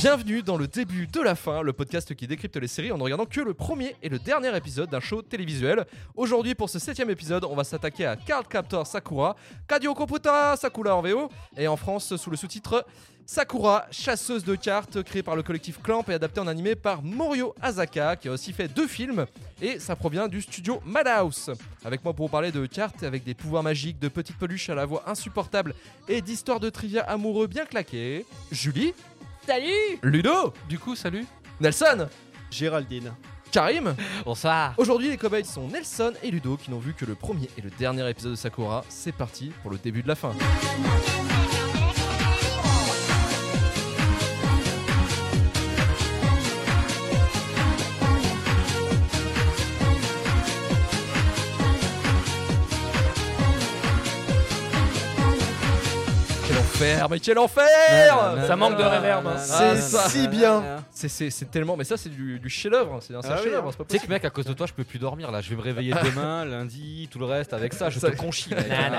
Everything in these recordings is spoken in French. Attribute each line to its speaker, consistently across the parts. Speaker 1: Bienvenue dans le début de la fin, le podcast qui décrypte les séries en ne regardant que le premier et le dernier épisode d'un show télévisuel. Aujourd'hui, pour ce septième épisode, on va s'attaquer à Card Captor Sakura, Kadio Komputa Sakura en VO, et en France sous le sous-titre Sakura, chasseuse de cartes, créée par le collectif Clamp et adaptée en animé par Morio Asaka, qui a aussi fait deux films, et ça provient du studio Madhouse. Avec moi pour vous parler de cartes avec des pouvoirs magiques, de petites peluches à la voix insupportable et d'histoires de trivia amoureux bien claquées, Julie,
Speaker 2: Salut
Speaker 1: Ludo,
Speaker 3: Du coup, salut.
Speaker 1: Nelson,
Speaker 4: Géraldine.
Speaker 1: Karim.
Speaker 3: Bonsoir.
Speaker 1: Aujourd'hui, les cobayes sont Nelson et Ludo qui n'ont vu que le premier et le dernier épisode de Sakura. C'est parti pour le début de la fin. Quel enfer, mais quel enfer
Speaker 3: Ça manque de réverb, hein.
Speaker 1: C'est ça.
Speaker 4: si bien.
Speaker 1: C'est- C'est c'est tellement. Mais ça, c'est du, du chef-d'œuvre. C'est un, c'est un
Speaker 4: Ah oui,
Speaker 1: chef-d'œuvre,
Speaker 4: hein.
Speaker 1: c'est pas
Speaker 3: Tu sais
Speaker 1: possible.
Speaker 3: que mec, à cause de toi, je peux plus dormir là. Je vais me réveiller demain, lundi, tout le reste avec ça. Je
Speaker 1: Ça-
Speaker 3: te conchis. mec. Ah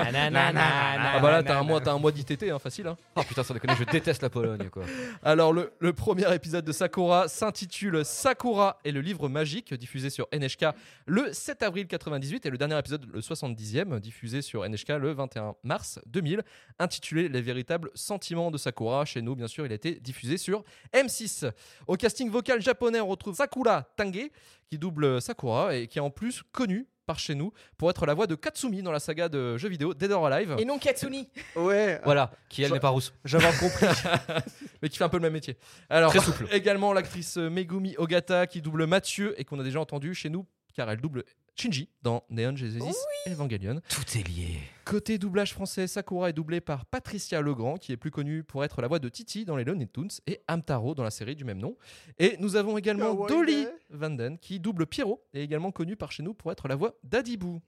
Speaker 1: Ah bah là, t'as un mois, t'as un mois d'ITT, hein, facile. Hein.
Speaker 3: Oh putain, sans déconner, je déteste la Pologne quoi.
Speaker 1: Alors, le, le premier épisode de Sakura s'intitule Sakura et le livre magique, diffusé sur NHK le 7 avril 98, et le dernier épisode, le 70e, diffusé sur NHK le 21 mars 2000, intitulé Les véritables sentiments de Sakura. Chez nous, bien sûr, il a été diffusé sur M6. Au casting vocal japonais, on retrouve Sakura Tange, qui double Sakura et qui est en plus connue par chez nous pour être la voix de Katsumi dans la saga de jeux vidéo Dead or Alive.
Speaker 2: Et non Katsuni
Speaker 4: Ouais,
Speaker 3: Voilà, qui elle n'est pas rousse.
Speaker 4: j'avais compris.
Speaker 1: mais qui fait un peu le même métier. Alors,
Speaker 3: Très souple.
Speaker 1: également l'actrice euh, Megumi Ogata qui double Mathieu et qu'on a déjà entendu chez nous car elle double Shinji dans Neon Genesis Evangelion.
Speaker 3: Tout est lié.
Speaker 1: Côté doublage français, Sakura est doublée par Patricia Legrand, qui est plus connue pour être la voix de Titi dans les Looney Tunes et Amtaro dans la série du même nom. Et nous avons également
Speaker 4: Kawaii.
Speaker 1: Dolly Vanden, qui double Pierrot, et également connue par chez nous pour être la voix d'Adibou.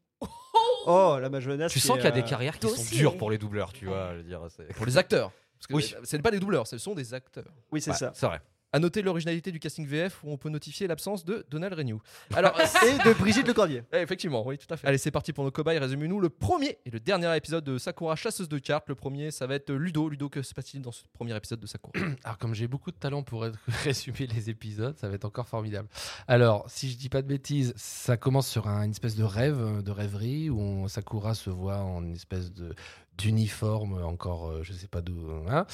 Speaker 4: Oh, là, ma jeunesse.
Speaker 3: Tu
Speaker 4: c'est,
Speaker 3: sens qu'il y a des
Speaker 4: euh,
Speaker 3: carrières qui sont
Speaker 2: dossier.
Speaker 3: dures pour les doubleurs, tu vois. Je veux dire, c'est
Speaker 1: Pour les acteurs. Parce que
Speaker 3: Oui.
Speaker 1: euh, ce n'est pas des doubleurs, ce sont des acteurs.
Speaker 4: Oui, c'est
Speaker 3: Ouais,
Speaker 4: ça.
Speaker 3: C'est vrai.
Speaker 1: À noter l'originalité du casting VF où on peut notifier l'absence de Donald Renew. Alors,
Speaker 4: Et de Brigitte Lecordier.
Speaker 1: Eh, Effectivement, oui, tout à fait. Allez, c'est parti pour nos cobayes. Résumez-nous le premier et le dernier épisode de Sakura chasseuse de cartes. Le premier, ça va être Ludo. Ludo, que se passe-t-il dans ce premier épisode de Sakura
Speaker 5: Alors, comme j'ai beaucoup de talent pour être- résumer les épisodes, ça va être encore formidable. Alors, si je dis pas de bêtises, ça commence sur un- une espèce de rêve, euh, de rêverie, où on- Sakura se voit en une espèce de d'uniforme, encore, euh, je sais pas d'où, hein,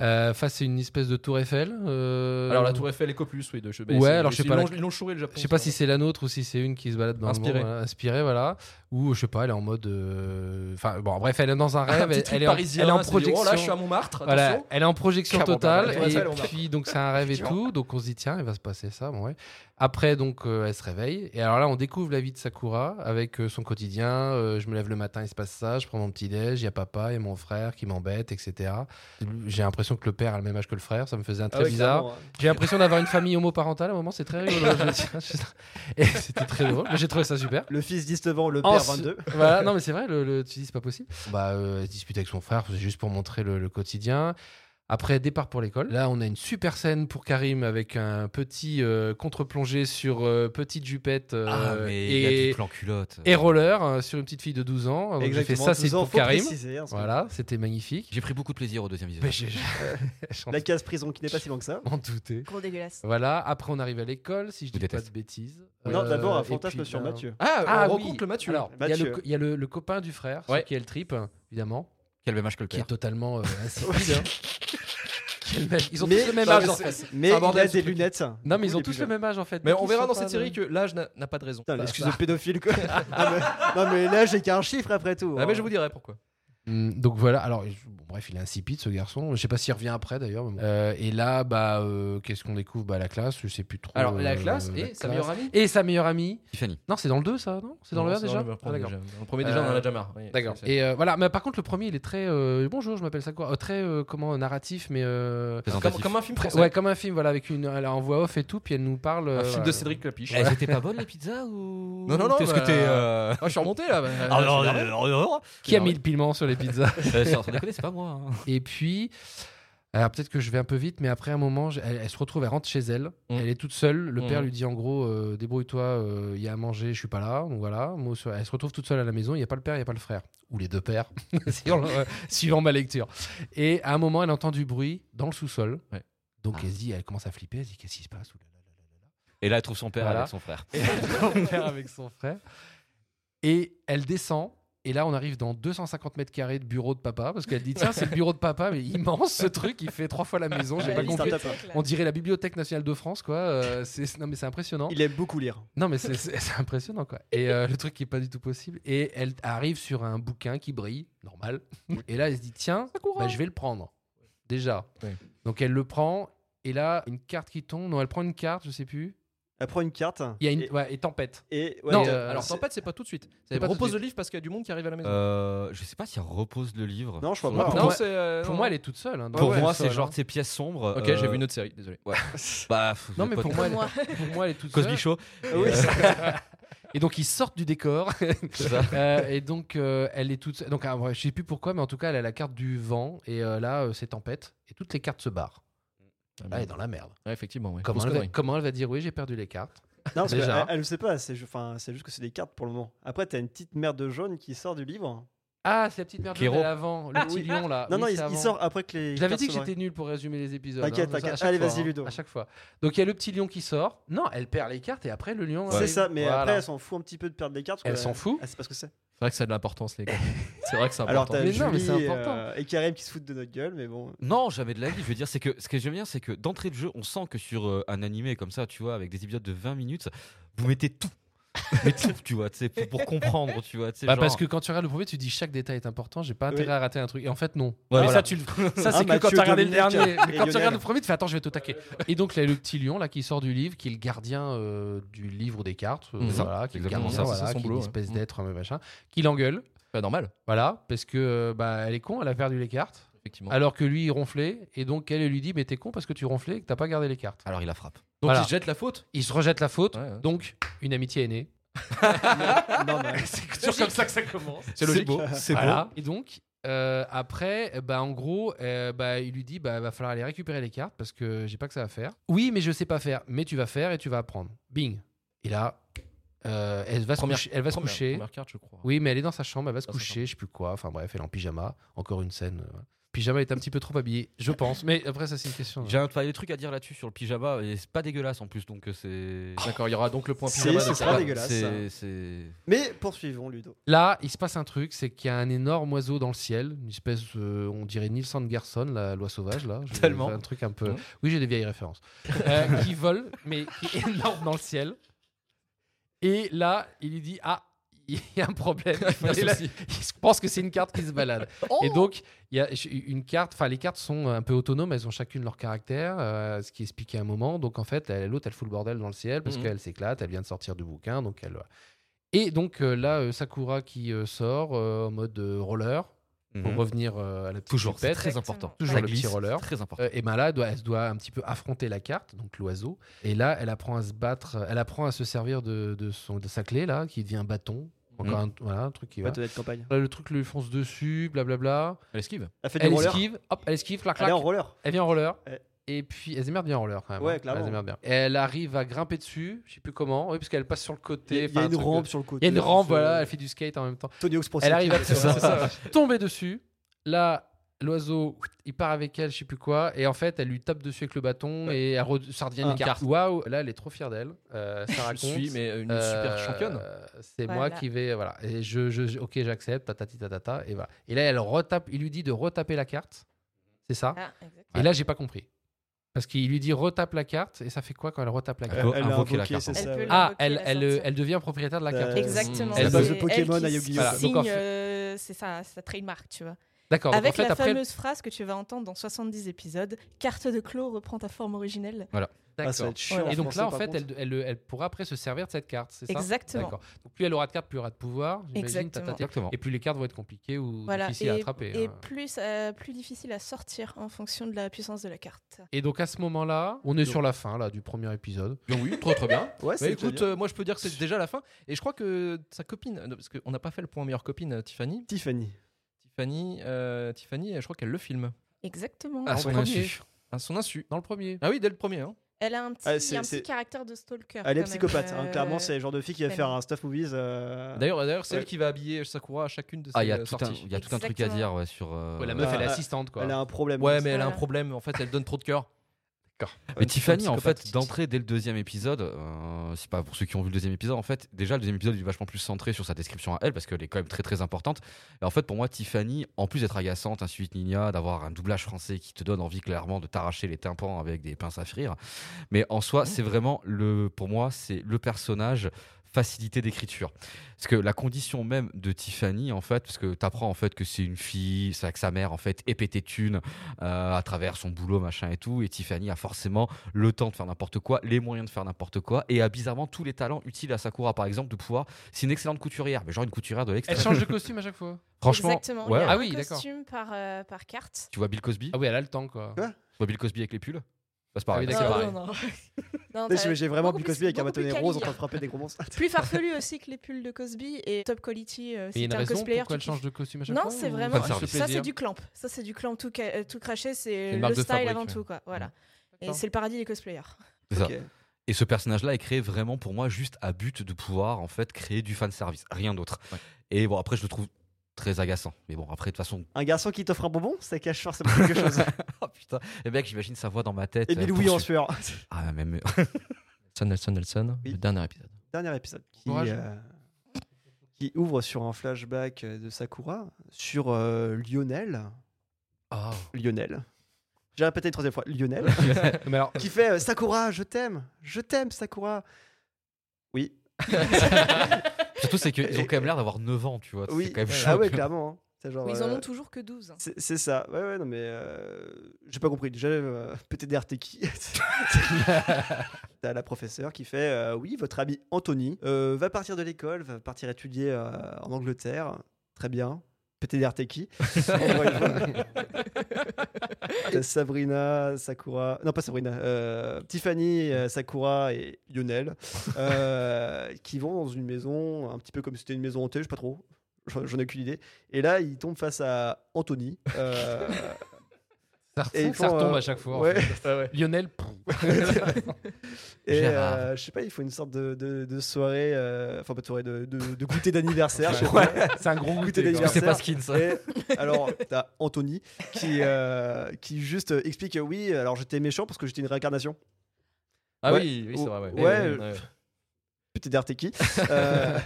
Speaker 5: euh, face à une espèce de tour Eiffel. euh,
Speaker 1: Alors, la Tour Eiffel, Ecoplus, oui, de je-
Speaker 5: Ouais,
Speaker 1: c'est-
Speaker 5: alors, je sais
Speaker 1: ils
Speaker 5: pas,
Speaker 1: l'ont-
Speaker 5: la-
Speaker 1: Ils l'ont chouré le Japon.
Speaker 5: Je sais pas
Speaker 1: ça.
Speaker 5: si c'est la nôtre ou si c'est une qui se balade dans
Speaker 1: Inspirée.
Speaker 5: le monde. voilà, Inspirée, voilà. Ou je sais pas, elle est en mode. euh, Enfin, bon, bref, elle est dans un
Speaker 1: Un
Speaker 5: rêve.
Speaker 1: petit
Speaker 5: elle-
Speaker 1: truc
Speaker 5: elle, est en,
Speaker 1: parisien,
Speaker 5: elle est en
Speaker 1: c'est dit,
Speaker 5: projection.
Speaker 1: Oh là, je suis à Montmartre.
Speaker 5: Voilà,
Speaker 1: attention.
Speaker 5: elle est en projection
Speaker 1: Clairement pas
Speaker 5: totale
Speaker 1: mal.
Speaker 5: et
Speaker 1: Ouais, on va.
Speaker 5: puis donc c'est un rêve et tout, donc on se dit tiens, il va se passer ça, bon, ouais. Après donc euh, elle se réveille et alors là on découvre la vie de Sakura avec euh, son quotidien. euh, je me lève le matin, il se passe ça, je prends mon petit déj, il y a papa et mon frère qui m'embêtent, etc. J'ai l'impression que le père a le même âge que le frère, ça me faisait un très
Speaker 4: Ah ouais,
Speaker 5: bizarre.
Speaker 4: clairement, hein.
Speaker 5: J'ai l'impression d'avoir une famille homoparentale à un moment, c'est très rigolo. Je- Et C'était très drôle, mais j'ai trouvé ça super.
Speaker 4: Le fils 19 ans, le
Speaker 5: En
Speaker 4: père
Speaker 5: ce-
Speaker 4: 22.
Speaker 5: voilà, non mais c'est vrai, le, le- tu dis c'est pas possible. Bah, euh, elle se dispute avec son frère, c'est juste pour montrer le, le quotidien. Après, départ pour l'école. Là, on a une super scène pour Karim avec un petit euh, contre-plongé sur euh, petite jupette euh,
Speaker 3: Ah, mais il y a
Speaker 5: et,
Speaker 3: du plan culotte.
Speaker 5: et roller euh, sur une petite fille de 12 ans. oh, Donc, j'ai fait ça, c'est
Speaker 4: 12 ans,
Speaker 5: pour
Speaker 4: faut
Speaker 5: Karim.
Speaker 4: préciser, hein, parce que
Speaker 5: Voilà, c'était magnifique.
Speaker 3: J'ai pris beaucoup de plaisir au deuxième
Speaker 5: Mais
Speaker 3: visage.
Speaker 5: j'ai- J'en
Speaker 4: La case prison qui n'est pas si loin que ça.
Speaker 5: m'en doutais.
Speaker 2: Gros dégueulasse.
Speaker 5: Voilà, après, on arrive à l'école, si je
Speaker 3: Je
Speaker 5: dis pas
Speaker 3: déteste.
Speaker 5: de bêtises.
Speaker 4: Non,
Speaker 5: Euh,
Speaker 4: d'abord, un
Speaker 5: et
Speaker 4: fantasme
Speaker 5: puis,
Speaker 4: sur
Speaker 5: ben,
Speaker 4: Mathieu.
Speaker 1: Ah,
Speaker 5: Ah
Speaker 1: on
Speaker 5: oui.
Speaker 1: rencontre le Mathieu.
Speaker 5: Alors, il y a le
Speaker 4: Mathieu.
Speaker 5: co- il y, a le, le copain du frère,
Speaker 1: Ouais.
Speaker 5: celui qui est le trip, évidemment.
Speaker 3: Quel même âge que le
Speaker 5: qui est
Speaker 3: père.
Speaker 5: totalement euh, insipide. hein. Quel même- Ils ont
Speaker 4: Mais- bah,
Speaker 5: tous le même
Speaker 1: non,
Speaker 5: âge
Speaker 1: mais
Speaker 5: en
Speaker 1: c'est-
Speaker 5: fait.
Speaker 4: Mais
Speaker 1: C'est un
Speaker 4: il a
Speaker 1: bordel, ce
Speaker 4: des
Speaker 1: truc.
Speaker 4: lunettes. ça.
Speaker 5: Non, mais
Speaker 4: Du
Speaker 5: ils
Speaker 4: coup,
Speaker 5: ont
Speaker 4: les
Speaker 5: tous
Speaker 4: plus
Speaker 5: le
Speaker 4: jeunes.
Speaker 5: même âge en fait.
Speaker 1: Mais
Speaker 5: Donc,
Speaker 1: on
Speaker 5: ils
Speaker 1: verra
Speaker 5: sont
Speaker 1: dans cette
Speaker 5: pas
Speaker 1: série
Speaker 5: de-
Speaker 1: que l'âge n'a n'a pas de raison.
Speaker 4: Putain,
Speaker 1: Bah,
Speaker 4: l'excuse
Speaker 1: bah,
Speaker 4: de pédophile, quoi. non, mais, non, mais là, j'ai qu'un chiffre après tout.
Speaker 1: ah,
Speaker 4: hein.
Speaker 1: mais je vous dirai pourquoi.
Speaker 5: Hmm, Donc voilà, alors je- bon, bref, il est insipide ce garçon. Je sais pas s'il revient après d'ailleurs. mais bon. Euh, et là, bah, euh, qu'est-ce qu'on découvre Bah, la classe, je sais plus trop.
Speaker 1: Alors, la
Speaker 5: euh,
Speaker 1: classe
Speaker 5: la
Speaker 1: et sa
Speaker 5: classe.
Speaker 1: meilleure amie
Speaker 5: Et sa meilleure amie.
Speaker 3: Tiffany.
Speaker 5: Non, c'est dans le 2 ça, non C'est dans
Speaker 1: Non,
Speaker 5: le 1 déjà
Speaker 1: Dans le
Speaker 5: Ah,
Speaker 1: premier,
Speaker 5: d'accord.
Speaker 1: déjà. Dans le premier, déjà, on en a
Speaker 5: Euh,
Speaker 1: déjà marre. Oui,
Speaker 5: D'accord.
Speaker 1: c'est- c'est-
Speaker 5: Et euh, voilà, mais par contre, le premier, il est très. euh, bonjour, je m'appelle Sakura. Euh, très, euh, comment, narratif, mais.
Speaker 1: Comme,
Speaker 5: euh,
Speaker 3: Présentatif.
Speaker 1: comme un film
Speaker 5: très-
Speaker 1: français.
Speaker 5: ouais, comme un film, voilà, avec une. Elle est en voix off et tout, puis elle nous parle.
Speaker 1: Un
Speaker 5: euh,
Speaker 1: film de
Speaker 5: voilà.
Speaker 1: Cédric Clapiche.
Speaker 3: Elles étaient pas bonnes les pizzas ou
Speaker 1: Non, non, non,
Speaker 3: Qu'est-ce
Speaker 1: bah,
Speaker 3: que t'es euh,
Speaker 1: Ah, je suis remonté là. bah, je
Speaker 3: Ah
Speaker 1: suis
Speaker 3: non,
Speaker 1: énervé.
Speaker 3: non, non, non, non.
Speaker 5: Qui a mis le piment sur les pizzas
Speaker 3: Euh, Sans sans déconner, c'est pas moi. hein.
Speaker 5: Et puis, alors peut-être que je vais un peu vite, mais après un moment, je- elle, elle se retrouve, elle rentre chez elle, elle est toute seule. Le père
Speaker 1: Mhm.
Speaker 5: lui dit en gros, euh, débrouille-toi, euh, il y a à manger, je suis pas là. Donc voilà, Moi, sur- elle se retrouve toute seule à la maison, il n'y a pas le père, il n'y a pas le frère. Ou les deux pères, suivant, euh, suivant ma lecture. Et à un moment, elle entend du bruit dans le sous-sol.
Speaker 1: Ouais.
Speaker 5: Donc
Speaker 3: Ah.
Speaker 5: elle se dit, elle commence à flipper, elle se dit qu'est-ce qui se passe Ouh là là là là là là.
Speaker 3: Et là, elle trouve son père
Speaker 5: Voilà.
Speaker 3: avec son frère.
Speaker 5: Et elle va en faire avec son frère. Et elle descend. Et là, on arrive dans 250 mètres carrés de bureau de papa. Parce qu'elle dit Tiens, c'est le bureau de papa, mais immense ce truc. Il fait trois fois la maison. J'ai
Speaker 4: Ouais,
Speaker 5: pas
Speaker 4: il
Speaker 5: compris.
Speaker 4: s'en tape pas.
Speaker 5: On dirait la Bibliothèque nationale de France, quoi. Euh, c'est- non, mais c'est impressionnant.
Speaker 4: hein. Il aime beaucoup lire.
Speaker 5: Non, mais c'est- c'est c'est impressionnant, quoi. Et euh, le truc qui est pas du tout possible. Et elle arrive sur un bouquin qui brille, normal. Et là, elle se dit Tiens, bah, je vais le prendre. Déjà.
Speaker 1: Ouais.
Speaker 5: Donc, elle le prend. Et là, une carte qui tombe. Non, elle prend une carte, je sais plus.
Speaker 4: Elle prend une carte.
Speaker 5: Il y a une.
Speaker 4: Et,
Speaker 5: ouais, et tempête.
Speaker 4: et- ouais,
Speaker 5: Non,
Speaker 4: et,
Speaker 5: euh,
Speaker 1: Alors,
Speaker 5: c'est-
Speaker 1: tempête, c'est pas tout de suite.
Speaker 5: C'est pas tout de
Speaker 1: repose
Speaker 5: suite.
Speaker 1: le livre parce qu'il y a du monde qui arrive à la maison.
Speaker 3: Euh, je sais pas si elle repose le livre.
Speaker 4: Non, je
Speaker 3: Sur
Speaker 4: crois pas.
Speaker 3: le
Speaker 5: Ah, Pour
Speaker 1: Non,
Speaker 5: moi-
Speaker 1: c'est,
Speaker 4: Ah
Speaker 1: euh,
Speaker 5: Pour
Speaker 1: non,
Speaker 5: moi,
Speaker 1: non.
Speaker 5: elle est toute seule. hein, dans
Speaker 3: Pour
Speaker 5: le-
Speaker 3: moi,
Speaker 5: seule,
Speaker 3: c'est genre
Speaker 5: hein.
Speaker 3: ces pièces sombres.
Speaker 1: Ok,
Speaker 3: euh,
Speaker 1: j'ai vu une autre série, désolé.
Speaker 3: Bah,
Speaker 5: Non, mais pour moi, elle,
Speaker 2: moi.
Speaker 5: pour moi, elle est toute
Speaker 3: Cosby
Speaker 5: seule.
Speaker 3: Show.
Speaker 4: Ah oui, c'est-
Speaker 5: Et donc, ils sortent du décor.
Speaker 3: C'est ça.
Speaker 5: Euh, et donc, euh, elle est toute seule. Donc, ah, ouais, je sais plus pourquoi, mais en tout cas, elle a la carte du vent. Et euh, là, euh, c'est tempête. Et toutes les cartes se barrent. Elle est dans la Ah, merde.
Speaker 1: Ouais, effectivement, ouais.
Speaker 5: Comment
Speaker 1: Grosse
Speaker 5: elle, va,
Speaker 1: connerie.
Speaker 5: comment elle va dire oui, j'ai perdu les cartes
Speaker 4: Non, parce
Speaker 5: Déjà.
Speaker 4: qu'elle ne sait pas, c'est ju- enfin, c'est juste que c'est des cartes pour le moment. Après, t'as une petite merde de jaune qui sort du livre.
Speaker 5: Ah, c'est la petite merde de
Speaker 3: Kéro.
Speaker 5: Noël avant, le
Speaker 4: Ah,
Speaker 5: petit
Speaker 4: oui.
Speaker 5: lion là.
Speaker 4: Non,
Speaker 5: Oui,
Speaker 4: non,
Speaker 5: c'est
Speaker 4: il, il
Speaker 5: avant.
Speaker 4: sort après que les.
Speaker 5: Je l'avais
Speaker 4: cartes
Speaker 5: dit que
Speaker 4: soient
Speaker 5: j'étais nul pour résumer les épisodes.
Speaker 4: T'inquiète,
Speaker 5: hein, comme ça, à
Speaker 4: t'inquiète.
Speaker 5: chaque
Speaker 4: Allez,
Speaker 5: fois,
Speaker 4: vas-y,
Speaker 5: hein,
Speaker 4: Ludo.
Speaker 5: À chaque fois. Donc, il y a le petit lion qui sort. Non, elle perd les cartes et après, le lion.
Speaker 4: vraies. C'est
Speaker 5: arrive.
Speaker 4: ça, mais
Speaker 5: Voilà.
Speaker 4: après, elle s'en fout un petit peu de perdre des cartes. parce
Speaker 5: Elle
Speaker 4: que-
Speaker 5: s'en fout.
Speaker 4: Ah, c'est parce que c'est.
Speaker 1: C'est vrai que ça a de l'importance, les gars. c'est vrai que c'est
Speaker 4: Alors,
Speaker 1: important.
Speaker 4: t'as
Speaker 5: Mais
Speaker 4: Julie
Speaker 5: non, mais c'est
Speaker 4: et,
Speaker 5: important.
Speaker 4: euh, et Karim qui se foutent de notre gueule, mais bon.
Speaker 3: Non, jamais de la vie. Je veux dire, c'est que ce que j'aime bien, c'est que d'entrée de jeu, on sent que sur euh, un animé comme ça, tu vois, avec des épisodes de 20 minutes, vous mettez tout. Mais tout, tu vois, tu sais, pour, pour comprendre, tu vois. tu sais,
Speaker 5: Bah,
Speaker 3: genre-
Speaker 5: Parce que quand tu regardes le premier, tu dis chaque détail est important, j'ai pas intérêt
Speaker 4: Oui.
Speaker 5: à rater un truc. Et en fait, non.
Speaker 3: Ouais,
Speaker 5: Mais
Speaker 3: voilà.
Speaker 5: ça, tu le- ça, c'est
Speaker 4: Ah,
Speaker 5: que
Speaker 4: Mathieu,
Speaker 5: quand tu as regardé le
Speaker 4: Dominique,
Speaker 5: dernier.
Speaker 4: euh,
Speaker 5: Mais
Speaker 4: et
Speaker 5: quand tu
Speaker 4: Lionel.
Speaker 5: regardes le premier, tu fais attends, je vais tout taquer. Et donc, là, le petit lion là qui sort du livre, qui est le gardien euh, du livre ou des cartes, euh,
Speaker 1: Mhm.
Speaker 5: voilà, qui est le
Speaker 3: Exactement
Speaker 5: gardien,
Speaker 1: ça, c'est son
Speaker 5: voilà, qui est
Speaker 1: boulot,
Speaker 5: une espèce
Speaker 1: ouais.
Speaker 5: d'être, euh, machin, qui l'engueule,
Speaker 1: Pas normal,
Speaker 5: voilà, parce que euh, bah, elle est con, elle a perdu les cartes,
Speaker 1: effectivement.
Speaker 5: alors que lui, il ronflait, et donc elle elle lui dit, mais t'es con parce que tu ronflais et que t'as pas gardé les cartes.
Speaker 3: Alors il la frappe.
Speaker 1: Donc,
Speaker 5: voilà.
Speaker 1: ils se jettent la faute.
Speaker 5: Il se rejette la faute,
Speaker 1: Ouais, ouais.
Speaker 5: donc une amitié est née.
Speaker 4: non, mais.
Speaker 5: c'est toujours comme ça que ça commence.
Speaker 1: C'est logique.
Speaker 4: Oh,
Speaker 3: beau. C'est beau.
Speaker 5: Voilà. Et donc, euh, après, euh, bah, en gros, euh, bah, il lui dit bah, va falloir aller récupérer les cartes parce que j'ai pas que ça à faire. Oui, mais je sais pas faire. Mais tu vas faire et tu vas apprendre. Bing. Et là, euh, elle va se
Speaker 1: Première-
Speaker 5: coucher. Elle va se
Speaker 1: Première-
Speaker 5: coucher.
Speaker 1: Première carte, je crois.
Speaker 5: Oui, mais elle est dans sa chambre, elle va se
Speaker 1: Dans sa
Speaker 5: coucher, je sais plus quoi. Enfin bref, elle est en pyjama. Encore une scène. euh, voilà. Pyjama est un petit peu trop habillé, je pense. Mais après, ça, c'est une question.
Speaker 3: J'ai un enfin, il y a des trucs à dire là-dessus sur le pyjama, et c'est pas dégueulasse en plus, donc euh, c'est.
Speaker 4: Ah,
Speaker 1: D'accord, il y aura donc le point
Speaker 4: Si,
Speaker 1: pyjama.
Speaker 4: ce
Speaker 1: donc,
Speaker 4: sera
Speaker 1: ah,
Speaker 4: dégueulasse.
Speaker 3: C'est. c'est-
Speaker 4: Mais poursuivons, Ludo.
Speaker 5: Là, il se passe un truc, c'est qu'il y a un énorme oiseau dans le ciel, une espèce, euh, on dirait Nils Garson, la loi sauvage, là. Je-
Speaker 3: Tellement.
Speaker 5: Un truc un peu.
Speaker 1: Mmh.
Speaker 5: Oui, j'ai des vieilles références. Euh, qui vole, mais qui est énorme dans le ciel. Et là, il lui dit Ah, il y a un problème.
Speaker 1: un
Speaker 5: Et là,
Speaker 1: souci.
Speaker 5: il se pense que c'est une carte qui se balade.
Speaker 3: Oh
Speaker 5: Et donc, il y a une carte, enfin, les cartes sont un peu autonomes, elles ont chacune leur caractère, euh, ce qui est expliqué à un moment. Donc, en fait, elle- l'autre, elle fout le bordel dans le ciel parce
Speaker 1: Mhm.
Speaker 5: qu'elle s'éclate, elle vient de sortir du bouquin. Donc, elle. euh. Et donc, euh, là, euh, Sakura qui euh, sort euh, en mode euh, roller pour
Speaker 3: Mhm.
Speaker 5: revenir euh, à la petite
Speaker 3: Toujours, c'est
Speaker 5: pipette.
Speaker 3: très important.
Speaker 5: Toujours
Speaker 3: Ça
Speaker 5: le petit
Speaker 3: glisse,
Speaker 5: roller.
Speaker 3: c'est Très important.
Speaker 5: Euh, et ben là, elle doit, elle doit un petit peu affronter la carte, donc l'oiseau. Et là, elle apprend à se battre, euh, elle apprend à se servir de, de son, de sa clé, là, qui devient un bâton. Encore
Speaker 3: Mhm.
Speaker 5: un, voilà, un truc qui va.
Speaker 4: Pas de campagne.
Speaker 5: Là, le truc lui fonce dessus, blablabla.
Speaker 1: Elle esquive.
Speaker 4: Elle fait du
Speaker 5: Elle
Speaker 4: roller.
Speaker 5: esquive, hop, elle esquive, clac,
Speaker 4: Elle
Speaker 5: clac.
Speaker 4: est
Speaker 5: Elle,
Speaker 4: en roller.
Speaker 5: vient en roller.
Speaker 4: Ouais.
Speaker 5: Et puis, elle se démerde bien en roller. quand même,
Speaker 4: Ouais,
Speaker 5: hein.
Speaker 4: clairement.
Speaker 5: Elle se démerde bien. Elle arrive à grimper dessus, je sais plus comment, oui, parce qu'elle passe sur le
Speaker 4: Il y
Speaker 5: côté.
Speaker 4: a- il y
Speaker 5: enfin,
Speaker 4: a
Speaker 5: un
Speaker 4: une
Speaker 5: truc
Speaker 4: rampe
Speaker 5: de-
Speaker 4: sur le côté. euh,
Speaker 5: Il y a une rampe,
Speaker 4: ce-
Speaker 5: voilà, elle fait du skate en même temps.
Speaker 4: Tony Hawk's Pro
Speaker 5: Elle
Speaker 4: Skater.
Speaker 5: arrive à
Speaker 4: C'est ça.
Speaker 5: tomber dessus. Là, l'oiseau, il part avec elle, je sais plus quoi. Et en fait, elle lui tape dessus avec le bâton et elle re- ça redevient
Speaker 4: Ah.
Speaker 5: une carte. Waouh, là, elle est trop fière d'elle. Euh, ça
Speaker 1: Je
Speaker 5: raconte.
Speaker 1: suis mais une
Speaker 5: Euh,
Speaker 1: super championne.
Speaker 5: C'est
Speaker 2: Voilà.
Speaker 5: moi qui vais. Voilà. Et je, je- je- ok, j'accepte. Tatati tatata. Et voilà. Et là, elle retape. Il lui dit de retaper la carte. C'est ça.
Speaker 2: Ah, exact.
Speaker 5: Et là, j'ai pas compris. Parce qu'il lui dit retape la carte. Et ça fait quoi quand elle retape la
Speaker 3: Elle
Speaker 5: carte
Speaker 3: doit
Speaker 4: Elle l'a
Speaker 3: invoquer la
Speaker 4: invoqué,
Speaker 3: carte.
Speaker 4: c'est
Speaker 3: en fait.
Speaker 2: Elle
Speaker 4: ça.
Speaker 2: peut
Speaker 4: ouais.
Speaker 2: la-
Speaker 5: Ah,
Speaker 2: invoquer,
Speaker 5: elle,
Speaker 2: la
Speaker 5: elle,
Speaker 2: sortir.
Speaker 5: elle devient propriétaire de la
Speaker 4: Euh,
Speaker 5: carte.
Speaker 2: Exactement.
Speaker 1: Elle
Speaker 2: c'est
Speaker 1: base
Speaker 4: de
Speaker 2: elle
Speaker 4: Pokémon
Speaker 2: qui
Speaker 4: à Yu-Gi-Oh.
Speaker 5: Voilà, donc en
Speaker 2: signe,
Speaker 5: fait-
Speaker 2: euh, c'est ça, sa trademark, tu vois.
Speaker 5: D'accord. donc
Speaker 2: Avec
Speaker 5: en fait,
Speaker 2: la
Speaker 5: après,
Speaker 2: fameuse phrase que tu vas entendre dans 70 épisodes, carte de Clos reprend ta forme originelle.
Speaker 4: Ah, ça va
Speaker 5: D'accord.
Speaker 4: être chiant
Speaker 5: Et donc
Speaker 4: français,
Speaker 5: là, en
Speaker 4: par
Speaker 5: fait,
Speaker 4: contre.
Speaker 5: elle, elle, elle pourra après se servir de cette carte, c'est ça
Speaker 2: Exactement.
Speaker 5: D'accord. Donc plus elle aura de cartes, plus elle aura de pouvoir. j'imagine,
Speaker 2: Exactement.
Speaker 5: tatati.
Speaker 3: Exactement.
Speaker 5: Et plus les cartes vont être compliquées ou
Speaker 2: Voilà,
Speaker 5: difficiles à attraper.
Speaker 2: Et
Speaker 5: hein.
Speaker 2: plus, euh, plus difficile à sortir en fonction de la puissance de la carte.
Speaker 5: Et donc à ce moment-là, on est sur la fin là du premier épisode.
Speaker 1: oui, trop trop bien.
Speaker 4: Ouais,
Speaker 1: Mais
Speaker 4: c'est déjà
Speaker 1: écoute,
Speaker 4: bien.
Speaker 1: euh, moi je peux dire que c'est déjà la fin. Et je crois que sa copine, euh, parce qu'on n'a pas fait le point meilleure copine, euh, Tiffany.
Speaker 4: Tiffany.
Speaker 2: Ah,
Speaker 1: Tiffany, euh, Tiffany, euh, je crois qu'elle le filme.
Speaker 2: Exactement.
Speaker 5: Ah,
Speaker 1: À
Speaker 5: Dans
Speaker 1: son
Speaker 5: le premier.
Speaker 1: insu. À son insu.
Speaker 5: Dans le premier.
Speaker 1: Ah oui, dès le premier. hein.
Speaker 2: Elle a un petit,
Speaker 4: Ah, c'est-
Speaker 2: un
Speaker 4: c'est-
Speaker 2: petit caractère de stalker.
Speaker 4: Elle est
Speaker 2: quand même.
Speaker 4: psychopathe. hein.
Speaker 2: Euh,
Speaker 4: Clairement, c'est le genre de fille qui va faire
Speaker 2: Tiffany.
Speaker 4: un stuff movies. euh,
Speaker 1: Ah. D'ailleurs, d'ailleurs, c'est
Speaker 4: Ouais.
Speaker 1: elle qui va habiller Sakura à chacune de ses
Speaker 3: Ah, il y a
Speaker 1: euh,
Speaker 3: tout un,
Speaker 1: sorties.
Speaker 3: il y a tout un truc à
Speaker 2: Exactement.
Speaker 3: dire ouais, sur. euh,
Speaker 5: Ouais, la meuf,
Speaker 4: bah,
Speaker 5: elle est
Speaker 4: euh,
Speaker 5: assistante quoi.
Speaker 4: Elle a un problème.
Speaker 1: Ouais, mais elle a un
Speaker 2: Voilà.
Speaker 1: problème. En fait, elle donne trop de cœur.
Speaker 3: Mais Tiffany, en fait,
Speaker 4: psychopathe.
Speaker 3: d'entrée dès le deuxième épisode, euh, c'est pas pour ceux qui ont vu le deuxième épisode, en fait, déjà le deuxième épisode il est vachement plus centré sur sa description à elle parce qu'elle est quand même très très importante. Et en fait, pour moi, Tiffany, en plus d'être agaçante, insuite Nina, d'avoir un doublage français qui te donne envie clairement de t'arracher les tympans avec des pinces à frire, mais en soi, c'est vraiment le, pour moi, c'est le personnage facilité d'écriture. Parce que la condition même de Tiffany, en fait, parce que t'apprends en fait que c'est une fille, c'est que sa mère en fait est pété thune euh, à travers son boulot, machin et tout, et Tiffany a forcément le temps de faire n'importe quoi, les moyens de faire n'importe quoi, et a bizarrement tous les talents utiles à Sakura, par exemple, de pouvoir. C'est une excellente couturière, mais genre une couturière de
Speaker 5: Elle
Speaker 3: l'extrême.
Speaker 5: change de costume à chaque fois.
Speaker 3: Franchement,
Speaker 2: Exactement.
Speaker 3: ouais.
Speaker 2: Il y a
Speaker 5: Ah
Speaker 2: un
Speaker 5: oui, d'accord.
Speaker 2: costume par, euh, par carte.
Speaker 3: tu vois Bill Cosby
Speaker 5: Ah oui, elle a le temps quoi.
Speaker 4: Ouais.
Speaker 3: Tu vois Bill Cosby avec les pulls Bah, C'est
Speaker 5: Ah oui,
Speaker 3: pareil.
Speaker 5: d'accord.
Speaker 3: c'est pareil.
Speaker 5: Ah,
Speaker 2: non, non. Non,
Speaker 4: Mais
Speaker 2: t'as-
Speaker 4: J'ai j'ai vraiment
Speaker 2: beaucoup
Speaker 4: Bill
Speaker 2: plus-
Speaker 4: Cosby avec un
Speaker 2: beaucoup plus
Speaker 4: bâtonnet rose en
Speaker 2: quali,
Speaker 4: train de frapper des gros monstres.
Speaker 2: Plus farfelu aussi que les pulls de Cosby et Top
Speaker 5: Mais il
Speaker 2: Quality. euh,
Speaker 5: y a
Speaker 2: si
Speaker 5: une
Speaker 2: t'es un
Speaker 5: raison
Speaker 2: cosplayer,
Speaker 5: pourquoi elle
Speaker 2: tu
Speaker 5: change de costume à chaque
Speaker 2: Non,
Speaker 5: fois
Speaker 2: c'est
Speaker 5: ou-
Speaker 2: vraiment.
Speaker 3: Fan service.
Speaker 2: Ça, c'est du clamp. Ça, c'est du clamp tout, ca- euh, tout craché. C'est
Speaker 5: une
Speaker 2: le
Speaker 5: marque de
Speaker 2: style
Speaker 5: fabrique,
Speaker 2: avant
Speaker 5: ouais.
Speaker 2: tout, quoi. Voilà. Et
Speaker 5: D'accord.
Speaker 2: c'est le paradis des cosplayers.
Speaker 3: C'est ça.
Speaker 4: Ok.
Speaker 3: Et ce personnage-là est créé vraiment pour moi juste à but de pouvoir en fait créer du fan service, rien d'autre.
Speaker 5: Ouais.
Speaker 3: Et bon après je le trouve très agaçant. Mais bon après de toute façon,
Speaker 4: Un garçon qui t'offre un bonbon, ça cache forcément quelque chose.
Speaker 3: oh putain, le mec j'imagine sa voix dans ma tête.
Speaker 4: Et
Speaker 3: euh,
Speaker 4: Bill oui en
Speaker 3: poursuit.
Speaker 4: sueur.
Speaker 3: Ah même.
Speaker 1: Nelson, Nelson, Nelson,
Speaker 4: Oui.
Speaker 1: le dernier épisode.
Speaker 4: Dernier épisode qui,
Speaker 5: Courage.
Speaker 4: euh, qui ouvre sur un flashback euh, de Sakura sur euh, Lionel.
Speaker 5: Ah.
Speaker 4: Lionel. J'ai répété une troisième fois. Lionel.
Speaker 5: Mais alors,
Speaker 4: qui fait euh, Sakura, je t'aime, je t'aime Sakura. Oui,
Speaker 3: Surtout c'est qu'ils ont quand même l'air d'avoir 9 ans, tu vois.
Speaker 4: oui.
Speaker 3: C'est quand même chaud.
Speaker 4: ah ouais, clairement. hein. C'est genre,
Speaker 2: Oui, Ils en
Speaker 4: euh,
Speaker 2: ont toujours que 12. hein.
Speaker 4: C'est c'est ça. Ouais, ouais, non, mais euh, j'ai pas compris. Déjà, euh, PTDR, t'es qui T'as la professeure qui fait euh, Oui, votre ami Anthony euh, va partir de l'école, va partir étudier euh, en Angleterre. Très bien. PTDR, t'es qui Encore une fois. T'as Sabrina, Sakura. Non, pas Sabrina. euh, Tiffany, euh, Sakura et Lionel euh, qui vont dans une maison, un petit peu comme si c'était une maison hantée, je sais pas trop. J'en j'en ai aucune idée. Et là, ils tombent face à Anthony. euh,
Speaker 5: ça,
Speaker 4: Et ils
Speaker 5: retombe- ça
Speaker 4: font,
Speaker 5: retombe
Speaker 4: euh,
Speaker 5: à chaque fois. en
Speaker 4: ouais.
Speaker 5: fait. Lionel. pff.
Speaker 4: Et
Speaker 5: Gérard.
Speaker 4: euh, je sais pas, ils font une sorte de, de- de soirée, euh, enfin pas de soirée, de, de- de goûter d'anniversaire. je sais pas.
Speaker 5: C'est un gros
Speaker 4: Goûter
Speaker 5: goûter. quoi.
Speaker 3: Parce que c'est pas
Speaker 4: Anniversaire.
Speaker 3: skin ça.
Speaker 4: Et alors, t'as Anthony qui, euh, qui juste euh, explique euh, Oui, alors j'étais méchant parce que j'étais une réincarnation.
Speaker 1: Ah
Speaker 4: Ouais.
Speaker 1: oui, oui, c'est vrai.
Speaker 4: Ouais, euh, Putain d'air, t'es qui Euh,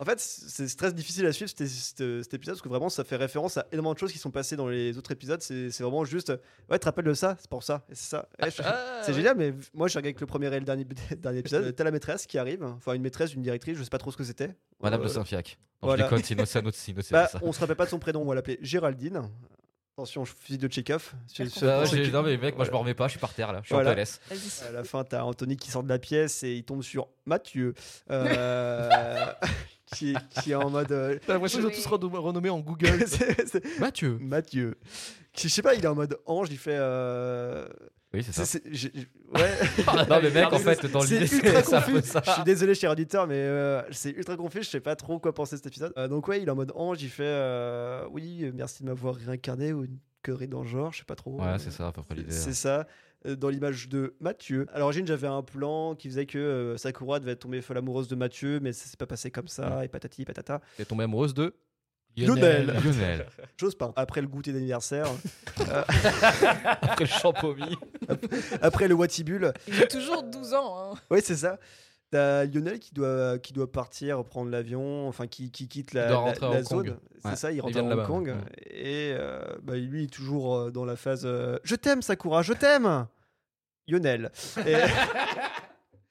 Speaker 4: En fait, c'est c'est très difficile à suivre cet, cet- cet épisode parce que vraiment ça fait référence à énormément de choses qui sont passées dans les autres épisodes. C'est c'est vraiment juste euh, Ouais, tu te rappelles de ça C'est pour ça. Et c'est ça. Ouais, eh, je-
Speaker 5: Ah,
Speaker 1: Ah.
Speaker 4: C'est génial, mais v- moi j'ai regardé que le premier et le dernier, dernier épisode. Euh, T'as la maîtresse qui arrive, enfin une maîtresse, une directrice, je sais pas trop ce que c'était.
Speaker 3: Madame
Speaker 4: Euh,
Speaker 3: de Saint-Fiac. Non,
Speaker 4: voilà.
Speaker 3: bah, je déconne, c'est une autre, c'est un autre- c'est une autre série,
Speaker 4: bah,
Speaker 3: ça.
Speaker 4: on se rappelle pas de son prénom, on va l'appeler Géraldine. Attention, je fusil de Tchekhov. Sur- sur-
Speaker 3: Ah,
Speaker 4: pour ceux
Speaker 3: j'ai-
Speaker 4: qui-
Speaker 3: non, mais mec, moi je me
Speaker 4: Voilà.
Speaker 3: remets pas, je suis par terre là, je suis
Speaker 4: Voilà.
Speaker 3: en PLS.
Speaker 2: Vas-y.
Speaker 4: À la fin, t'as Anthony qui sort de la pièce et il tombe sur Mathieu, euh, qui, qui est en mode. euh,
Speaker 1: T'as l'impression qu'ils ont
Speaker 2: Oui.
Speaker 1: tous renom- renommé en Google.
Speaker 4: c'est- c'est-
Speaker 1: Mathieu.
Speaker 4: Mathieu. Qui, je sais pas, il est en mode ange, il fait. euh,
Speaker 3: Oui, c'est
Speaker 4: c'est-
Speaker 3: ça.
Speaker 4: c'est- j'ai- j'ai- ouais.
Speaker 3: Non, mais mec, en fait, dans
Speaker 4: C'est
Speaker 3: l'idée,
Speaker 4: ultra
Speaker 3: c'est ça,
Speaker 4: confus.
Speaker 3: ça.
Speaker 4: Je suis désolé, cher auditeur, mais euh, c'est ultra confus. Je sais pas trop quoi penser de cet épisode. Euh, donc, ouais, il est en mode ange. Il fait euh, Oui, euh, merci de m'avoir réincarné ou une connerie dans le genre. Je sais pas trop.
Speaker 3: Ouais, c'est ça, à peu près
Speaker 4: C'est-
Speaker 3: l'idée.
Speaker 4: C'est ça. Euh, Dans l'image de Mathieu. À l'origine, j'avais un plan qui faisait que euh, Sakura devait tomber folle amoureuse de Mathieu, mais ça s'est pas passé comme ça, et patati patata.
Speaker 1: T'es tombée amoureuse de.
Speaker 4: Lionel.
Speaker 3: Lionel,
Speaker 4: J'ose pas. Après le goûter d'anniversaire,
Speaker 3: après le champomis.
Speaker 4: après le Watibule,
Speaker 2: Ils ont toujours 12 ans. hein.
Speaker 4: Oui, c'est ça. T'as Lionel qui doit, qui doit partir, prendre l'avion, enfin qui, qui quitte la,
Speaker 5: Il doit
Speaker 4: la-
Speaker 5: rentrer à
Speaker 4: la
Speaker 5: Hong Kong.
Speaker 4: zone. C'est
Speaker 3: Ouais.
Speaker 4: ça, il rentre à
Speaker 1: vient de
Speaker 4: Hong
Speaker 1: là-bas,
Speaker 4: Kong.
Speaker 1: ouais.
Speaker 4: Et euh, bah, lui, il est toujours euh, dans la phase euh, Je t'aime, Sakura, je t'aime Lionel. Et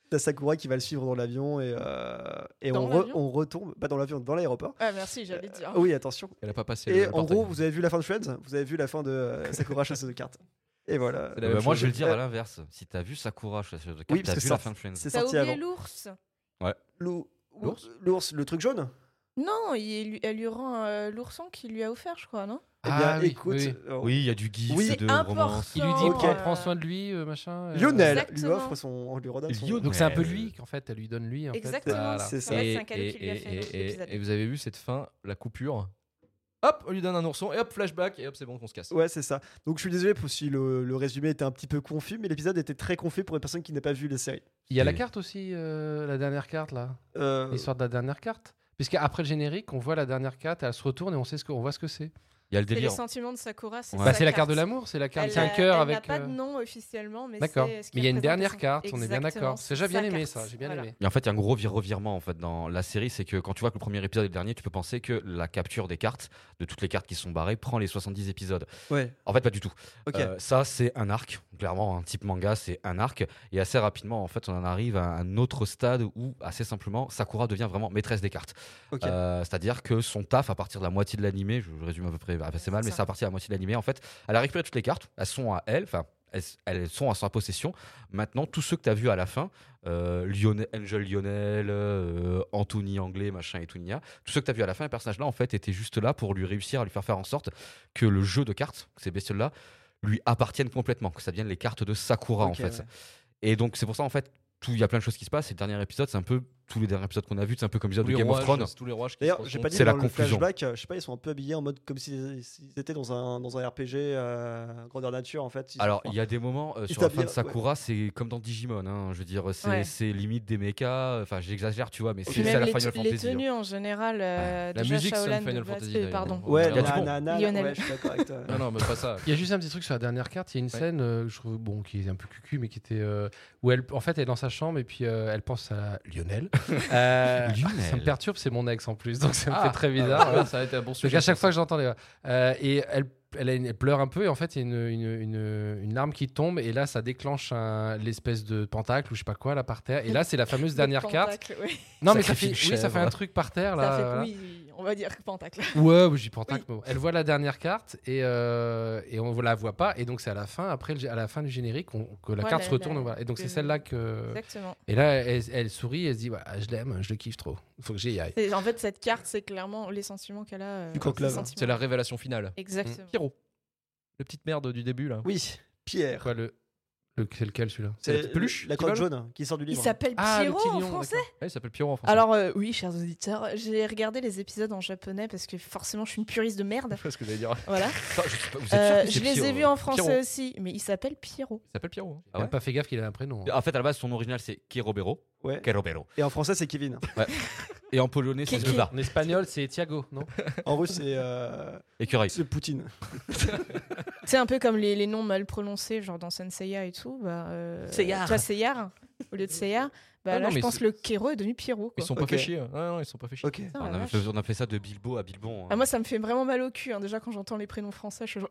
Speaker 4: t'as Sakura qui va le suivre dans l'avion et, euh, et
Speaker 2: Dans
Speaker 4: on, re-
Speaker 2: l'avion
Speaker 4: on retombe, pas dans l'avion, dans l'aéroport.
Speaker 2: Ah, merci, j'allais dire.
Speaker 4: Ah oui, attention.
Speaker 1: Elle a pas passé.
Speaker 4: Et
Speaker 1: le
Speaker 4: en
Speaker 1: portail.
Speaker 4: gros, vous avez vu la fin de Friends Vous avez vu la fin de euh, Sakura chasseuse de cartes Et voilà.
Speaker 1: C'est la
Speaker 3: Bah,
Speaker 1: même
Speaker 3: moi,
Speaker 1: chose.
Speaker 3: je vais le dire
Speaker 4: Euh,
Speaker 3: à l'inverse. Si t'as vu Sakura, je suis de
Speaker 4: Oui, parce
Speaker 3: hein. t'as
Speaker 4: que
Speaker 3: vu
Speaker 4: ça-
Speaker 3: la fin de Friends.
Speaker 4: C'est
Speaker 2: T'as
Speaker 4: sorti
Speaker 2: oublié
Speaker 4: avant.
Speaker 2: l'ours
Speaker 4: L'ou-
Speaker 3: L'ours
Speaker 4: L'ours, le truc jaune
Speaker 2: Non, il lui- elle lui rend euh, l'ourson qu'il lui a offert, je crois, non
Speaker 4: Eh bien,
Speaker 5: Ah oui,
Speaker 4: écoute,
Speaker 5: oui.
Speaker 4: euh,
Speaker 3: Oui, il y a du gif
Speaker 4: Oui,
Speaker 2: C'est
Speaker 3: de
Speaker 2: important.
Speaker 3: romance.
Speaker 5: Il lui dit
Speaker 2: Ok.
Speaker 5: prends, prends soin de lui, euh, machin. euh,
Speaker 4: Lionel lui
Speaker 2: Exactement.
Speaker 4: offre son, on lui redonne son.
Speaker 5: Donc c'est un peu lui qu'en fait, elle lui donne lui. en fait.
Speaker 2: Exactement.
Speaker 5: Voilà.
Speaker 4: C'est ça.
Speaker 2: Ouais,
Speaker 1: Et,
Speaker 2: c'est un cadeau qu'il lui a
Speaker 1: et-
Speaker 2: fait dans
Speaker 1: et-
Speaker 2: l'épisode.
Speaker 1: et vous avez vu cette fin, la coupure. Hop, on lui donne un ourson et hop, flashback et hop, c'est bon qu'on se casse.
Speaker 4: Ouais, c'est ça. Donc je suis désolé pour si le, le résumé était un petit peu confus, mais l'épisode était très confus pour une personne qui n'a pas vu les séries.
Speaker 5: Il y a la
Speaker 3: Et-
Speaker 5: carte aussi, euh, la dernière carte là.
Speaker 4: Euh,
Speaker 5: L'histoire de la dernière carte. Puisqu'après le générique, on voit la dernière carte, elle se retourne et on sait ce qu'on voit ce que c'est.
Speaker 3: Il y a le
Speaker 2: C'est les
Speaker 3: délire.
Speaker 2: sentiments de Sakura. C'est
Speaker 3: Ouais.
Speaker 5: sa
Speaker 2: Bah, sa
Speaker 5: c'est la carte de l'amour, c'est la carte.
Speaker 2: Elle
Speaker 5: C'est un
Speaker 2: a-
Speaker 5: cœur
Speaker 2: Elle n'a
Speaker 5: avec.
Speaker 2: pas de
Speaker 5: euh,
Speaker 2: nom officiellement, mais
Speaker 5: D'accord.
Speaker 2: c'est ce
Speaker 5: Mais
Speaker 2: qu'il
Speaker 5: il y a une
Speaker 2: représente
Speaker 5: dernière
Speaker 2: son-
Speaker 5: carte, on est bien
Speaker 2: Exactement,
Speaker 5: d'accord. C'est j'ai bien
Speaker 2: sa
Speaker 5: aimé
Speaker 2: carte.
Speaker 5: ça, j'ai bien
Speaker 2: Voilà.
Speaker 5: aimé.
Speaker 3: Et en fait, il y a un gros vire- revirement en fait dans la série, c'est que quand tu vois que le premier épisode et le dernier, tu peux penser que la capture des cartes, de toutes les cartes qui sont barrées, prend les 70 épisodes.
Speaker 4: Ouais,
Speaker 3: En fait, pas du tout.
Speaker 4: ok.
Speaker 3: Euh, ça, c'est un arc. Clairement, un type manga, c'est un arc. Et assez rapidement, en fait, on en arrive à un autre stade où, assez simplement, Sakura devient vraiment maîtresse des cartes.
Speaker 4: ok.
Speaker 3: Euh, C'est-à-dire que son taf, à partir de la moitié de l'animé, je je résume à peu près assez mal, mais
Speaker 2: ça.
Speaker 3: c'est à partir de la moitié de l'animé, en fait, elle a récupéré toutes les cartes, elles sont à elle, enfin, elles, elles sont à sa possession. Maintenant, tous ceux que tu as vus à la fin, euh, Lionel, Angel Lionel, euh, Anthony Anglais, machin et tout, nia, tous ceux que tu as vus à la fin, les personnages-là, en fait, étaient juste là pour lui réussir à lui faire faire en sorte que le jeu de cartes, que ces bestioles-là, lui appartiennent complètement, que ça devienne les cartes de Sakura, en
Speaker 4: Ok,
Speaker 3: fait.
Speaker 4: ouais.
Speaker 3: Et donc, c'est pour ça, en fait, tout- il y a plein de choses qui se passent. Et le dernier épisode, c'est un peu tous les derniers épisodes qu'on a vus, c'est un peu comme l'épisode de Game of Thrones.
Speaker 1: Tous les rois.
Speaker 4: D'ailleurs, j'ai pas dit
Speaker 3: C'est
Speaker 4: mais
Speaker 3: la
Speaker 4: dans le
Speaker 3: conclusion.
Speaker 4: flashback, euh, je sais pas, ils sont un peu habillés en mode comme s'ils s'ils étaient dans un, dans un RPG euh, grandeur nature en fait. Ils
Speaker 3: Alors,
Speaker 4: sont-
Speaker 3: il y a des moments euh,
Speaker 4: Il
Speaker 3: sur la fin
Speaker 4: t'habille-
Speaker 3: de Sakura, c'est comme dans Digimon. hein, je veux dire, c'est
Speaker 2: Ouais.
Speaker 3: c'est limite des mechas. Enfin, j'exagère, tu vois, mais
Speaker 2: Puis
Speaker 3: c'est c'est à
Speaker 2: même
Speaker 3: la
Speaker 2: les,
Speaker 3: Final
Speaker 2: tu- les
Speaker 3: Fantasy. hein.
Speaker 2: tenues en général, euh,
Speaker 1: La
Speaker 2: déjà
Speaker 1: musique, c'est
Speaker 2: Shaolan
Speaker 1: une Final
Speaker 2: de base-
Speaker 1: Fantasy.
Speaker 2: euh,
Speaker 1: d'ailleurs.
Speaker 2: pardon.
Speaker 4: Ouais,
Speaker 3: il y a
Speaker 4: la
Speaker 3: tout.
Speaker 4: nana, là,
Speaker 2: Lionel.
Speaker 4: ouais, je suis d'accord avec toi.
Speaker 1: Non, non, mais pas ça.
Speaker 5: Il y a juste un petit truc sur la dernière carte. Il y a
Speaker 1: Ouais.
Speaker 5: une scène euh, que je trouve bon qui est un peu cucu, mais qui était euh, où elle, en fait, elle est dans sa chambre et puis euh, elle pense à Lionel. Euh,
Speaker 3: Lionel.
Speaker 5: Ça me perturbe, c'est mon ex en plus, donc ça me
Speaker 1: Ah,
Speaker 5: fait très
Speaker 1: ah,
Speaker 5: bizarre.
Speaker 1: voilà, ça a été un bon
Speaker 5: Parce
Speaker 1: sujet.
Speaker 5: qu'à chaque fois que j'entends les voix. Euh, et elle, elle, a une- elle pleure un peu, et en fait, il y a une, une, une- une larme qui tombe, et là, ça déclenche un- l'espèce de pentacle ou je sais pas quoi, là, par terre. Et là, c'est la fameuse
Speaker 2: Le
Speaker 5: dernière carte.
Speaker 2: pentacle, oui.
Speaker 5: Non, mais ça fait,
Speaker 3: Sacrifie de
Speaker 5: oui, ça fait
Speaker 3: chèvre.
Speaker 5: un truc par terre, là.
Speaker 2: Ça fait-
Speaker 5: voilà.
Speaker 2: oui, oui, on va dire pentacle.
Speaker 5: Ouais, oui, j'ai pentacle. mais bon. Elle voit la dernière carte, et, euh, et on la voit pas, et donc c'est à la fin, après, le gé- à la fin du générique, on- que la
Speaker 2: Ouais,
Speaker 5: carte
Speaker 2: la-
Speaker 5: se retourne.
Speaker 2: la-
Speaker 5: voilà. Et donc, c'est
Speaker 2: le-
Speaker 5: celle-là que.
Speaker 2: Exactement.
Speaker 5: Et là, elle, elle sourit, elle se dit ouais, Je l'aime, je le kiffe trop. Faut que j'y aille.
Speaker 2: C'est- En fait, cette carte, c'est clairement les sentiments qu'elle a. euh,
Speaker 4: Du coq
Speaker 2: ses
Speaker 4: lave.
Speaker 2: sentiments.
Speaker 1: C'est la révélation finale.
Speaker 2: Exactement.
Speaker 1: Pierrot. Le petite merde du début là.
Speaker 4: Oui, Pierre.
Speaker 5: Quoi, le. le- C'est lequel celui-là
Speaker 1: C'est la petite peluche
Speaker 4: La
Speaker 1: qui
Speaker 4: crotte
Speaker 1: vole
Speaker 4: jaune qui sort du
Speaker 2: Il
Speaker 4: livre.
Speaker 2: s'appelle
Speaker 5: Ah, le
Speaker 2: Pierrot
Speaker 5: petit
Speaker 2: en
Speaker 5: lion,
Speaker 2: français
Speaker 1: Ouais, il s'appelle Pierrot en français.
Speaker 2: Alors euh, oui, chers auditeurs, j'ai regardé les épisodes en japonais parce que forcément, je suis une puriste de merde.
Speaker 1: je sais pas ce que j'allais dire.
Speaker 2: Voilà.
Speaker 3: Enfin, je sais pas, vous êtes
Speaker 2: Euh,
Speaker 3: sûr que
Speaker 2: je
Speaker 3: c'est
Speaker 2: les ai
Speaker 3: Pierrot
Speaker 2: vus en français
Speaker 1: Pierrot.
Speaker 2: aussi, mais il s'appelle Pierrot.
Speaker 1: Il s'appelle Pierrot. hein.
Speaker 3: Ah
Speaker 5: J'ai
Speaker 3: ouais
Speaker 5: pas fait gaffe qu'il avait un prénom. hein.
Speaker 3: En fait, à la base, son original, c'est Kerobero.
Speaker 4: Ouais.
Speaker 3: Kerobero.
Speaker 4: Et en français, c'est Kevin.
Speaker 3: Et en polonais, c'est
Speaker 2: Kiki.
Speaker 3: Zleva.
Speaker 5: En espagnol, c'est Thiago, non
Speaker 4: En russe, c'est euh,
Speaker 3: Écureuil.
Speaker 2: Ah,
Speaker 4: c'est Poutine.
Speaker 2: C'est un peu comme les, les noms mal prononcés, genre dans Senseiya et tout. Bah, euh,
Speaker 4: Seyar.
Speaker 2: Tu vois, Seyar, au lieu de Seyar. Bah,
Speaker 1: Ah
Speaker 2: là,
Speaker 1: non,
Speaker 2: je
Speaker 1: mais
Speaker 2: pense
Speaker 1: c'est-
Speaker 2: que le Kéro est devenu Pierrot.
Speaker 1: Ils
Speaker 2: Quoi.
Speaker 1: sont pas
Speaker 4: Ok.
Speaker 1: fait chier. hein. Ah, non, ils sont pas fait chier.
Speaker 4: Ok.
Speaker 2: Putain,
Speaker 3: On
Speaker 2: la
Speaker 3: a,
Speaker 2: vache.
Speaker 3: fait, on a fait ça de Bilbo à Bilbon. hein.
Speaker 2: Ah, moi, ça me fait vraiment mal au cul. hein. Déjà, quand j'entends les prénoms français, je suis genre.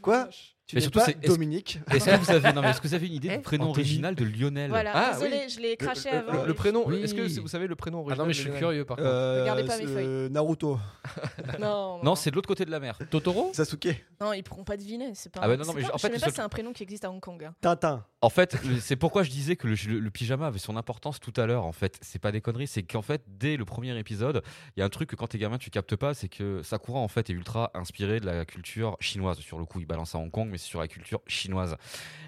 Speaker 4: Quoi Tu
Speaker 3: Mais
Speaker 4: n'es
Speaker 3: surtout,
Speaker 4: pas
Speaker 3: c'est- est-ce-
Speaker 4: Dominique.
Speaker 3: Est-ce que, vous avez... non, mais est-ce que vous avez une idée
Speaker 1: Eh,
Speaker 3: du prénom
Speaker 1: Anthony.
Speaker 3: original de Lionel
Speaker 2: Voilà,
Speaker 1: Ah,
Speaker 2: désolé, je l'ai craché
Speaker 4: le-
Speaker 2: avant.
Speaker 1: Le, le prénom,
Speaker 5: Oui.
Speaker 1: est-ce que c'est- vous savez le prénom
Speaker 5: Ah
Speaker 1: original
Speaker 5: non, mais je suis
Speaker 1: de-
Speaker 5: curieux par contre.
Speaker 4: Euh,
Speaker 2: Regardez pas mes
Speaker 4: c'est,
Speaker 2: feuilles.
Speaker 4: euh, Naruto,
Speaker 2: Non, non,
Speaker 3: Non, c'est de l'autre côté de la mer. Totoro
Speaker 4: Sasuke,
Speaker 2: non, ils pourront pas deviner. C'est pas.
Speaker 3: Ah bah non, non,
Speaker 2: c'est
Speaker 3: mais je-
Speaker 2: pas-
Speaker 3: en
Speaker 2: je
Speaker 3: fait,
Speaker 2: sais même
Speaker 3: le
Speaker 2: pas
Speaker 3: seul- Euh,
Speaker 2: si c'est un prénom qui existe à Hong Kong. hein.
Speaker 4: Tintin.
Speaker 3: En fait, le- c'est pourquoi je disais que le, le- le pyjama avait son importance tout à l'heure. En fait, c'est pas des conneries. C'est qu'en fait, dès le premier épisode, il y a un truc que quand t'es gamin, tu captes pas. C'est que Sakura, en fait, est ultra inspiré de la culture chinoise. Sur le coup, il balance à Hong Kong, mais c'est sur la culture chinoise.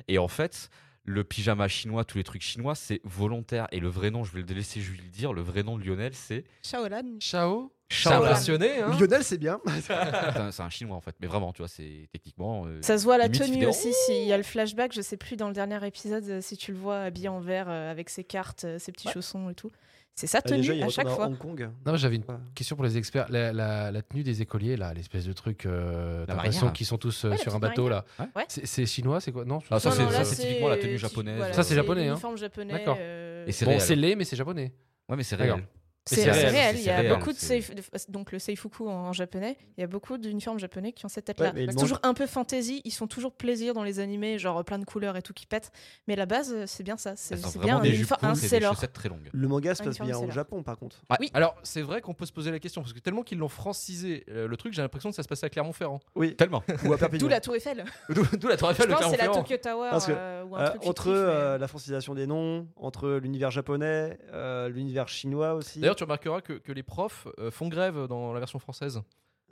Speaker 3: Et en fait. Le pyjama chinois, tous les trucs chinois, c'est volontaire. Et le vrai nom, je vais le laisser Julie le dire, le vrai nom de Lionel, c'est.
Speaker 2: Shaolan.
Speaker 5: Chao
Speaker 1: T'es
Speaker 2: Shaolan.
Speaker 1: impressionné, hein
Speaker 4: Lionel, c'est bien.
Speaker 3: Putain, c'est un chinois en fait. Mais vraiment, tu vois, c'est techniquement. euh,
Speaker 2: Ça se voit à la
Speaker 3: Limite,
Speaker 2: tenue
Speaker 3: vidéo.
Speaker 2: aussi, s'il y a le flashback, je sais plus dans le dernier épisode euh, si tu le vois habillé en vert euh, avec ses cartes, euh, ses petits chaussons et tout. C'est
Speaker 3: Ah,
Speaker 2: sa tenue
Speaker 4: Déjà, il
Speaker 2: à
Speaker 4: retourne
Speaker 2: chaque
Speaker 4: à
Speaker 2: fois.
Speaker 4: Hong Kong.
Speaker 5: Non, j'avais une
Speaker 4: Ouais.
Speaker 5: question pour les experts. La, la- la tenue des écoliers, là, l'espèce de truc, euh, t'as
Speaker 3: marinière,
Speaker 5: l'impression
Speaker 3: là.
Speaker 5: qu'ils sont tous euh,
Speaker 2: Ouais, la
Speaker 5: sur un
Speaker 2: petite
Speaker 5: bateau, là.
Speaker 3: marinière.
Speaker 2: Ouais.
Speaker 5: C'est- C'est chinois, c'est quoi Non, je-
Speaker 3: Ah, ça,
Speaker 2: Non,
Speaker 3: c'est-
Speaker 2: non,
Speaker 3: ça,
Speaker 2: là,
Speaker 3: c'est typiquement la tenue japonaise.
Speaker 2: voilà,
Speaker 3: Ça,
Speaker 5: c'est japonais, hein.
Speaker 2: l'uniforme japonais.
Speaker 5: D'accord.
Speaker 2: euh,
Speaker 3: Et
Speaker 2: C'est
Speaker 3: c'est
Speaker 5: Bon,
Speaker 3: réel.
Speaker 5: c'est laid, mais c'est japonais.
Speaker 3: Ouais, mais c'est
Speaker 5: D'accord.
Speaker 3: réel.
Speaker 2: c'est
Speaker 5: c'est réel,
Speaker 2: réel.
Speaker 3: c'est-
Speaker 2: Il y a
Speaker 3: c'est réel,
Speaker 2: beaucoup de,
Speaker 3: c'est-
Speaker 2: seif- de- donc le seifuku en, en japonais. Il y a beaucoup d'uniformes japonais qui ont cette
Speaker 4: Ouais,
Speaker 2: tête-là.
Speaker 4: mais ils
Speaker 2: c'est
Speaker 4: mangent-
Speaker 2: toujours un peu fantasy. Ils sont toujours plaisir dans les animés, genre plein de couleurs et tout qui pète. Mais la base, euh, c'est bien ça. C'est
Speaker 3: Elles ont
Speaker 2: c'est
Speaker 3: vraiment
Speaker 2: bien
Speaker 3: des
Speaker 2: un
Speaker 3: jupes
Speaker 2: uniforme- un
Speaker 3: courtes et des
Speaker 2: sailor.
Speaker 3: chaussettes très longues.
Speaker 4: Le manga se
Speaker 2: Un
Speaker 4: passe
Speaker 2: uniforme,
Speaker 4: bien
Speaker 2: c'est
Speaker 4: au
Speaker 2: là.
Speaker 4: Japon, par contre.
Speaker 1: Oui. Ah, Alors, c'est vrai qu'on peut se poser la question, parce que tellement qu'ils l'ont francisé, euh, le truc, j'ai l'impression que ça se passait à Clermont-Ferrand.
Speaker 4: Oui.
Speaker 3: Tellement.
Speaker 4: Ou à
Speaker 2: D'où
Speaker 4: Perpignan.
Speaker 2: la Tour Eiffel.
Speaker 1: D'où la Tour Eiffel
Speaker 2: Je
Speaker 1: de
Speaker 2: pense que c'est la
Speaker 1: Clermont-Ferrand.
Speaker 2: Tokyo Tower
Speaker 4: Parce que,
Speaker 2: euh, ou un
Speaker 4: Euh,
Speaker 2: truc
Speaker 4: entre
Speaker 2: fictif, mais-
Speaker 4: euh, la francisation des noms, entre l'univers japonais, euh, l'univers chinois aussi.
Speaker 1: D'ailleurs, tu remarqueras que, que les profs euh, font grève dans la version française.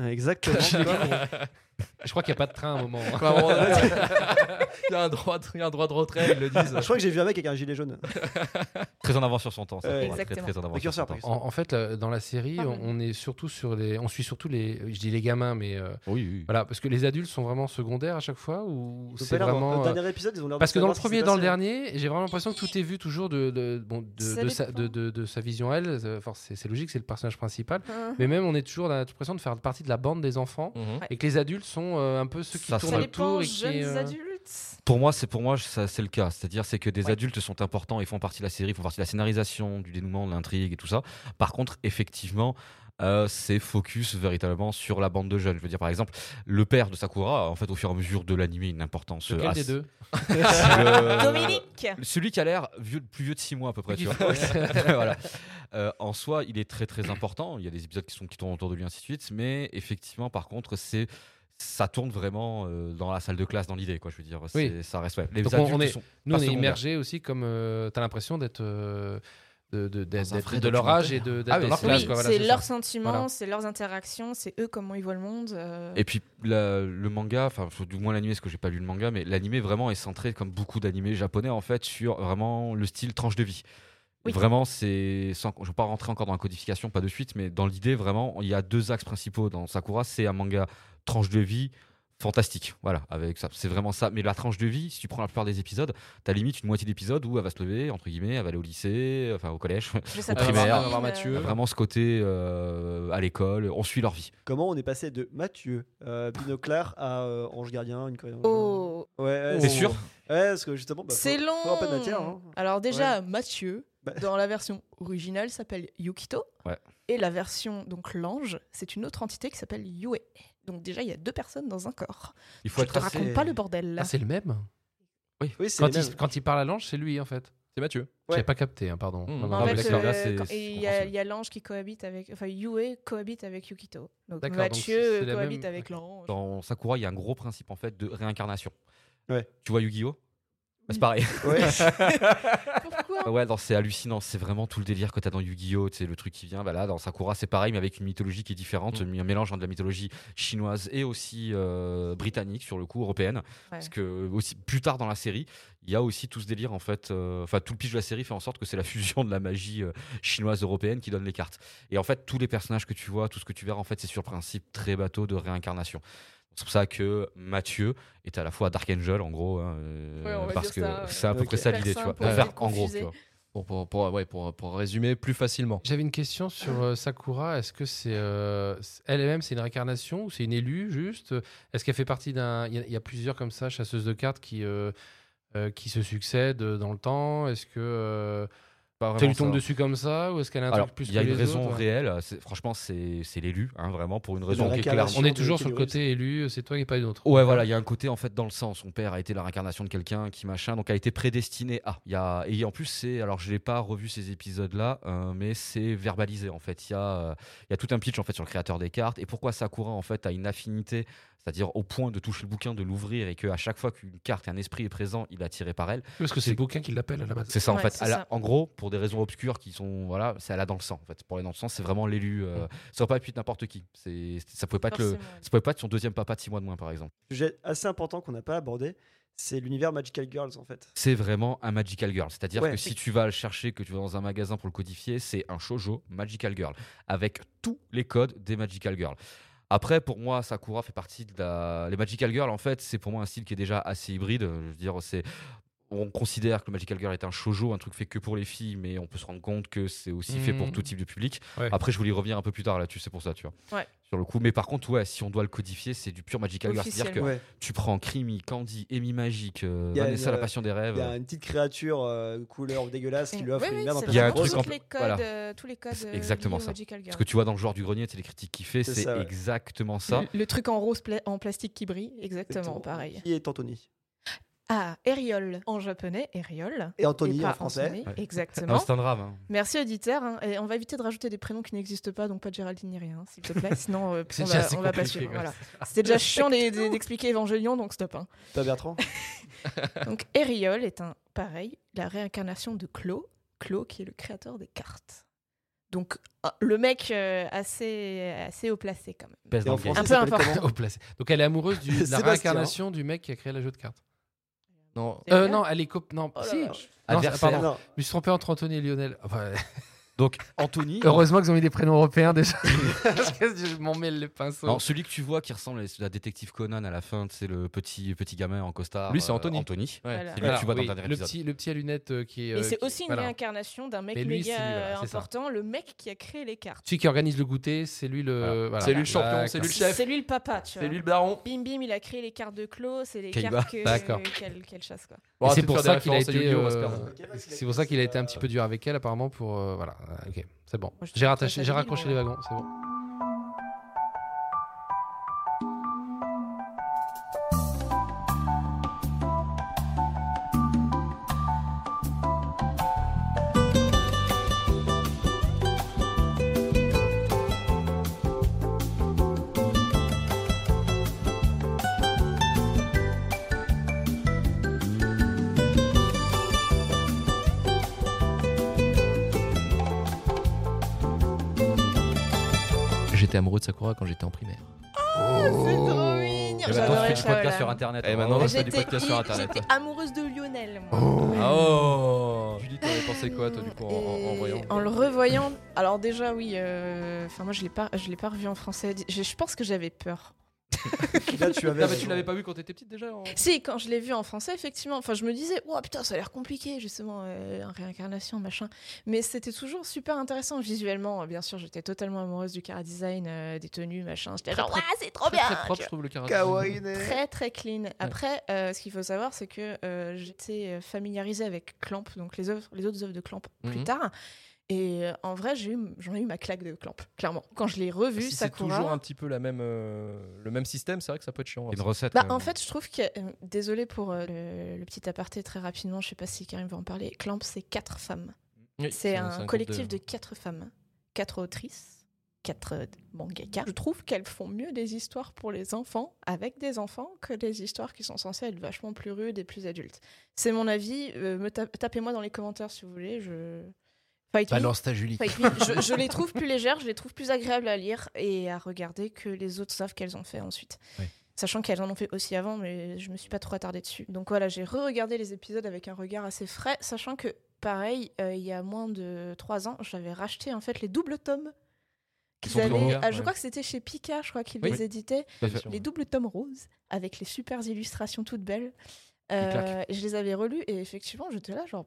Speaker 4: Ouais, Exactement.
Speaker 5: Je crois qu'il n'y a pas de train à un moment. hein.
Speaker 1: Enfin, euh, à un moment donné, Il y a un droit de il y a un droit de retrait, ils le disent.
Speaker 4: Je crois que j'ai vu un mec avec un gilet jaune.
Speaker 3: Très en avance sur son temps. ça,
Speaker 4: Ouais.
Speaker 3: Sakura, très,
Speaker 2: Exactement.
Speaker 3: très en avance sur son
Speaker 4: Précurseur,
Speaker 3: temps.
Speaker 4: précurseur.
Speaker 5: En, en fait, la- dans la série,
Speaker 2: Pas
Speaker 5: on, on est surtout sur les, on suit surtout les, je dis les gamins, mais euh,
Speaker 3: Oui, oui.
Speaker 5: voilà, parce que les adultes sont vraiment secondaires à chaque fois
Speaker 4: Ils
Speaker 5: ou
Speaker 4: ont
Speaker 5: c'est
Speaker 4: pas l'air dans-
Speaker 5: vraiment.
Speaker 4: Dans
Speaker 5: euh,
Speaker 4: le dernier épisode, ils ont l'air de
Speaker 5: Parce que dans le
Speaker 4: savoir ce qui
Speaker 5: premier et
Speaker 4: s'est
Speaker 5: dans le
Speaker 4: passé, hein.
Speaker 5: dernier, j'ai vraiment l'impression que tout est vu toujours de, de, bon, de,
Speaker 2: Ça
Speaker 5: de, sa,
Speaker 2: dépend.
Speaker 5: de, de- de sa vision à elle. Euh, enfin, c'est c'est logique, c'est le personnage principal.
Speaker 2: Hein.
Speaker 5: Mais même, on est toujours dans l'impression de faire partie de la bande des enfants
Speaker 1: Mhm.
Speaker 5: et que les adultes sont euh, un peu ceux qui
Speaker 3: Ça,
Speaker 5: tournent
Speaker 2: Ça
Speaker 3: tourne
Speaker 2: dépend,
Speaker 5: autour. et qui,
Speaker 2: jeunes
Speaker 5: euh,
Speaker 2: adultes.
Speaker 3: Pour moi, c'est pour moi ça, c'est le cas. C'est-à-dire c'est que des
Speaker 2: Ouais.
Speaker 3: adultes sont importants et font partie de la série, font partie de la scénarisation, du dénouement, de l'intrigue et tout ça. Par contre, effectivement, euh, c'est focus véritablement sur la bande de jeunes. Je veux dire, par exemple, le père de Sakura, a, en fait, au fur et à mesure de l'anime, une importance.
Speaker 5: Lequel
Speaker 3: assez-
Speaker 5: des deux
Speaker 3: Le-
Speaker 2: Dominique
Speaker 3: Celui qui a l'air vieux, plus vieux de 6 mois à peu près, tu vois. Voilà. Euh, en soi, il est très très important. Il y a des épisodes qui, sont, qui tournent autour de lui, ainsi de suite. Mais effectivement, par contre, c'est ça tourne vraiment euh, dans la salle de classe, dans l'idée, quoi. Je veux dire,
Speaker 5: Oui.
Speaker 3: C'est- ça reste. ouais. Les
Speaker 5: Donc, on-
Speaker 3: adultes
Speaker 5: on est-
Speaker 3: sont
Speaker 5: Nous, on
Speaker 3: pas
Speaker 5: est
Speaker 3: secondaires.
Speaker 5: immergé aussi comme euh, t'as l'impression d'être euh, de, de, d'être-
Speaker 3: Dans un
Speaker 5: d'être
Speaker 3: vrai
Speaker 5: de leur
Speaker 3: documentaire.
Speaker 5: âge et de, d'être
Speaker 3: Ah oui,
Speaker 5: dans leur
Speaker 3: c'est-
Speaker 5: classe.
Speaker 2: Oui,
Speaker 5: quoi, voilà,
Speaker 2: c'est
Speaker 5: ça.
Speaker 2: leurs sentiments,
Speaker 5: Voilà.
Speaker 2: c'est leurs interactions, c'est eux comment ils voient le monde. euh.
Speaker 3: Et puis la- le manga, enfin faut- du moins l'anime, parce que j'ai pas lu le manga, mais l'anime vraiment est centré comme beaucoup d'animés japonais en fait sur vraiment le style tranche de vie.
Speaker 2: Oui.
Speaker 3: Vraiment, c'est sans, je vais pas rentrer encore dans la codification, pas de suite, mais dans l'idée vraiment, il y a deux axes principaux dans Sakura, c'est un manga tranche de vie fantastique, voilà, avec ça, c'est vraiment ça. Mais la tranche de vie, si tu prends la plupart des épisodes, t'as limite une moitié d'épisode où elle va se lever entre guillemets, elle va aller au lycée, enfin au collège,
Speaker 2: Je sais
Speaker 3: au
Speaker 2: pas,
Speaker 3: primaire,
Speaker 2: Marine,
Speaker 1: bah, voir
Speaker 2: euh,
Speaker 1: Mathieu.
Speaker 3: Il y a vraiment ce côté euh, à l'école, on suit leur vie.
Speaker 4: Comment on est passé de Mathieu, euh, Binoclard à euh, Ange Gardien, une coréenne.
Speaker 2: Oh,
Speaker 4: Ouais, ouais,
Speaker 3: C'est sûr
Speaker 4: Ouais, parce que justement, bah, faut-
Speaker 2: c'est long.
Speaker 4: faut avoir pas de matière. hein.
Speaker 2: Alors déjà, Mathieu,
Speaker 4: Bah.
Speaker 2: dans la version originale, s'appelle Yukito.
Speaker 3: Ouais.
Speaker 2: Et la version, donc l'ange, c'est une autre entité qui s'appelle Yue. Donc déjà, il y a deux personnes dans un corps.
Speaker 3: Il faut
Speaker 2: Je
Speaker 3: être
Speaker 2: te
Speaker 3: assez...
Speaker 2: raconte pas le bordel.
Speaker 5: Ah, c'est le même.
Speaker 4: Oui, c'est
Speaker 5: Quand
Speaker 4: les
Speaker 5: il,
Speaker 4: mêmes.
Speaker 5: quand il parle à l'ange, c'est lui en fait.
Speaker 1: C'est Mathieu.
Speaker 4: Ouais.
Speaker 5: J'avais pas capté, hein, pardon.
Speaker 1: Mmh.
Speaker 5: Non,
Speaker 2: Mais
Speaker 3: Non,
Speaker 5: non,
Speaker 2: en
Speaker 3: mais
Speaker 5: d'accord.
Speaker 2: fait,
Speaker 3: d'accord, là,
Speaker 2: euh,
Speaker 3: c'est-
Speaker 2: quand-
Speaker 3: c'est
Speaker 2: il y a,
Speaker 3: compréhensible.
Speaker 2: il y a l'ange qui cohabite avec, enfin Yue cohabite avec Yukito. Donc
Speaker 5: D'accord, donc
Speaker 2: Mathieu
Speaker 5: c'est la
Speaker 2: cohabite
Speaker 5: même-
Speaker 2: avec l'ange.
Speaker 3: dans Sakura, il y a un gros principe en fait de réincarnation.
Speaker 4: Ouais.
Speaker 3: Tu vois Yu-Gi-Oh Bah, c'est pareil.
Speaker 4: Ouais.
Speaker 2: Pourquoi
Speaker 3: ouais, non, c'est hallucinant. C'est vraiment tout le délire que t'as dans Yu-Gi-Oh! C'est le truc qui vient. Bah là, dans Sakura, c'est pareil, mais avec une mythologie qui est différente. Un mélange entre de la mythologie chinoise et aussi euh, britannique, sur le coup, européenne. Parce que aussi, plus tard dans la série, il y a aussi tout ce délire, en fait. euh, Enfin, tout le pitch de la série fait en sorte que c'est la fusion de la magie euh, chinoise-européenne qui donne les cartes. Et en fait, tous les personnages que tu vois, tout ce que tu verras, en fait, c'est sur le principe très bateau de réincarnation. C'est pour ça que Mathieu est à la fois Dark Angel, en gros, hein, euh,
Speaker 2: Ouais, on va
Speaker 3: parce
Speaker 2: dire
Speaker 3: que
Speaker 2: ça, ouais.
Speaker 3: c'est à peu
Speaker 4: Ok.
Speaker 3: près ça l'idée, tu
Speaker 2: Personne
Speaker 3: vois.
Speaker 2: pour
Speaker 3: Pour faire
Speaker 2: éviter de
Speaker 3: en gros,
Speaker 2: confuser.
Speaker 3: tu vois.
Speaker 1: Pour, pour, pour- ouais, pour, pour résumer plus facilement.
Speaker 5: J'avais une question sur euh, Sakura. Est-ce que c'est euh, c'est- elle-même, c'est une réincarnation ou c'est une élue juste Est-ce qu'elle fait partie d'un Il y a- il y, a plusieurs comme ça chasseuses de cartes qui euh, euh, qui se succèdent euh, dans le temps. Est-ce que euh,
Speaker 3: Pas
Speaker 5: ça
Speaker 3: vraiment
Speaker 5: lui tombe
Speaker 3: ça.
Speaker 5: dessus comme ça ou est-ce qu'elle a un
Speaker 3: Alors,
Speaker 5: truc plus
Speaker 3: il y a
Speaker 5: que
Speaker 3: une
Speaker 5: les
Speaker 3: raison
Speaker 5: autres
Speaker 3: réelle. c'est- Franchement, c'est c'est l'élu, hein, vraiment, pour une
Speaker 4: la
Speaker 3: raison qui est claire.
Speaker 4: réincarnation.
Speaker 5: On est
Speaker 4: de
Speaker 5: toujours sur le
Speaker 4: Keanu Reeves.
Speaker 5: côté élu. C'est toi qui pas une autre.
Speaker 3: Ouais, voilà, il y a un côté en fait dans le sens. Son père a été la réincarnation de quelqu'un qui machin, donc a été prédestiné à. Il y a... Et en plus, c'est. Alors, je n'ai pas revu ces épisodes-là, euh, mais c'est verbalisé en fait. Il y, a, euh, il y a tout un pitch en fait sur le créateur des cartes et pourquoi Sakura en fait a une affinité, c'est-à-dire au point de toucher le bouquin, de l'ouvrir et qu'à chaque fois qu'une carte et un esprit est présent, il est attiré par elle.
Speaker 5: Parce que c'est le bouquin qui l'appelle à la base.
Speaker 3: C'est ça en
Speaker 2: Ouais,
Speaker 3: fait.
Speaker 2: c'est
Speaker 3: Elle a-
Speaker 2: ça.
Speaker 3: en gros, pour des raisons obscures qui sont voilà, c'est elle a dans le sang hein, en fait. Pour aller dans le sang, c'est vraiment l'élu. euh, Ça aurait pas pu être n'importe qui. C'est ça pouvait pas être le,
Speaker 2: Mm. Forcément.
Speaker 3: ça pouvait pas être son deuxième papa de six mois de moins par exemple.
Speaker 4: Sujet assez important qu'on n'a pas abordé, c'est l'univers Magical Girls en fait.
Speaker 3: C'est vraiment un magical girl. C'est-à-dire
Speaker 4: Ouais.
Speaker 3: que si tu vas le chercher, que tu vas dans un magasin pour le codifier, c'est un shoujo magical girl avec tous les codes des magical girls. Après, pour moi, Sakura fait partie de la... les magical girls. En fait, c'est pour moi un style qui est déjà assez hybride. Je veux dire, c'est on considère que le magical girl est un shoujo, un truc fait que pour les filles, mais on peut se rendre compte que c'est aussi fait
Speaker 5: Mhm.
Speaker 3: pour tout type de public.
Speaker 5: Ouais.
Speaker 3: Après, je voulais y revenir un peu plus tard là-dessus, c'est pour ça, tu vois.
Speaker 2: Ouais.
Speaker 3: Sur le coup, mais par contre, ouais, si on doit le codifier, c'est du pur magical girl. C'est-à-dire que
Speaker 2: Officiellement.
Speaker 4: Ouais.
Speaker 3: tu prends Crimi, Candy, Amy Magique, euh,
Speaker 4: Y a
Speaker 3: Vanessa,
Speaker 4: une,
Speaker 3: la
Speaker 4: euh,
Speaker 3: passion des
Speaker 4: Il
Speaker 3: rêves.
Speaker 4: y a une petite créature euh, couleur dégueulasse qui lui offre
Speaker 2: Oui,
Speaker 4: une
Speaker 2: oui,
Speaker 4: merde un
Speaker 2: c'est
Speaker 4: peu
Speaker 3: Il y a un
Speaker 2: vraiment
Speaker 4: grosse.
Speaker 3: truc en-
Speaker 2: tous les codes,
Speaker 3: voilà.
Speaker 2: euh, tous les codes
Speaker 3: C'est
Speaker 2: euh,
Speaker 3: exactement
Speaker 2: liés au
Speaker 3: ça.
Speaker 2: Magical Girl.
Speaker 3: Ce que tu vois dans le joueur du grenier, c'est les critiques qu'il fait,
Speaker 4: C'est
Speaker 3: c'est
Speaker 4: ça, ouais.
Speaker 3: exactement ça.
Speaker 2: Le, le truc en rose pla- en plastique qui brille, exactement pareil.
Speaker 4: Qui est Anthony
Speaker 2: Ah, Eriol en japonais, Eriol.
Speaker 4: Et
Speaker 2: et
Speaker 4: Anthony
Speaker 2: pas
Speaker 4: en français.
Speaker 2: Anthony,
Speaker 3: Ouais.
Speaker 2: Exactement.
Speaker 3: un drame. hein.
Speaker 2: Merci auditeur. hein. Et on va éviter de rajouter des prénoms qui n'existent pas, donc pas de Géraldine ni rien, s'il te plaît. Sinon, euh,
Speaker 5: C'est
Speaker 2: on,
Speaker 5: déjà
Speaker 2: va,
Speaker 5: assez
Speaker 2: on va pas
Speaker 5: compliqué,
Speaker 2: suivre.
Speaker 5: ouais.
Speaker 2: Voilà. C'était déjà chiant d'e- d'e- d'expliquer Évangélion, donc stop. hein.
Speaker 4: Pas Bertrand
Speaker 2: Donc Eriol est un pareil, la réincarnation de Clo, Clo qui est le créateur des cartes. Donc ah, le mec euh, assez assez haut placé quand même.
Speaker 3: Baisse
Speaker 4: Et
Speaker 3: dans
Speaker 4: en
Speaker 3: le game.
Speaker 4: français,
Speaker 2: peu
Speaker 4: ça s'appelle
Speaker 2: important.
Speaker 4: comment
Speaker 5: Au placé. Donc elle est amoureuse du- de la
Speaker 4: Sébastien.
Speaker 5: réincarnation du mec qui a créé la jeu de cartes.
Speaker 1: Non.
Speaker 2: C'est
Speaker 5: Euh,
Speaker 2: vrai
Speaker 5: non, elle est cop... Non,
Speaker 2: Oh là
Speaker 5: si.
Speaker 2: là.
Speaker 5: Non,
Speaker 1: Ah,
Speaker 5: c'est-
Speaker 3: Adversaire.
Speaker 5: pardon.
Speaker 4: Non.
Speaker 5: Je me suis trompé entre Anthony et Lionel. Enfin,
Speaker 3: Donc Anthony,
Speaker 5: heureusement qu'ils ont mis des prénoms européens déjà. Parce que je m'en mêle le pinceau.
Speaker 3: non, celui que tu vois qui ressemble à la détective Conan à la fin, c'est le petit petit gamin en costard.
Speaker 1: Lui, c'est
Speaker 3: euh,
Speaker 1: Anthony.
Speaker 3: Anthony.
Speaker 1: Ouais.
Speaker 2: Voilà.
Speaker 3: C'est lui que tu vois dans
Speaker 5: oui,
Speaker 3: le dernier
Speaker 5: le
Speaker 3: épisode.
Speaker 5: petit, le petit à lunettes euh, qui est.
Speaker 2: Mais
Speaker 5: euh,
Speaker 2: c'est
Speaker 5: qui-
Speaker 2: aussi une
Speaker 5: voilà.
Speaker 2: réincarnation d'un mec
Speaker 5: Mais lui,
Speaker 2: méga
Speaker 5: c'est lui, voilà,
Speaker 2: euh,
Speaker 5: c'est ça.
Speaker 2: important, le mec qui a créé les cartes.
Speaker 5: Celui qui organise le goûter, c'est lui le.
Speaker 3: Voilà.
Speaker 5: voilà.
Speaker 1: C'est lui le champion,
Speaker 5: D'accord.
Speaker 1: c'est lui le chef.
Speaker 2: C'est lui le papa, tu
Speaker 1: C'est
Speaker 2: vois.
Speaker 1: lui le baron.
Speaker 2: Bim bim, il a créé les cartes de Clos, c'est les
Speaker 3: Kaiba.
Speaker 2: cartes que-
Speaker 5: D'accord.
Speaker 2: qu'elle qu'elle chasse quoi.
Speaker 5: Et
Speaker 1: Bon, arrêtez
Speaker 5: c'est
Speaker 1: de
Speaker 5: pour
Speaker 1: faire
Speaker 5: ça
Speaker 1: des
Speaker 5: qu'il a
Speaker 1: références à
Speaker 5: été.
Speaker 1: Yu-Gi-Oh, on va se
Speaker 5: euh,
Speaker 1: perdre.
Speaker 5: C'est euh, pour ça qu'il a été un petit peu dur avec elle, apparemment. Pour euh, voilà, Euh, ok, c'est bon.
Speaker 2: Moi, je
Speaker 5: J'ai
Speaker 2: trouve
Speaker 5: rattaché,
Speaker 2: ça
Speaker 5: j'ai
Speaker 2: débile,
Speaker 5: raccroché
Speaker 2: moi.
Speaker 5: les wagons, c'est bon.
Speaker 1: J'étais amoureux de Sakura quand j'étais en primaire.
Speaker 2: C'est trop mignon.
Speaker 1: Eh ben,
Speaker 3: Et maintenant, on fait
Speaker 2: J'adorais
Speaker 3: du
Speaker 2: ça,
Speaker 3: podcast
Speaker 2: voilà.
Speaker 3: sur internet.
Speaker 1: Et
Speaker 3: on
Speaker 1: maintenant, on
Speaker 3: va
Speaker 1: fait
Speaker 3: faire
Speaker 1: du
Speaker 2: J'étais
Speaker 1: podcast sur Internet. Ah,
Speaker 2: j'étais amoureuse de Lionel. Moi.
Speaker 1: Oh Ah, Julie, t'en avais pensé quoi, toi, du coup, en, en- en
Speaker 2: Et
Speaker 1: voyant
Speaker 2: En le revoyant, alors déjà oui, euh, enfin moi je l'ai pas, je l'ai pas revu en français. Je, je pense que j'avais peur.
Speaker 4: Là, tu avais.
Speaker 1: Ah, mais tu
Speaker 4: raison.
Speaker 1: l'avais pas vu quand t'étais petite déjà en-
Speaker 2: Si quand je l'ai vu en français effectivement, enfin je me disais oh putain ça a l'air compliqué justement euh, en réincarnation machin, mais c'était toujours super intéressant visuellement. Bien sûr j'étais totalement amoureuse du cara design, euh, des tenues machin. J'étais genre
Speaker 1: très-
Speaker 2: Ouah, c'est trop
Speaker 1: Très,
Speaker 2: bien.
Speaker 1: très propre,
Speaker 2: tu
Speaker 1: je trouve, le karaté.
Speaker 4: Kawaii. né.
Speaker 2: Très très clean. Après, euh, ce qu'il faut savoir, c'est que euh, j'étais euh, familiarisée avec Clamp, donc les, œuvres, les autres œuvres de Clamp plus
Speaker 1: Mhm.
Speaker 2: tard. Et euh, en vrai, j'ai eu- j'en ai, eu ma claque de Clamp, clairement. Quand je l'ai revu,
Speaker 1: Ah, Si c'est
Speaker 2: Sakura.
Speaker 1: toujours un petit peu la même, euh, le même système, c'est vrai que ça peut être chiant.
Speaker 3: Une recette.
Speaker 2: Bah,
Speaker 3: quand même.
Speaker 2: en fait, je trouve que. euh, désolée pour euh, le, le petit aparté très rapidement, je sais pas si Karim va en parler. Clamp, c'est quatre femmes.
Speaker 1: Oui,
Speaker 2: C'est un,
Speaker 1: groupe
Speaker 2: collectif de... quatre femmes, quatre autrices, quatre euh, mangaka. Je trouve qu'elles font mieux des histoires pour les enfants avec des enfants que des histoires qui sont censées être vachement plus rudes et plus adultes. C'est mon avis. euh, me ta- Tapez-moi dans les commentaires si vous voulez. Je fight me.
Speaker 5: ta Julie.
Speaker 2: Fight me. Je, je les trouve plus légères, je les trouve plus agréables à lire et à regarder que les autres savent qu'elles ont fait ensuite.
Speaker 3: Oui.
Speaker 2: Sachant qu'elles en ont fait aussi avant, mais je me suis pas trop attardée dessus. Donc voilà, j'ai re-regardé les épisodes avec un regard assez frais, sachant que, pareil, euh, il y a moins de 3 ans, j'avais racheté en fait les doubles tomes.
Speaker 1: Qui
Speaker 2: qu'ils
Speaker 1: sont plus
Speaker 2: avaient-
Speaker 1: en regard,
Speaker 2: ah, je
Speaker 1: ouais.
Speaker 2: crois que c'était chez Pika, je crois qu'ils
Speaker 1: Oui.
Speaker 2: les éditaient.
Speaker 1: d'édition,
Speaker 2: Les
Speaker 1: ouais.
Speaker 2: doubles tomes roses, avec les super illustrations toutes belles.
Speaker 3: Une claque.
Speaker 2: Euh, je les avais relus et effectivement, j'étais là, genre.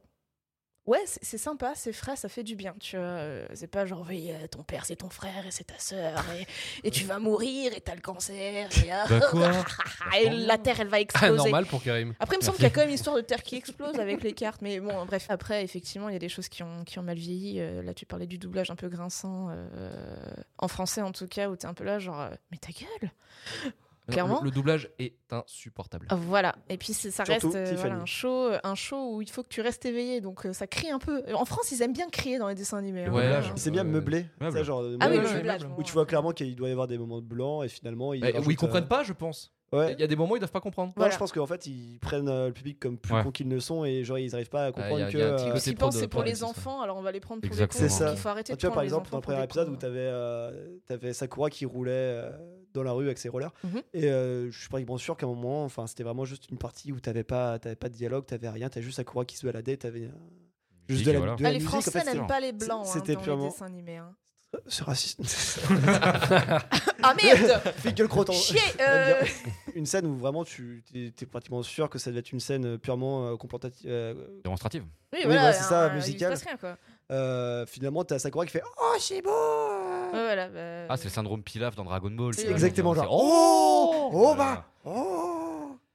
Speaker 2: Ouais, c'est c'est sympa, c'est frais, ça fait du bien. Tu vois, Euh, c'est pas genre, oui, euh, ton père, c'est ton frère et c'est ta sœur et, et tu vas mourir et t'as le cancer et, ah,
Speaker 3: Bah quoi
Speaker 2: et la terre, elle va
Speaker 5: Ah,
Speaker 2: exploser.
Speaker 5: normal pour Karim.
Speaker 2: Après, il me
Speaker 5: Merci.
Speaker 2: semble qu'il y a quand même une histoire de terre qui explose avec les cartes. Mais bon, bref, après, effectivement, il y a des choses qui ont, qui ont mal vieilli. Euh, là, tu parlais du doublage un peu grinçant, euh, en français en tout cas, où t'es un peu là, genre, euh, mais ta gueule
Speaker 1: Non,
Speaker 2: clairement. Ah,
Speaker 1: Le, le doublage est insupportable.
Speaker 2: Voilà. Et puis, c'est- ça
Speaker 4: Surtout
Speaker 2: reste euh,
Speaker 4: Tiffany.
Speaker 2: voilà, un, show, un show où il faut que tu restes éveillé. Donc, euh, ça crie un peu. En France, ils aiment bien crier dans les dessins animés. hein.
Speaker 1: Ouais,
Speaker 2: Voilà.
Speaker 1: là,
Speaker 4: C'est bien
Speaker 1: Euh,
Speaker 4: meublé.
Speaker 3: meuble.
Speaker 4: Ça, genre, euh,
Speaker 2: Ah oui,
Speaker 1: Ouais,
Speaker 2: le
Speaker 1: ouais,
Speaker 4: meublé,
Speaker 2: doublage.
Speaker 1: meuble.
Speaker 2: bon,
Speaker 4: Où tu vois clairement qu'il doit y avoir des moments de blanc et finalement. Ils
Speaker 1: Mais où ils
Speaker 4: rajoutent,
Speaker 1: comprennent
Speaker 4: euh,
Speaker 1: pas, je pense. Il
Speaker 4: Ouais.
Speaker 1: y a des moments où ils doivent pas comprendre.
Speaker 4: Non,
Speaker 2: Voilà.
Speaker 4: je pense qu'en fait, ils prennent euh, le public comme plus
Speaker 3: Ouais.
Speaker 4: cons qu'ils ne sont et genre ils arrivent pas à
Speaker 1: Ah, y
Speaker 4: comprendre
Speaker 1: a-
Speaker 4: que.
Speaker 1: y a un petit
Speaker 4: euh,
Speaker 1: côté
Speaker 2: S'ils
Speaker 1: pro
Speaker 2: pensent
Speaker 1: de-
Speaker 2: que c'est pour
Speaker 1: pro,
Speaker 2: les
Speaker 1: c'est ça.
Speaker 2: enfants, alors on va les prendre pour
Speaker 3: Exactement.
Speaker 2: des cons.
Speaker 4: C'est ça.
Speaker 2: Il faut arrêter de
Speaker 4: Ah, tu vois,
Speaker 2: prendre hein.
Speaker 4: par
Speaker 2: les
Speaker 4: exemple,
Speaker 2: enfants
Speaker 4: dans le
Speaker 2: pour des
Speaker 4: premier épisode
Speaker 2: cons. Ah,
Speaker 4: où t'avais, euh, t'avais Sakura qui roulait euh, dans la rue avec ses rollers.
Speaker 2: Mhm.
Speaker 4: Et euh, je suis pratiquement sûr qu'à un moment, enfin, c'était vraiment juste une partie où t'avais pas, t'avais pas de dialogue, t'avais rien, t'avais juste Sakura qui se baladait, t'avais euh, juste
Speaker 3: Musique,
Speaker 4: de la,
Speaker 3: voilà.
Speaker 4: de
Speaker 2: Ah,
Speaker 4: la
Speaker 2: les
Speaker 4: musique. en fait,
Speaker 2: Français
Speaker 4: c'était-
Speaker 2: n'aiment pas les blancs hein,
Speaker 4: c'était
Speaker 2: dans
Speaker 4: purement-
Speaker 2: les dessins animés. hein.
Speaker 4: Euh, C'est raciste.
Speaker 2: Ah merde
Speaker 4: Fais gueule crottante.
Speaker 2: Chier euh,
Speaker 4: Une scène où vraiment tu t'es, t'es pratiquement sûr que ça devait être une scène purement euh, complémentative. euh,
Speaker 3: Démonstrative.
Speaker 2: Oui,
Speaker 4: voilà, bah, c'est ça,
Speaker 2: hein,
Speaker 4: musical.
Speaker 2: Il se passe rien, quoi. Ouais,
Speaker 4: euh, finalement, t'as Sakura qui fait Oh, c'est beau euh,
Speaker 2: voilà, bah,
Speaker 3: Ah, c'est le syndrome Pilaf dans Dragon Ball.
Speaker 2: C'est
Speaker 3: tu vois,
Speaker 4: Exactement,
Speaker 3: genre,
Speaker 4: genre
Speaker 3: c'est-
Speaker 4: Oh Oh
Speaker 3: Voilà.
Speaker 4: bah Oh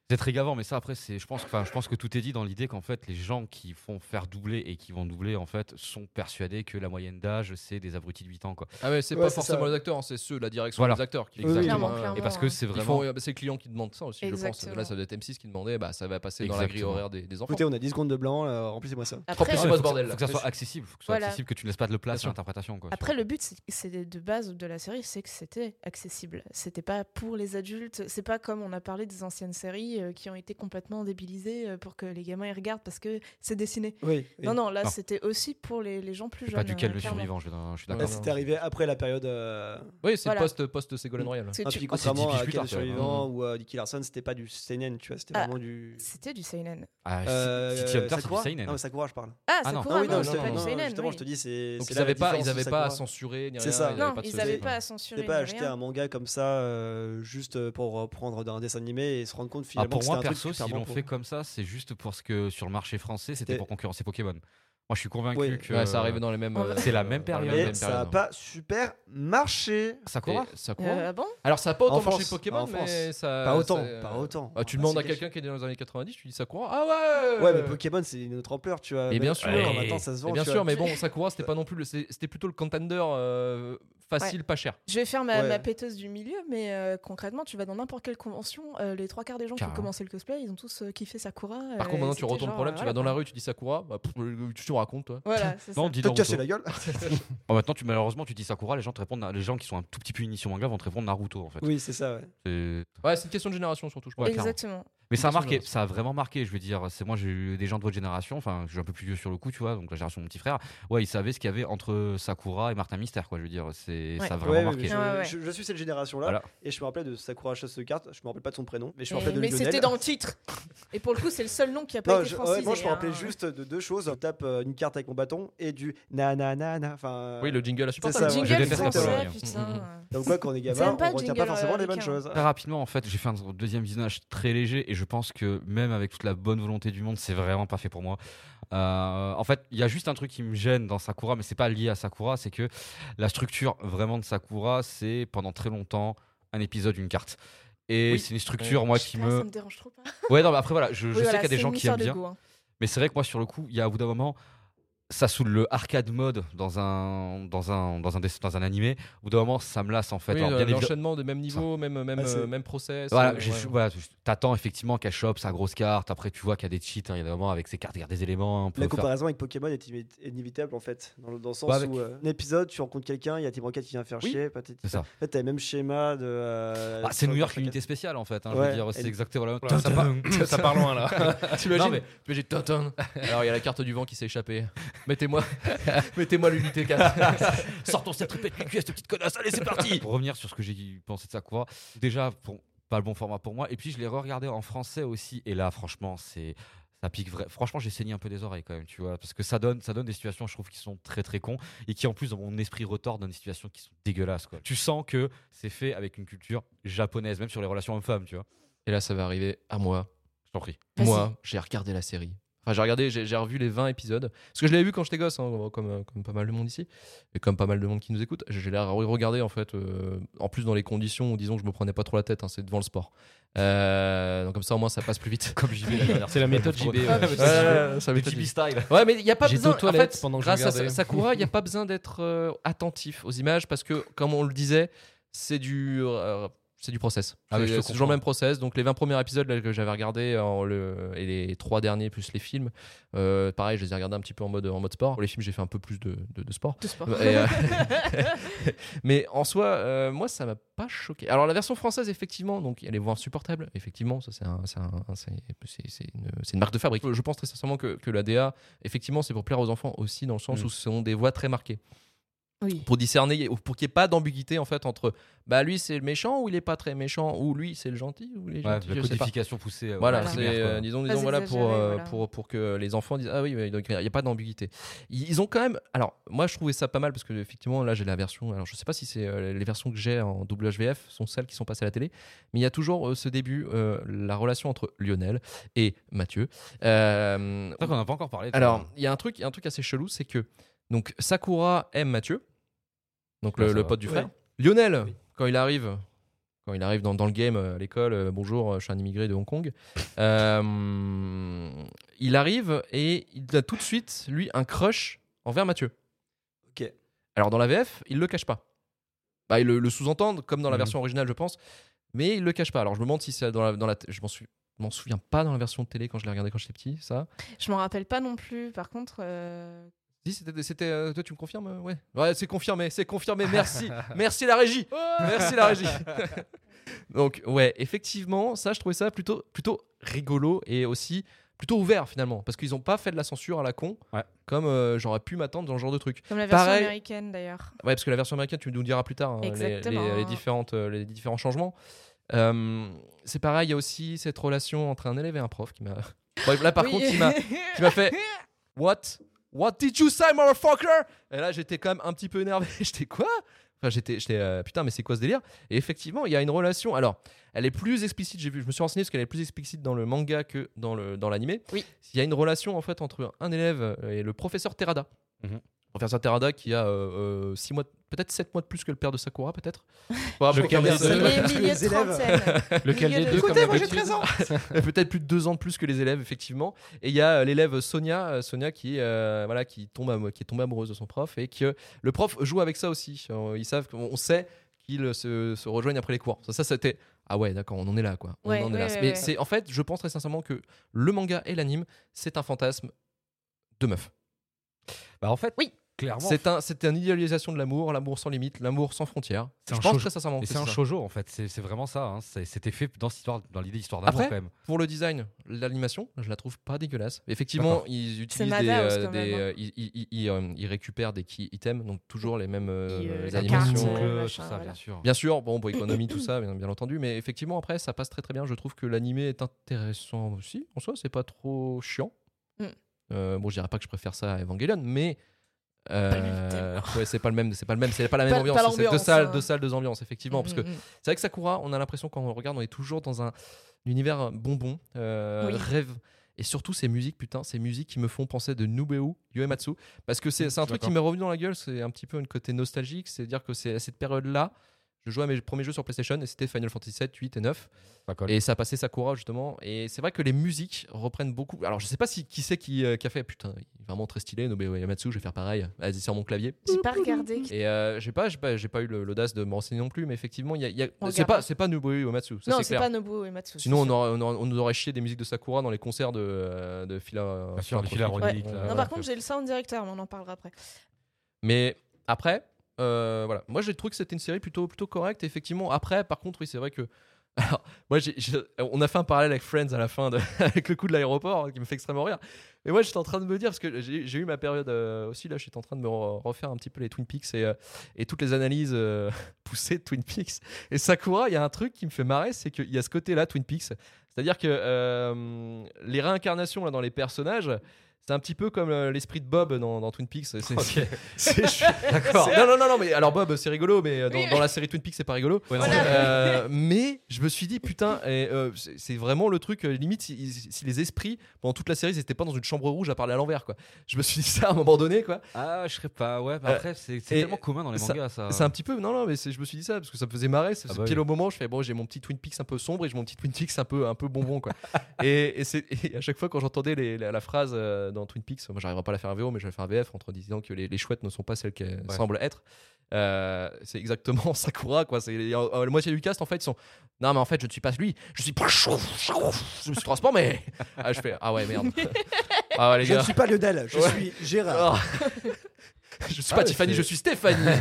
Speaker 3: C'est très gavant, mais ça après, c'est, je pense, que- enfin, je pense que tout est dit dans l'idée qu'en fait, les gens qui font faire doubler et qui vont doubler, en fait, sont persuadés que la moyenne d'âge, c'est des abrutis de 8 ans, quoi.
Speaker 1: Ah ouais, c'est
Speaker 4: Ouais,
Speaker 1: pas
Speaker 4: c'est
Speaker 1: forcément
Speaker 4: ça.
Speaker 1: les acteurs, hein, c'est ceux, la direction
Speaker 3: Voilà.
Speaker 1: des acteurs qui
Speaker 4: Oui, oui.
Speaker 2: Clairement,
Speaker 1: euh,
Speaker 2: clairement.
Speaker 3: Et parce que c'est
Speaker 1: Ils
Speaker 3: vraiment.
Speaker 1: font- euh, c'est les clients qui demandent ça aussi, je pense. Là, ça doit être M6 qui demandait, bah, ça va passer dans la grille
Speaker 3: Exactement.
Speaker 1: horaire des, des enfants.
Speaker 4: Écoutez, on a 10 secondes de blanc, euh, remplissez moi ça.
Speaker 2: après,
Speaker 1: plus,
Speaker 3: Ouais,
Speaker 1: c'est
Speaker 3: faut
Speaker 1: pas
Speaker 3: que-
Speaker 1: ce bordel, là.
Speaker 3: Faut que ça soit accessible, faut que, ce soit
Speaker 2: Voilà.
Speaker 3: accessible, que tu ne laisses pas de
Speaker 1: Bien
Speaker 3: place
Speaker 1: sûr.
Speaker 3: à l'interprétation. Quoi,
Speaker 2: après, le but c'est- c'est de de base de la série, c'est que c'était accessible. C'était pas pour les adultes. C'est pas comme on a parlé des anciennes séries séries euh, qui ont été complètement débilisées euh, pour que les gamins y regardent parce que c'est dessiné.
Speaker 4: Oui. oui.
Speaker 2: Non, non, là,
Speaker 3: Non.
Speaker 2: c'était aussi pour les, les gens plus
Speaker 3: C'est
Speaker 2: jeunes.
Speaker 3: pas du calme
Speaker 2: euh,
Speaker 3: le
Speaker 2: clairement.
Speaker 3: survivant, je, je suis
Speaker 4: Là,
Speaker 3: d'accord.
Speaker 1: non,
Speaker 4: c'est
Speaker 1: non.
Speaker 4: Ah, arrivé après la période. euh,
Speaker 1: Oui, c'est
Speaker 2: Voilà.
Speaker 1: post post
Speaker 4: Mm.
Speaker 1: Ségolène Royal.
Speaker 2: C'est
Speaker 4: un
Speaker 2: tu-
Speaker 4: truc,
Speaker 3: Ah, c'est
Speaker 4: contrairement à
Speaker 3: 18
Speaker 4: Quel
Speaker 3: heures,
Speaker 4: est
Speaker 3: tu vois.
Speaker 4: survivant ou euh, Nicky Larson, c'était pas du seinen, tu vois, c'était
Speaker 2: Ah.
Speaker 4: vraiment du.
Speaker 2: C'était du seinen.
Speaker 3: Ah, si-
Speaker 4: Euh,
Speaker 3: City Hunter, c'est du
Speaker 4: Sakura
Speaker 3: seinen.
Speaker 4: Non, mais Sakura, je parle.
Speaker 2: Ah,
Speaker 3: Ah non.
Speaker 2: Sakura,
Speaker 4: oui,
Speaker 2: non,
Speaker 1: non,
Speaker 2: c'est
Speaker 1: non,
Speaker 2: pas
Speaker 1: non,
Speaker 2: du seinen.
Speaker 4: justement,
Speaker 2: oui.
Speaker 4: je te dis, c'est.
Speaker 1: Donc
Speaker 4: c'est
Speaker 1: ils
Speaker 4: là la
Speaker 1: n'avaient pas, ils
Speaker 4: différence
Speaker 1: avaient
Speaker 4: de
Speaker 1: pas à
Speaker 4: Sakura.
Speaker 1: censurer ni
Speaker 4: C'est
Speaker 1: rien. il
Speaker 4: ça.
Speaker 1: y avait
Speaker 2: Non,
Speaker 1: pas de
Speaker 2: ils
Speaker 1: souci.
Speaker 2: n'avaient pas à censurer.
Speaker 4: T'es pas
Speaker 2: ni
Speaker 4: acheté
Speaker 2: rien.
Speaker 4: un manga comme ça euh, juste pour euh, prendre d'un dessin animé et se rendre compte
Speaker 3: Ah,
Speaker 4: finalement
Speaker 3: pour
Speaker 4: que
Speaker 3: moi,
Speaker 4: c'était un
Speaker 3: perso,
Speaker 4: truc
Speaker 3: s'ils
Speaker 4: clairement
Speaker 3: l'ont
Speaker 4: pour-
Speaker 3: fait comme ça, c'est juste parce que sur le marché français, c'était
Speaker 4: C'était-
Speaker 3: pour concurrencer Pokémon. Moi, je suis convaincu
Speaker 4: Ouais.
Speaker 3: que.
Speaker 1: Ouais, ça arrive dans les mêmes. euh,
Speaker 2: En vrai-
Speaker 3: C'est la même
Speaker 1: dans les
Speaker 3: période.
Speaker 1: mêmes
Speaker 4: Mais
Speaker 3: même
Speaker 4: ça
Speaker 3: période,
Speaker 4: a
Speaker 3: hein.
Speaker 4: pas super marché.
Speaker 3: Sakura
Speaker 1: Et ça court.
Speaker 2: Euh, ah bon
Speaker 1: Alors ça a pas autant
Speaker 4: En
Speaker 1: marché
Speaker 4: France,
Speaker 1: Pokémon,
Speaker 4: en France.
Speaker 1: mais ça.
Speaker 4: Pas autant,
Speaker 1: ça-
Speaker 4: pas autant.
Speaker 1: Ah, tu
Speaker 4: Bah,
Speaker 1: demandes
Speaker 4: c'est
Speaker 1: à
Speaker 4: quelque-
Speaker 1: quelqu'un qui est dans les années 90, tu dis Sakura. Ah ouais.
Speaker 4: Ouais, mais Pokémon, c'est une autre ampleur, tu vois.
Speaker 1: Et bien sûr.
Speaker 4: alors, maintenant, ça se
Speaker 1: Et
Speaker 4: vend.
Speaker 1: bien
Speaker 4: tu
Speaker 1: sûr,
Speaker 4: vois.
Speaker 1: mais bon, Sakura, c'était pas non plus, le- c'est- c'était plutôt le contender euh, facile, pas cher.
Speaker 2: Je vais faire ma,
Speaker 4: Ouais.
Speaker 2: ma péteuse du milieu, mais euh, concrètement, tu vas dans n'importe quelle convention, euh, les trois quarts des gens qui ont
Speaker 3: Carrément.
Speaker 2: commencé le cosplay, ils ont tous euh, kiffé Sakura.
Speaker 1: Par
Speaker 2: euh,
Speaker 1: contre, maintenant,
Speaker 2: et
Speaker 1: tu
Speaker 2: c'était
Speaker 1: retournes le
Speaker 2: genre,
Speaker 1: problème,
Speaker 2: euh,
Speaker 1: tu vas dans la rue, tu dis Sakura, bah, pff, tu te racontes, toi.
Speaker 2: Voilà, c'est ça.
Speaker 3: Non, dis
Speaker 4: T'as
Speaker 3: donc.
Speaker 4: cassé la gueule
Speaker 3: Oh, maintenant, tu, malheureusement, tu dis Sakura, les gens, te répondent, les gens qui sont un tout petit peu initiés au manga vont te répondre Naruto, en fait.
Speaker 4: Oui, c'est ça, ouais.
Speaker 3: C'est-
Speaker 1: Ouais, c'est une question de génération surtout, je crois.
Speaker 3: Ouais, clairement.
Speaker 2: Exactement.
Speaker 3: Mais ça a
Speaker 1: Une question
Speaker 3: marqué,
Speaker 1: de
Speaker 3: ça a vraiment marqué. Je veux dire, c'est moi, j'ai eu des gens de votre génération, enfin, je suis un peu plus vieux sur le coup, tu vois, donc la génération de mon petit frère. Ouais, ils savaient ce qu'il y avait entre Sakura et Martin Mystère, quoi. Je veux dire, c'est
Speaker 2: Ouais.
Speaker 3: ça a vraiment
Speaker 4: Ouais,
Speaker 3: marqué.
Speaker 4: mais je,
Speaker 2: Ah ouais, ouais.
Speaker 4: je- je suis cette génération-là
Speaker 3: Voilà.
Speaker 4: et je me rappelais de Sakura Chasse Carte. Je me rappelle pas de son prénom, mais je me
Speaker 2: Et-
Speaker 4: rappelle de
Speaker 2: mais
Speaker 4: Lionel.
Speaker 2: c'était dans le titre. Et pour le coup, c'est le seul nom qui a pas
Speaker 4: Non,
Speaker 2: été
Speaker 4: je-
Speaker 2: francisé.
Speaker 4: ouais, moi je me
Speaker 2: hein.
Speaker 4: rappelais juste de deux choses. Je tape euh, une carte avec mon bâton et du na na na na. Enfin, euh,
Speaker 1: Oui, le jingle à
Speaker 2: Le
Speaker 4: C'est
Speaker 1: supporter.
Speaker 4: ça, ouais.
Speaker 2: jingle
Speaker 3: Je déteste
Speaker 2: français,
Speaker 3: la Pologne.
Speaker 2: putain.
Speaker 1: Mm, mm,
Speaker 4: Comme quoi, quand on est
Speaker 2: C'est
Speaker 4: gamin,
Speaker 2: même pas
Speaker 4: on
Speaker 2: le
Speaker 4: retient
Speaker 2: jingle,
Speaker 4: pas forcément
Speaker 2: euh,
Speaker 4: les bonnes
Speaker 2: américain.
Speaker 4: choses.
Speaker 3: Très rapidement, en fait, j'ai fait un deuxième visionnage très léger et je pense que même avec toute la bonne volonté du monde, c'est vraiment pas fait pour moi. Euh, en fait, il y a juste un truc qui me gêne dans Sakura, mais c'est pas lié à Sakura, c'est que la structure vraiment de Sakura, c'est pendant très longtemps un épisode, une carte. Et
Speaker 1: Oui.
Speaker 3: c'est une structure, moi, qui
Speaker 2: Putain, ça
Speaker 3: me.
Speaker 2: me dérange trop pas.
Speaker 3: Ouais, non, mais après, voilà, je, je sais qu'il y a des gens qui aiment bien.
Speaker 2: Goût, hein.
Speaker 3: Mais c'est vrai que moi, sur le coup, il y a au bout d'un moment, ça saoule le arcade mode dans un, dans un, dans un, dess- dans un animé. Au bout d'un moment, ça me lasse en fait.
Speaker 1: Oui,
Speaker 3: Alors,
Speaker 1: euh,
Speaker 3: bien évidemment-
Speaker 1: l'enchaînement des mêmes niveaux, même, même,
Speaker 4: Ah, c'est-
Speaker 1: euh, même process.
Speaker 3: voilà,
Speaker 1: euh,
Speaker 3: j'ai-
Speaker 1: ouais.
Speaker 3: voilà, tu- t'attends effectivement qu'elle chope sa grosse carte. Après, tu vois qu'il y a des cheats, hein, il y a des moments avec ses cartes, il y a des éléments. hein, On peut
Speaker 4: La
Speaker 3: faire-
Speaker 4: comparaison avec Pokémon est inévi- est inévitable en fait, dans le, dans le sens
Speaker 3: Bah, avec-
Speaker 4: où euh, un épisode, tu rencontres quelqu'un, il y a tes qui vient faire
Speaker 3: Oui,
Speaker 4: chier, patati-
Speaker 3: c'est ça.
Speaker 4: En fait, t'as le même schéma de. euh,
Speaker 3: Bah, c'est
Speaker 4: sur-
Speaker 3: New York
Speaker 4: chacun.
Speaker 3: unité spéciale en fait. hein,
Speaker 4: Ouais,
Speaker 3: je veux dire, c'est
Speaker 4: elle-
Speaker 3: exactement la même.
Speaker 5: Oula,
Speaker 2: Bah,
Speaker 5: ça, part, ça part loin là.
Speaker 1: T'imagines
Speaker 3: Non, mais-
Speaker 1: t'imagines, Tintin. Alors, il y a la carte du vent qui s'est échappée. Mettez-moi mettez-moi l'unité 4.
Speaker 3: Sors ton sceptre, pète le cul à cette petite connasse, allez, c'est parti Pour revenir sur ce que j'ai pensé de Sakura, déjà, pour- pas le bon format pour moi, et puis je l'ai regardé en français aussi, et là, franchement, c'est. Ça pique vrai. Franchement, j'ai saigné un peu des oreilles quand même, tu vois, parce que ça donne, ça donne des situations, je trouve, qui sont très très cons et qui en plus dans mon esprit retort dans des situations qui sont dégueulasses. Quoi. Tu sens que c'est fait avec une culture japonaise, même sur les relations hommes-femmes, tu vois.
Speaker 1: Et là, ça va arriver à moi.
Speaker 3: Je t'en prie.
Speaker 2: Vas-y.
Speaker 1: Moi, j'ai regardé la série. Enfin, j'ai regardé, j'ai j'ai revu les 20 épisodes. Parce que je l'avais vu quand j'étais gosse, hein, comme, euh, comme pas mal de monde ici. Et comme pas mal de monde qui nous écoute. Je l'ai regardé, en fait, euh, en plus dans les conditions où, disons, que je me prenais pas trop la tête. hein, C'est devant le sport. Euh, donc, comme ça, au moins, ça passe plus vite.
Speaker 3: Comme JB la dernière.
Speaker 5: C'est la méthode JB, ouais.
Speaker 3: Ouais,
Speaker 5: Ouais,
Speaker 1: ça
Speaker 3: Le
Speaker 1: m'étonne.
Speaker 3: JB style.
Speaker 1: Ouais, mais il n'y a pas
Speaker 5: J'étais
Speaker 1: besoin.
Speaker 5: aux
Speaker 1: en
Speaker 5: toilettes
Speaker 1: fait,
Speaker 5: pendant que je
Speaker 1: grâce à
Speaker 5: regardais.
Speaker 1: Sa- Sakura, il n'y a pas besoin d'être euh, attentif aux images parce que, comme on le disait, c'est du. euh, c'est du process.
Speaker 3: Ah, mais je te
Speaker 1: c'est c'est toujours
Speaker 3: comprends.
Speaker 1: le même process. Donc les 20 premiers épisodes là, que j'avais regardés en le, et les 3 derniers plus les films, euh, pareil, je les ai regardés un petit peu en mode, en mode sport. Pour les films, j'ai fait un peu plus de, de- de sport.
Speaker 2: De sport.
Speaker 1: Et, euh, mais en soi, euh, moi, ça m'a pas choqué. Alors, la version française, effectivement, donc elle est voix insupportable. Effectivement, ça, c'est un- c'est un- c'est- c'est- c'est une, c'est une marque de fabrique. Je pense très sincèrement que, que la DA, effectivement, c'est pour plaire aux enfants aussi, dans le sens
Speaker 3: Mm.
Speaker 1: où ce sont des voix très marquées.
Speaker 2: Oui.
Speaker 1: Pour discerner, ou pour qu'il n'y ait pas d'ambiguïté, en fait, entre bah lui, c'est le méchant ou il est pas très méchant, ou lui, c'est le gentil ou il est
Speaker 3: Ouais,
Speaker 1: gentil.
Speaker 3: la
Speaker 1: je sais pas.
Speaker 3: codification poussée. euh,
Speaker 1: Voilà,
Speaker 3: ouais,
Speaker 1: c'est,
Speaker 3: primaire, quoi.
Speaker 1: euh, disons,
Speaker 2: Pas
Speaker 1: disons voilà, pour,
Speaker 2: exagéré,
Speaker 1: euh,
Speaker 2: voilà.
Speaker 1: Pour, pour que les enfants disent Ah oui, ouais, donc il n'y a pas d'ambiguïté. Ils, ils ont quand même. Alors, moi, je trouvais ça pas mal parce que, effectivement, là, j'ai la version. Alors, je sais pas si c'est euh, les versions que j'ai en WHVF sont celles qui sont passées à la télé, mais il y a toujours euh, ce début, euh, la relation entre Lionel et Mathieu. Euh,
Speaker 3: C'est vrai qu'on n'a pas encore parlé. de ça.
Speaker 1: alors, il y a un truc, il y a un truc assez chelou, c'est que donc Sakura aime Mathieu, donc
Speaker 3: Ouais,
Speaker 1: le,
Speaker 3: Ah, ça
Speaker 1: le
Speaker 3: va.
Speaker 1: pote du
Speaker 4: Ouais.
Speaker 1: frère. Lionel,
Speaker 4: Oui.
Speaker 1: quand il arrive, quand il arrive dans, dans le game euh, à l'école, euh, bonjour, euh, je suis un immigré de Hong Kong. Euh, il arrive et il a tout de suite lui un crush envers Mathieu.
Speaker 4: Ok.
Speaker 1: Alors dans la VF, il le cache pas. Bah, ils le, le sous-entendent comme dans la
Speaker 3: Mhm.
Speaker 1: version originale, je pense, mais il le cache pas. Alors je me demande si c'est dans la, dans la je m'en sou- je m'en souviens pas dans la version de télé quand je l'ai regardé quand j'étais petit, ça.
Speaker 2: Je m'en rappelle pas non plus. Par contre, euh,
Speaker 1: Si, c'était. c'était, euh, toi, tu me confirmes euh, Ouais. Ouais, c'est confirmé, c'est confirmé. Merci. merci la régie. Merci la régie. Donc ouais, effectivement, ça, je trouvais ça plutôt, plutôt rigolo et aussi plutôt ouvert finalement, parce qu'ils n'ont pas fait de la censure à la con,
Speaker 3: Ouais.
Speaker 1: comme euh, j'aurais pu m'attendre dans ce genre de truc.
Speaker 2: Comme la version
Speaker 1: Pareil.
Speaker 2: américaine d'ailleurs.
Speaker 1: Ouais, parce que la version américaine, tu nous diras plus tard hein, les- les,
Speaker 2: Exactement.
Speaker 1: les différentes, euh, les différents changements. Euh, c'est pareil, il y a aussi cette relation entre un élève et un prof qui m'a. Bon, là, par
Speaker 2: Oui.
Speaker 1: contre, qui m'a qui m'a fait What? What did you say, motherfucker? Et là, j'étais quand même un petit peu énervé. j'étais quoi? Enfin, j'étais, j'étais euh, putain, mais c'est quoi ce délire? Et effectivement, il y a une relation. Alors, elle est plus explicite, j'ai vu. Je me suis renseigné parce qu'elle est plus explicite dans le manga que dans, le, dans l'animé.
Speaker 2: Oui.
Speaker 1: Il y a une relation en fait entre un élève et le professeur Terada.
Speaker 3: Mhm.
Speaker 1: Professeur Terada qui a 6 mois, de- peut-être 7 mois de plus que le père de Sakura, peut-être. Faut avoir
Speaker 5: Je
Speaker 1: plus
Speaker 5: crois
Speaker 1: qu'un
Speaker 5: qu'il y a
Speaker 1: des deux.
Speaker 4: parce que les
Speaker 5: des
Speaker 2: Les milieux de
Speaker 4: élèves-
Speaker 2: trentaine.
Speaker 5: Lequel
Speaker 2: Il y a
Speaker 5: des
Speaker 2: des-
Speaker 5: deux
Speaker 2: Écoutez,
Speaker 5: comme
Speaker 4: moi, j'ai
Speaker 5: d'habitude
Speaker 4: 13 ans.
Speaker 1: Euh, peut-être plus de deux ans de plus que les élèves effectivement et il y a euh, l'élève Sonia euh, Sonia qui euh, voilà qui tombe amou- qui est tombée amoureuse de son prof et que le prof joue avec ça aussi Euh, ils savent qu'on on sait qu'ils se, se rejoignent après les cours ça ça c'était ah ouais d'accord on en est là quoi on
Speaker 2: Ouais,
Speaker 1: en est
Speaker 2: ouais,
Speaker 1: là.
Speaker 2: ouais,
Speaker 1: mais
Speaker 2: ouais.
Speaker 1: c'est en fait je pense très sincèrement que le manga et l'anime c'est un fantasme de meuf
Speaker 3: Bah en fait,
Speaker 2: Oui.
Speaker 3: clairement.
Speaker 1: c'est un c'est une idéalisation de l'amour l'amour sans limite l'amour sans frontières
Speaker 3: C'est
Speaker 1: je
Speaker 3: un
Speaker 1: pense
Speaker 3: shoujo.
Speaker 1: très sincèrement
Speaker 3: Et
Speaker 1: que
Speaker 3: c'est un
Speaker 1: ça.
Speaker 3: shoujo en fait, c'est c'est vraiment ça. hein. C'est- C'était fait dans cette histoire, dans l'idée d'histoire d'amour
Speaker 1: Après,
Speaker 3: quand même.
Speaker 1: pour le design, l'animation, je la trouve pas dégueulasse. Effectivement,
Speaker 3: D'accord.
Speaker 1: ils utilisent
Speaker 2: Mad
Speaker 1: des,
Speaker 2: House,
Speaker 1: euh,
Speaker 2: quand
Speaker 1: des,
Speaker 2: même, hein.
Speaker 1: euh, ils, ils- ils- ils, euh, ils récupèrent des key items, donc toujours les mêmes euh,
Speaker 2: Et, euh,
Speaker 1: les
Speaker 2: la
Speaker 1: animations. Euh,
Speaker 2: carte, euh,
Speaker 3: Cloche,
Speaker 2: machin,
Speaker 3: ça,
Speaker 2: voilà.
Speaker 3: bien sûr.
Speaker 1: Bien sûr, bon, pour économie, tout ça, bien, bien entendu, mais effectivement, après, ça passe très très bien. Je trouve que l'animé est intéressant aussi. En soi, c'est pas trop chiant.
Speaker 2: Mm.
Speaker 1: Euh, bon, je dirais pas que je préfère ça à Evangelion, mais. euh,
Speaker 2: Pas le même thème.
Speaker 1: ouais, c'est pas le même, c'est pas le même, c'est pas la même
Speaker 2: Pas-
Speaker 1: ambiance.
Speaker 2: pas
Speaker 1: c'est deux
Speaker 2: l'ambiance,
Speaker 1: salles,
Speaker 2: hein.
Speaker 1: deux salles, deux ambiances, effectivement, parce que
Speaker 2: Mm, mm,
Speaker 1: c'est vrai que Sakura, on a l'impression quand on le regarde, on est toujours dans un univers bonbon, euh,
Speaker 2: Oui.
Speaker 1: rêve. Et surtout ces musiques, putain, ces musiques qui me font penser de Nubeo Uematsu. Parce que c'est c'est un truc qui
Speaker 3: D'accord.
Speaker 1: m'est revenu dans la gueule, c'est un petit peu une côté nostalgique, c'est-à-dire que c'est à cette période-là. Je jouais à mes premiers jeux sur PlayStation et c'était Final Fantasy 7, 8 et 9.
Speaker 3: Ça colle.
Speaker 1: Et ça passait Sakura justement. Et c'est vrai que les musiques reprennent beaucoup. Alors je sais pas si qui c'est qui, euh, qui a fait. Putain, il est vraiment très stylé, Nubeo Uematsu, je vais faire pareil. Vas-y, sur mon clavier.
Speaker 2: J'ai pas regardé.
Speaker 1: Et euh, j'ai pas, j'ai pas, j'ai pas eu le- l'audace de me renseigner non plus, mais effectivement, il y a- il y a-
Speaker 2: On
Speaker 1: c'est
Speaker 2: regardera.
Speaker 1: pas, c'est pas Nobuo Uematsu, ça
Speaker 2: non,
Speaker 1: c'est
Speaker 2: c'est
Speaker 1: clair.
Speaker 2: pas Nobuo et Matsu.
Speaker 1: Sinon,
Speaker 2: c'est
Speaker 1: on,
Speaker 2: sûr.
Speaker 1: aurait- on, aurait- on nous aurait chié des musiques de Sakura dans les concerts de, euh, de Phila.
Speaker 3: Bien sûr, les
Speaker 1: Phila-
Speaker 3: philharmoniques.
Speaker 1: Ouais.
Speaker 3: là,
Speaker 1: Non,
Speaker 2: Non,
Speaker 3: voilà,
Speaker 2: par
Speaker 3: que-
Speaker 2: contre, j'ai le sound directeur, mais on en parlera après.
Speaker 1: Mais après, euh, voilà. Moi, j'ai trouvé que c'était une série plutôt, plutôt correcte. Effectivement, après, par contre, oui, c'est vrai que. Alors, moi, j'ai- j'ai- on a fait un parallèle avec Friends à la fin, de- avec le coup de l'aéroport, hein, qui me fait extrêmement rire. Et moi, j'étais en train de me dire, parce que j'ai j'ai eu ma période euh, aussi, là, j'étais en train de me re- refaire un petit peu les Twin Peaks et, euh, et toutes les analyses euh, poussées de Twin Peaks. Et Sakura, il y a un truc qui me fait marrer, c'est qu'il y a ce côté-là, Twin Peaks. C'est-à-dire que euh, les réincarnations là, dans les personnages, c'est un petit peu comme euh, l'esprit de Bob dans, dans Twin Peaks. C'est- c'est-
Speaker 3: Ok.
Speaker 1: c'est D'accord. Non, non, non, non, mais alors Bob, c'est rigolo, mais euh, dans,
Speaker 2: Oui,
Speaker 1: dans la série Twin Peaks, c'est pas rigolo.
Speaker 3: Ouais, non,
Speaker 1: Euh, mais je me suis dit, putain, et, euh, c'est c'est vraiment le truc, euh, limite, si, si les esprits, pendant toute la série, ils étaient pas dans une chambre rouge à parler à l'envers, quoi. Je me suis dit ça à un moment donné, quoi.
Speaker 3: Ah, je serais pas. Ouais, mais
Speaker 1: Euh,
Speaker 3: après, c'est c'est
Speaker 1: et
Speaker 3: tellement commun dans les
Speaker 1: ça-
Speaker 3: mangas, ça.
Speaker 1: C'est un petit peu, non, non, mais c'est- je me suis dit ça parce que ça me faisait marrer. C'est
Speaker 3: Ah
Speaker 1: c'est
Speaker 3: bah
Speaker 1: pile
Speaker 3: oui.
Speaker 1: au moment, je fais bon, j'ai mon petit Twin Peaks un peu sombre et j'ai mon petit Twin Peaks un peu, un peu bonbon, quoi. et, et c'est- et à chaque fois, quand j'entendais les- la, la phrase euh, dans Twin Peaks, moi j'arriverai pas à la faire en VO, mais je vais faire un VF entre disant que les, les chouettes ne sont pas celles qu'elles
Speaker 3: Ouais.
Speaker 1: semblent être. Euh, c'est exactement Sakura, quoi. C'est euh, euh, la moitié du cast en fait ils sont. Non, mais en fait, je ne suis pas lui. Je suis. Je me suis transformé. Ah, je fais. Ah ouais, merde. ah ouais, les
Speaker 4: Je ne
Speaker 1: gars.
Speaker 4: suis pas Lionel, je
Speaker 1: Ouais.
Speaker 4: suis Gérard.
Speaker 1: Oh. je suis
Speaker 3: Ah,
Speaker 1: pas
Speaker 3: mais
Speaker 1: Tiffany,
Speaker 3: c'est-
Speaker 1: je suis Stéphanie.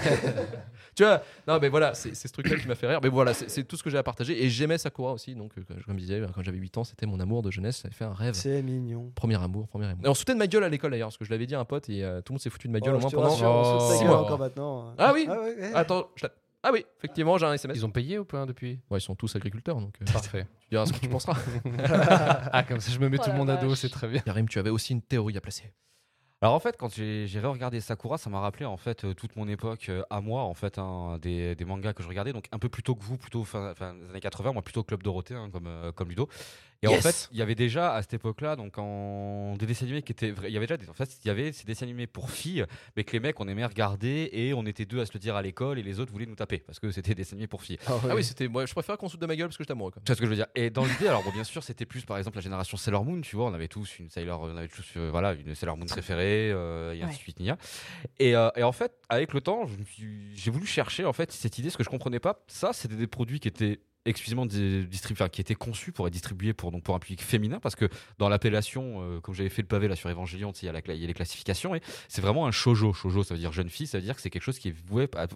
Speaker 1: tu vois, non, mais voilà, c'est c'est ce truc-là qui m'a fait rire. Mais voilà, c'est c'est tout ce que j'ai à partager. Et j'aimais Sakura aussi. Donc, euh, comme je disais, quand j'avais 8 ans, c'était mon amour de jeunesse. J'avais fait un
Speaker 3: Ah.
Speaker 1: rêve.
Speaker 4: C'est mignon.
Speaker 1: Premier amour, premier amour. Et on se foutait de ma gueule à l'école d'ailleurs, parce que je l'avais dit à un pote et euh, tout le monde s'est foutu de ma gueule au
Speaker 4: Oh,
Speaker 1: moins
Speaker 4: je te
Speaker 1: pendant.
Speaker 4: rassure, on saute
Speaker 1: six
Speaker 4: ta gueule
Speaker 1: mois.
Speaker 4: encore maintenant.
Speaker 1: Ah oui
Speaker 4: Ah ouais, ouais.
Speaker 1: Attends, je la- ah oui, effectivement, j'ai un SMS.
Speaker 5: Ils ont payé ou pas depuis
Speaker 1: Ouais, ils sont tous agriculteurs, donc euh,
Speaker 5: Parfait.
Speaker 1: tu diras ce que tu penseras.
Speaker 5: Ah, comme ça, je me mets
Speaker 2: Oh
Speaker 5: tout
Speaker 2: la
Speaker 5: le monde à dos,
Speaker 2: vache.
Speaker 5: c'est très bien.
Speaker 1: Karim, tu avais aussi une théorie à placer.
Speaker 3: Alors en fait, quand j'ai j'ai re-regardé Sakura, ça m'a rappelé en fait euh, toute mon époque euh, à moi en fait hein, des, des mangas que je regardais, donc un peu plus tôt que vous, plutôt fin, fin des années 80, moi plutôt Club Dorothée hein, comme euh, comme Ludo. Et en
Speaker 1: Yes.
Speaker 3: fait, il y avait déjà à cette époque-là donc en... des dessins animés qui étaient, vra- il y avait déjà des... en fait il y avait ces dessins animés pour filles, mais que les mecs on aimait regarder et on était deux à se le dire à l'école et les autres voulaient nous taper parce que c'était des dessins animés pour filles.
Speaker 1: Ah oui, c'était. Moi, je préfère qu'on se foute de ma gueule parce que je t'amoureux. Quand même.
Speaker 3: Tu vois ce que je veux dire Et dans l'idée, alors bon, bien sûr, c'était plus par exemple la génération Sailor Moon, tu vois, on avait tous une Sailor, on avait tous euh, voilà une Sailor Moon préférée, euh, et ainsi
Speaker 2: Ouais.
Speaker 3: de suite, Nia. Et, euh, et en fait, avec le temps, je me suis- j'ai voulu chercher en fait cette idée, ce que je comprenais pas. Ça, c'était des produits qui étaient exclusivement dis- distribu- enfin, qui étaient conçus pour être distribués pour donc pour un public féminin, parce que dans l'appellation, euh, comme j'avais fait le pavé là sur Evangelion, tu sais, il y, a la cla- il y a les classifications et c'est vraiment un shojo. Shojo, ça veut dire jeune fille, ça veut dire que c'est quelque chose qui est voué à-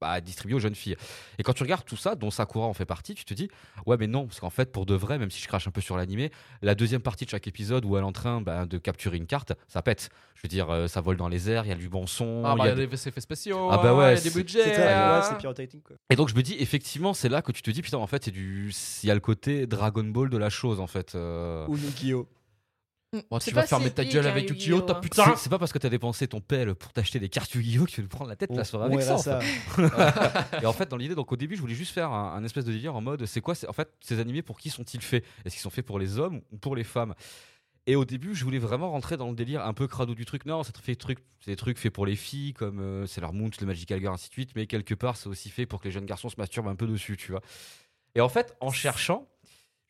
Speaker 3: bah, distribué aux jeunes filles. Et quand tu regardes tout ça, dont Sakura en fait partie, tu te dis ouais mais non, parce qu'en fait pour de vrai, même si je crache un peu sur l'animé, la deuxième partie de chaque épisode où elle est en train bah, de capturer une carte, ça pète. Je veux dire, euh, ça vole dans les airs, il y a du bon son.
Speaker 1: Ah, bah,
Speaker 3: Oh, il y a
Speaker 1: des
Speaker 3: des-
Speaker 1: effets spéciaux.
Speaker 3: Ah, bah ouais,
Speaker 1: il y a des
Speaker 3: c'est-
Speaker 1: budgets.
Speaker 4: C'est
Speaker 3: Ah.
Speaker 4: très- ouais,
Speaker 1: hein.
Speaker 4: c'est pyrotechnique quoi.
Speaker 3: Et donc je me dis effectivement, c'est là que tu te dis putain en fait c'est du, il y a le côté Dragon Ball de la chose en fait. euh.
Speaker 4: Ou Mikio.
Speaker 1: Bon,
Speaker 2: C'est
Speaker 1: tu vas
Speaker 2: pas
Speaker 1: fermer
Speaker 2: si
Speaker 1: ta
Speaker 2: hic,
Speaker 1: gueule
Speaker 2: hein,
Speaker 1: avec
Speaker 2: Yu-Gi-Oh,
Speaker 1: Yu-Gi-Oh, ta
Speaker 2: hein.
Speaker 1: putain.
Speaker 3: C'est- C'est pas parce que t'as dépensé ton PEL pour t'acheter des cartes Yu-Gi-Oh que tu vas te prendre la tête la soirée
Speaker 4: On
Speaker 3: avec ça.
Speaker 4: verra
Speaker 3: en
Speaker 4: ça.
Speaker 3: Et en fait, dans l'idée, donc au début, je voulais juste faire un, un espèce de délire en mode c'est quoi c'est- en fait ces animés pour qui sont-ils faits Est-ce qu'ils sont faits pour les hommes ou pour les femmes Et au début, je voulais vraiment rentrer dans le délire un peu crado du truc. Non, c'est fait truc, c'est des trucs faits pour les filles comme euh, Sailor Moon, le Magical Girl ainsi de suite, mais quelque part, c'est aussi fait pour que les jeunes garçons se masturbent un peu dessus, tu vois. Et en fait, en cherchant,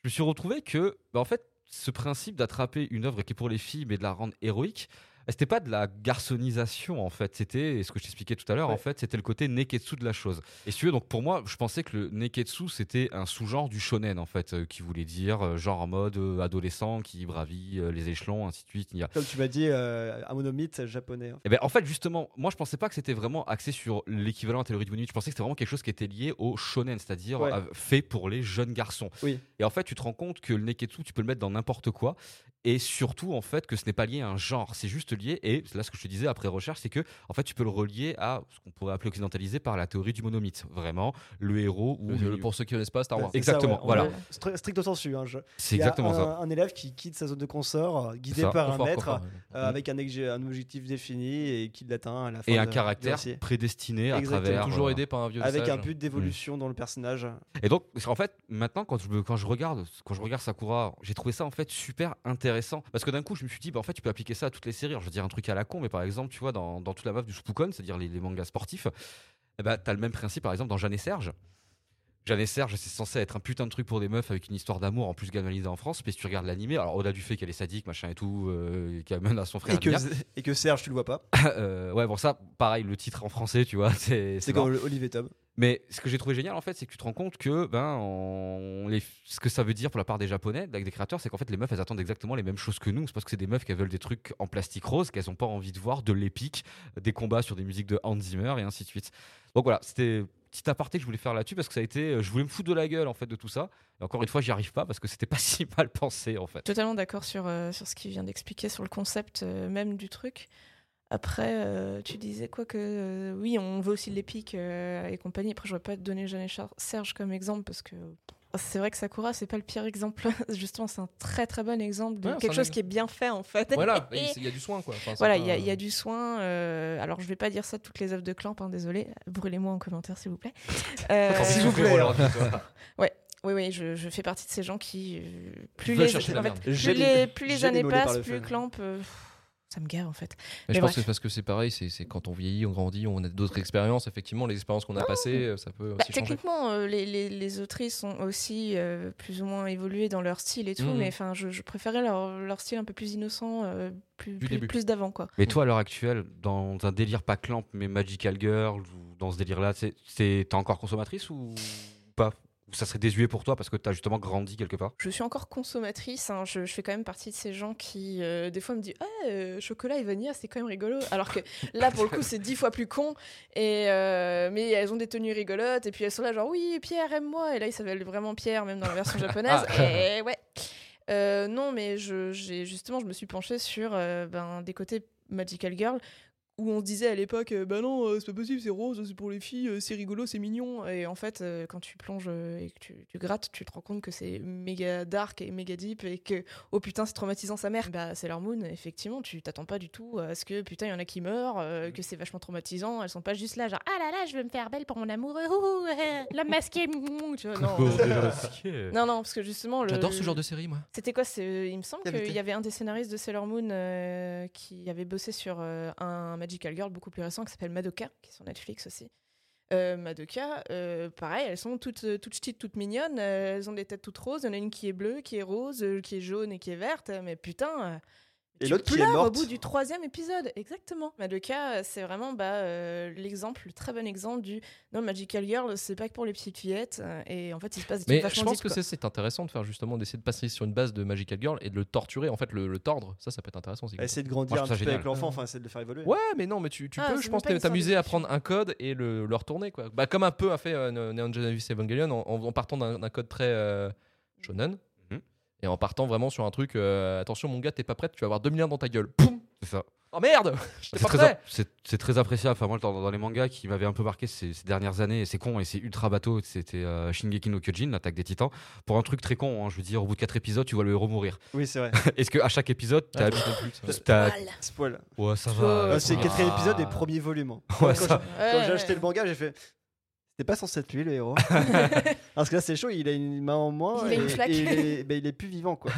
Speaker 3: je me suis retrouvé que bah, en fait, ce principe d'attraper une œuvre qui est pour les filles mais de la rendre héroïque, c'était pas de la garçonnisation en fait, c'était et ce que je t'expliquais tout à l'heure en
Speaker 4: Ouais.
Speaker 3: fait, c'était le côté neketsu de la chose. Et si tu veux, donc pour moi, je pensais que le neketsu c'était un sous-genre du shonen en fait, euh, qui voulait dire euh, genre en mode euh, adolescent qui bravit euh, les échelons ainsi de suite. Il y a-
Speaker 4: Comme tu m'as dit, euh, un monomythe japonais.
Speaker 3: eh ben, en fait, justement, moi je pensais pas que c'était vraiment axé sur l'équivalent à la théorie du bonus. Je pensais que c'était vraiment quelque chose qui était lié au shonen, c'est-à-dire
Speaker 4: Ouais.
Speaker 3: euh, fait pour les jeunes garçons.
Speaker 4: Oui.
Speaker 3: Et en fait, tu te rends compte que le neketsu, tu peux le mettre dans n'importe quoi. Et surtout, en fait, que ce n'est pas lié à un genre, c'est juste lié. Et c'est là, ce que je te disais après recherche, c'est que en fait, tu peux le relier à ce qu'on pourrait appeler occidentalisé par la théorie du monomythe. Vraiment, le héros ou.
Speaker 1: Le- le- Pour ceux qui connaissent pas Star Wars.
Speaker 4: C'est ça,
Speaker 3: Exactement,
Speaker 4: ouais, on
Speaker 3: voilà.
Speaker 4: est stri- Stricto sensu. hein, je-
Speaker 3: C'est
Speaker 4: Il y a
Speaker 3: exactement
Speaker 4: un,
Speaker 3: ça.
Speaker 4: Un élève qui quitte sa zone de consort, euh, guidé
Speaker 3: C'est ça,
Speaker 4: par un
Speaker 1: Confort,
Speaker 4: maître,
Speaker 1: confort.
Speaker 4: euh, avec un, ex- un objectif défini et qui l'atteint à la fin.
Speaker 3: Mm. Et un
Speaker 4: de- du
Speaker 3: caractère
Speaker 4: dossier.
Speaker 3: prédestiné à
Speaker 4: Exactement.
Speaker 3: travers.
Speaker 1: Toujours
Speaker 3: euh,
Speaker 1: aidé par un vieux
Speaker 4: Avec
Speaker 1: sage.
Speaker 4: un but d'évolution dans le personnage.
Speaker 3: Et donc, parce qu'en fait, maintenant, quand je, me- quand je regarde, quand je regarde Sakura, j'ai trouvé ça en fait super intéressant. Parce que d'un coup, je me suis dit, bah, en fait, tu peux appliquer ça à toutes les séries. Alors, je veux dire un truc à la con, mais par exemple, tu vois, dans, dans toute la meuf du Spukon, c'est-à-dire les, les mangas sportifs, eh ben, t'as le même principe, par exemple, dans Jeanne et Serge. Jeanne et Serge, c'est censé être un putain de truc pour des meufs avec une histoire d'amour en plus galvanisée en France. Mais si tu regardes l'animé, alors au-delà du fait qu'elle est sadique, machin et tout, euh, qu'elle mène à son frère,
Speaker 4: Et que,
Speaker 3: Mia,
Speaker 4: et que Serge, tu le vois pas.
Speaker 3: euh, ouais, bon, ça, pareil, le titre en français, tu vois, c'est
Speaker 4: C'est
Speaker 3: marrant.
Speaker 4: comme Olivier Tom.
Speaker 3: Mais ce que j'ai trouvé génial en fait, c'est que tu te rends compte que ben on- les- ce que ça veut dire pour la part des japonais, des des créateurs, c'est qu'en fait les meufs elles attendent exactement les mêmes choses que nous. C'est parce que c'est des meufs qui veulent des trucs en plastique rose, qu'elles ont pas envie de voir de l'épique, des combats sur des musiques de Hans Zimmer et ainsi de suite. Donc voilà, c'était petit aparté que je voulais faire là-dessus parce que ça a été, euh, je voulais me foutre de la gueule en fait de tout ça. Et encore une fois, j'y arrive pas parce que c'était pas si mal pensé en fait.
Speaker 2: Totalement d'accord sur, euh, sur ce qu'il vient d'expliquer, sur le concept euh, même du truc. Après, euh, tu disais quoi que. euh, oui, on veut aussi l'épique euh, et compagnie. Après, je ne pas te donner Jeanne et Char- Serge comme exemple parce que. C'est vrai que Sakura, c'est pas le pire exemple. Justement, c'est un très très bon exemple de
Speaker 1: Ouais, c'est
Speaker 2: quelque
Speaker 1: un
Speaker 2: chose
Speaker 1: exemple.
Speaker 2: qui est bien fait en fait.
Speaker 1: Voilà, il il y a du soin quoi. Enfin, c'est
Speaker 2: Voilà, il
Speaker 1: pas-
Speaker 2: y, a- il y a du soin. euh, alors, je vais pas dire ça de toutes les œuvres de Clamp, hein, désolé. Brûlez-moi en commentaire, s'il vous plaît. Euh,
Speaker 4: S'il vous plaît, alors.
Speaker 2: oui, oui, je, je fais partie de ces gens qui. euh, Plus
Speaker 1: Ils veulent
Speaker 2: les,
Speaker 1: chercher la
Speaker 2: en fait,
Speaker 1: merde.
Speaker 2: plus
Speaker 4: J'ai
Speaker 2: les,
Speaker 4: des-
Speaker 2: plus les
Speaker 4: j'ai
Speaker 2: années
Speaker 4: des mollets par
Speaker 2: passent,
Speaker 4: le
Speaker 2: plus
Speaker 4: feu.
Speaker 2: Clamp. euh, ça me gave en fait.
Speaker 1: Mais
Speaker 2: Mais
Speaker 1: je pense
Speaker 2: bref.
Speaker 1: que c'est parce que c'est pareil, c'est c'est quand on vieillit, on grandit, on a d'autres expériences. Effectivement, les expériences qu'on a passées, euh, ça peut
Speaker 2: Bah,
Speaker 1: aussi changer.
Speaker 2: techniquement, euh, les, les- les autrices ont aussi euh, plus ou moins évolué dans leur style et tout,
Speaker 4: Mm.
Speaker 1: Mhm.
Speaker 2: mais enfin, je, je préférais leur, leur style un peu plus innocent, euh, plus, plus,
Speaker 1: début.
Speaker 2: plus d'avant quoi.
Speaker 3: Mais toi, à l'heure actuelle, dans un délire pas clamp mais Magical Girl, ou dans ce délire-là, c'est- c'est- t'es encore consommatrice ou pas Ou ça serait désuet pour toi parce que t'as justement grandi quelque part
Speaker 2: Je suis encore consommatrice, hein, je, je fais quand même partie de ces gens qui, euh, des fois, me disent Ah, euh, chocolat et vanilla, c'est quand même rigolo. Alors que là, pour le coup, c'est dix fois plus con. Et, euh, mais elles ont des tenues rigolotes, et puis elles sont là, genre Oui, Pierre, aime-moi. Et là, ils s'appellent vraiment Pierre, même dans la version japonaise. Et ouais. Euh, non, mais je, j'ai- justement, je me suis penchée sur euh, ben, des côtés Magical Girl où on se disait à l'époque euh, bah non euh, c'est pas possible c'est rose c'est pour les filles euh, c'est rigolo c'est mignon et en fait euh, quand tu plonges euh, et que tu, tu grattes tu te rends compte que c'est méga dark et méga deep et que oh putain c'est traumatisant sa mère bah c'est leur moon effectivement tu t'attends pas du tout à ce que putain il y en a qui meurent euh, que c'est vachement traumatisant elles sont pas juste là genre ah là là je veux me faire belle pour mon amoureux ouh, euh, l'homme masqué mm, mm, tu vois, non, non non parce que justement le-
Speaker 1: J'adore ce genre de série, moi.
Speaker 2: c'était quoi c'est- euh, Il me semble
Speaker 4: Quel
Speaker 2: qu'il
Speaker 4: était
Speaker 2: y avait un des scénaristes de Sailor Moon euh, qui avait bossé sur euh, un Magical Girl beaucoup plus récent qui s'appelle Madoka, qui est sur Netflix aussi. Euh, Madoka, euh, pareil, elles sont toutes, euh, toutes petites, toutes mignonnes. euh, elles ont des têtes toutes roses. Il y en a une qui est bleue, qui est rose, euh, qui est jaune et qui est verte. Mais putain, euh,
Speaker 4: Et
Speaker 2: Tu
Speaker 4: l'autre qui est
Speaker 2: pleures au
Speaker 4: morte.
Speaker 2: bout du troisième épisode, exactement. Madoka, euh, c'est vraiment bah, euh, l'exemple, le très bon exemple du non Magical Girl, c'est pas que pour les petites fillettes. euh, Et en fait, il se passe des
Speaker 1: Mais
Speaker 2: trucs
Speaker 1: je
Speaker 2: vachement
Speaker 1: pense que
Speaker 2: deep,
Speaker 1: c'est- c'est intéressant de faire justement d'essayer de passer sur une base de Magical Girl et de le torturer, en fait le, le tordre. Ça, ça peut être intéressant. aussi.
Speaker 4: Essayer de grandir
Speaker 3: Moi, je
Speaker 4: un
Speaker 3: trouve ça
Speaker 4: petit peu avec
Speaker 3: génial.
Speaker 4: l'enfant, enfin, essayer de le faire évoluer.
Speaker 1: Ouais, mais non, mais tu, tu
Speaker 2: Ah,
Speaker 1: peux,
Speaker 2: c'est
Speaker 1: je
Speaker 2: même
Speaker 1: pense,
Speaker 2: pas une
Speaker 1: t'amuser
Speaker 2: sorte de
Speaker 1: à prendre un code et le, le retourner, quoi. Bah, comme un peu a fait euh, Neon Genesis Evangelion en, en- en partant d'un d'un code très euh, shonen
Speaker 3: Mhm.
Speaker 1: et en partant vraiment sur un truc euh, attention, mon gars, t'es pas prêt, tu vas avoir 2 milliards dans ta gueule. Poum
Speaker 3: C'est ça. Bah,
Speaker 1: Oh merde J'étais
Speaker 3: C'est
Speaker 1: pas
Speaker 3: très,
Speaker 1: prêt
Speaker 3: ap- c'est- c'est très appréciable. Enfin, moi, dans, dans les mangas qui m'avaient un peu marqué ces, ces dernières années, et c'est con et c'est ultra bateau, c'était euh, Shingeki no Kyojin, l'attaque des titans. Pour un truc très con, hein, je veux dire, au bout de 4 épisodes, tu vois le héros mourir.
Speaker 4: Oui, c'est vrai.
Speaker 3: Est-ce qu'à chaque épisode,
Speaker 1: Ah,
Speaker 3: t'as.
Speaker 2: quoi.
Speaker 3: t'as-
Speaker 2: Mal.
Speaker 4: Spoil.
Speaker 3: Ouais, ça va.
Speaker 2: Ouais,
Speaker 3: euh,
Speaker 4: Ah, c'est le
Speaker 3: ça
Speaker 4: quatrième
Speaker 3: va.
Speaker 4: épisode des premiers volumes. hein.
Speaker 3: Ouais,
Speaker 4: quand
Speaker 3: ça-
Speaker 4: Quand
Speaker 2: Ouais,
Speaker 4: j'ai acheté
Speaker 2: ouais.
Speaker 4: le manga, j'ai fait. C'était pas censé être lui le héros. Parce que là, c'est chaud, il a une main en moins.
Speaker 2: Il a une
Speaker 4: et-
Speaker 2: plaque.
Speaker 4: et il, est, ben, il est plus vivant, quoi.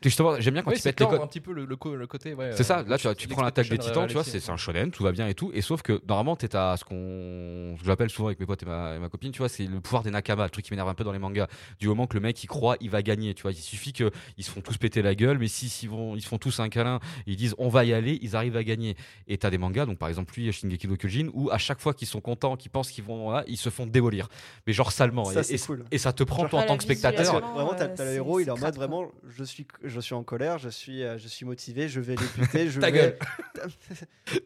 Speaker 3: Justement, j'aime bien quand
Speaker 1: Oui,
Speaker 3: ils
Speaker 1: c'est
Speaker 3: mettent les
Speaker 1: tordre
Speaker 3: codes.
Speaker 1: un petit peu le, le co- le côté. ouais,
Speaker 3: C'est ça,
Speaker 1: euh, hein.
Speaker 3: là tu, tu prends l'attaque des titans, tu vois, c'est c'est un shonen, tout va bien et tout. Et sauf que normalement, t'es à ce qu'on. Je l'appelle souvent avec mes potes et ma, et ma copine, tu vois, c'est le pouvoir des nakama, le truc qui m'énerve un peu dans les mangas. Du moment que le mec il croit, il va gagner, tu vois. Il suffit qu'ils se font tous péter la gueule, mais si, s'ils vont, ils se font tous un câlin, ils disent on va y aller, ils arrivent à gagner. Et t'as des mangas, donc par exemple lui, Shingeki no Kyojin, où à chaque fois qu'ils sont contents, qu'ils pensent qu'ils vont là, ils se font démolir. Mais genre salement.
Speaker 4: Ça,
Speaker 3: et,
Speaker 4: c'est
Speaker 3: et-
Speaker 4: cool.
Speaker 3: et ça te prend toi
Speaker 2: Ah,
Speaker 3: en
Speaker 2: la
Speaker 3: tant que
Speaker 4: Parce
Speaker 3: spectateur.
Speaker 4: que
Speaker 2: visualisation.
Speaker 4: vraiment, t'as
Speaker 2: euh,
Speaker 4: t'as le
Speaker 2: c'est-
Speaker 4: héros, il est en
Speaker 2: c'est
Speaker 4: mode
Speaker 2: crade, quoi.
Speaker 4: vraiment, je suis, je suis en colère, je suis, euh, je suis motivé, je vais les buter, je
Speaker 1: Ta
Speaker 4: vais.
Speaker 1: gueule.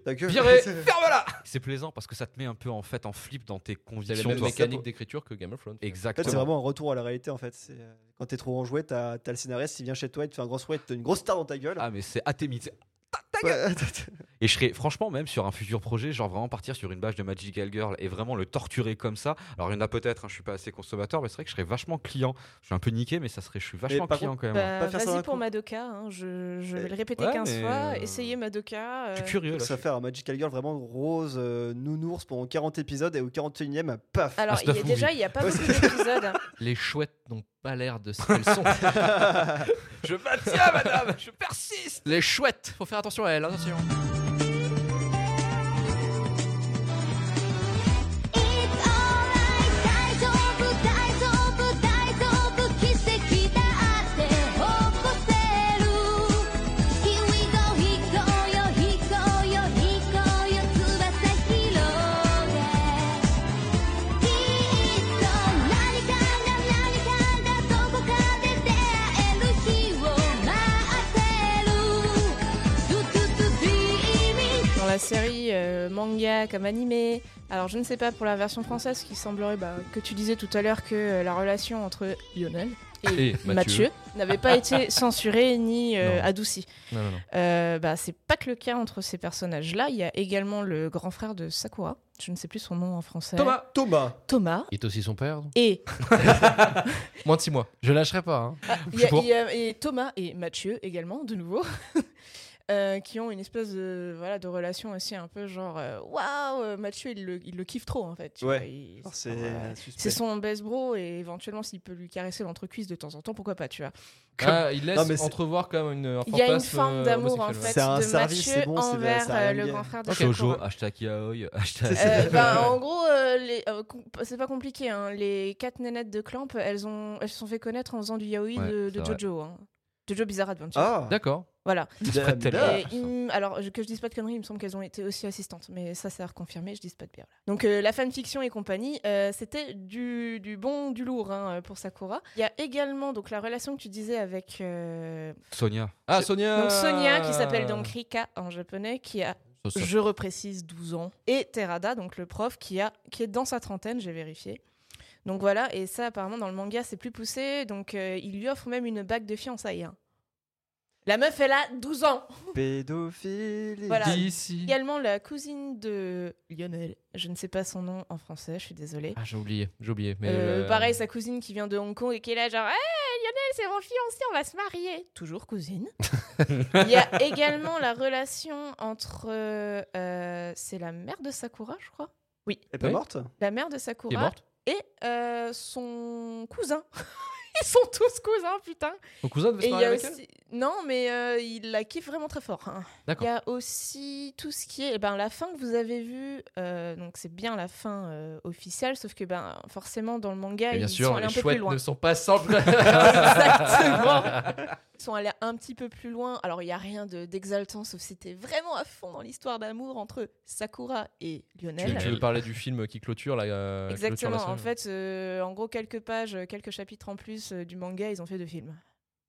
Speaker 4: Ta gueule.
Speaker 1: Viré,
Speaker 4: C'est-
Speaker 1: ferme-la
Speaker 3: C'est plaisant parce que ça te met un peu en fait en flip dans tes
Speaker 1: C'est la
Speaker 3: convictions.
Speaker 1: même
Speaker 3: toi.
Speaker 1: mécanique d'écriture que Game of Thrones.
Speaker 4: En fait, c'est
Speaker 3: Exactement.
Speaker 4: vraiment un retour à la réalité en fait. C'est, euh, Quand t'es trop enjoué, t'as t'as le scénariste, il vient chez toi, il te fait un gros souhait, t'as une grosse star dans ta gueule.
Speaker 3: Ah mais c'est atémite,
Speaker 4: Ouais.
Speaker 3: Et je serais franchement même sur un futur projet, genre vraiment partir sur une bâche de Magical Girl et vraiment le torturer comme ça. Alors il y en a peut-être, hein, je suis pas assez consommateur, mais c'est vrai que je serais vachement client. Je suis un peu niqué, mais ça serait, je suis vachement
Speaker 4: par
Speaker 3: client quand même. hein.
Speaker 4: Pas
Speaker 2: Bah,
Speaker 4: faire ça d'un
Speaker 2: Vas-y pour
Speaker 4: coup.
Speaker 2: Madoka, hein, je, je
Speaker 4: Euh,
Speaker 2: vais le répéter
Speaker 3: ouais,
Speaker 2: 15
Speaker 3: mais,
Speaker 2: fois.
Speaker 3: euh,
Speaker 2: Essayez Madoka.
Speaker 3: Je suis
Speaker 2: euh,
Speaker 3: curieux. Là.
Speaker 4: Ça va faire un Magical Girl vraiment rose, euh, nounours pendant 40 épisodes et au 41ème, paf
Speaker 2: Alors, il y a
Speaker 3: stuff
Speaker 2: déjà, il n'y a pas
Speaker 4: Ouais,
Speaker 2: beaucoup d'épisodes. hein.
Speaker 1: Les chouettes n'ont pas l'air de ce qu'elles sont. je maintiens, Ah, madame, je persiste. Les chouettes, faut faire attention à elles, attention.
Speaker 2: Dans la série euh, manga comme animé. Alors, je ne sais pas pour la version française, qui semblerait bah, que tu disais tout à l'heure que euh, la relation entre Lionel et,
Speaker 1: Et
Speaker 2: Mathieu n'avait pas été censurée ni euh,
Speaker 1: Non.
Speaker 2: adoucie.
Speaker 1: Non, non, non.
Speaker 2: Euh, bah, c'est pas que le cas entre ces personnages-là. Il y a également le grand frère de Sakura. Je ne sais plus son nom en français.
Speaker 1: Thomas,
Speaker 4: Thomas
Speaker 2: Thomas.
Speaker 5: Il est aussi son père. donc.
Speaker 2: Et
Speaker 1: moins de 6 mois.
Speaker 5: Je lâcherai pas. hein.
Speaker 2: Il y a- il y a- et Thomas et Mathieu également, de nouveau, euh, qui ont une espèce de, voilà, de relation aussi un peu genre euh, Waouh, Mathieu, il le, il le kiffe trop en fait. tu
Speaker 4: Ouais.
Speaker 2: vois, il-
Speaker 4: Alors,
Speaker 2: Ah, c'est pas-
Speaker 4: Oh, C'est suspect.
Speaker 2: c'est son best bro et éventuellement s'il peut lui caresser l'entrecuisse de temps en temps, pourquoi pas, tu vois.
Speaker 1: Ah, il laisse
Speaker 4: Non, mais c'est-
Speaker 1: entrevoir quand même une un
Speaker 2: Il y a une
Speaker 1: fantasme,
Speaker 2: forme
Speaker 1: euh,
Speaker 2: d'amour en
Speaker 1: homosexuel, ouais.
Speaker 2: fait
Speaker 4: C'est un
Speaker 2: de
Speaker 4: service,
Speaker 2: Mathieu
Speaker 4: c'est bon, c'est-
Speaker 2: envers
Speaker 4: c'est un
Speaker 2: euh, le
Speaker 4: gay.
Speaker 2: grand frère de
Speaker 3: Shoujo,
Speaker 2: Sakura.
Speaker 3: hashtag yaoi, hashtag-
Speaker 2: Euh, ben, en gros, euh, les, euh, com- c'est pas compliqué. hein. Les quatre nénettes de Clamp, elles, ont, elles se sont fait connaître en faisant du yaoi
Speaker 3: Ouais,
Speaker 2: de,
Speaker 3: c'est
Speaker 2: de
Speaker 3: vrai.
Speaker 2: Jojo. hein. Jojo Bizarre Adventure.
Speaker 4: Ah
Speaker 1: D'accord.
Speaker 2: Voilà.
Speaker 4: Damn,
Speaker 3: prête
Speaker 4: damn.
Speaker 3: Ah,
Speaker 2: Et il me- alors, je- que je dise pas de conneries, il me semble qu'elles ont été aussi assistantes, mais ça, c'est à reconfirmer, je dis pas de bien. Donc, euh, la fanfiction et compagnie, euh, c'était du, du bon, du lourd hein, pour Sakura. Il y a également donc, la relation que tu disais avec euh,
Speaker 3: Sonia.
Speaker 1: Ah, Sonia.
Speaker 2: donc, Sonia, qui s'appelle donc Rika en japonais, qui a,
Speaker 1: Ça, ça-
Speaker 2: je reprécise, 12 ans, et Terada, donc le prof, qui, a, qui est dans sa trentaine, j'ai vérifié. Donc voilà, et ça apparemment dans le manga c'est plus poussé, donc euh, il lui offre même une bague de fiançailles. hein. La meuf elle a 12 ans
Speaker 4: Pédophilie
Speaker 2: Voilà.
Speaker 1: D'ici.
Speaker 2: Également la cousine de Lionel, je ne sais pas son nom en français, je suis désolée.
Speaker 1: Ah, j'ai oublié, j'ai oublié. Mais
Speaker 2: Euh,
Speaker 1: euh,
Speaker 2: Pareil, sa cousine qui vient de Hong Kong et qui est là genre Hey, Lionel, c'est mon fiancé, on va se marier !» Toujours cousine. Il y a également la relation entre... euh, euh, c'est la mère de Sakura, je crois
Speaker 4: Elle est pas
Speaker 1: Oui.
Speaker 4: morte
Speaker 2: La mère de
Speaker 1: Qui est
Speaker 2: Sakura
Speaker 1: morte
Speaker 2: et euh, son cousin. Ils sont tous cousins, putain
Speaker 1: Ton cousin devait se
Speaker 2: Et il
Speaker 1: marier
Speaker 2: y a
Speaker 1: avec elle
Speaker 2: aussi... Non, mais euh, il la kiffe vraiment très fort. hein. Il
Speaker 3: D'accord.
Speaker 2: y a aussi tout ce qui est eh ben, la fin que vous avez vue. euh, donc, c'est bien la fin euh, officielle, sauf que ben, forcément, dans le manga,
Speaker 3: Et bien
Speaker 2: ils
Speaker 3: sûr,
Speaker 2: sont
Speaker 1: les
Speaker 2: allés un peu plus
Speaker 1: chouettes
Speaker 2: loin.
Speaker 1: ne sont pas simples.
Speaker 2: Exactement. Ils sont allés un petit peu plus loin. Alors, il n'y a rien de- d'exaltant, sauf que c'était vraiment à fond dans l'histoire d'amour entre Sakura et
Speaker 1: tu,
Speaker 2: Lionel.
Speaker 1: veux- tu veux parler du film qui clôture la euh, clôture la
Speaker 2: Exactement.
Speaker 1: série
Speaker 2: En fait, euh, en gros, quelques pages, euh, quelques chapitres en plus euh, du manga, ils ont fait deux films.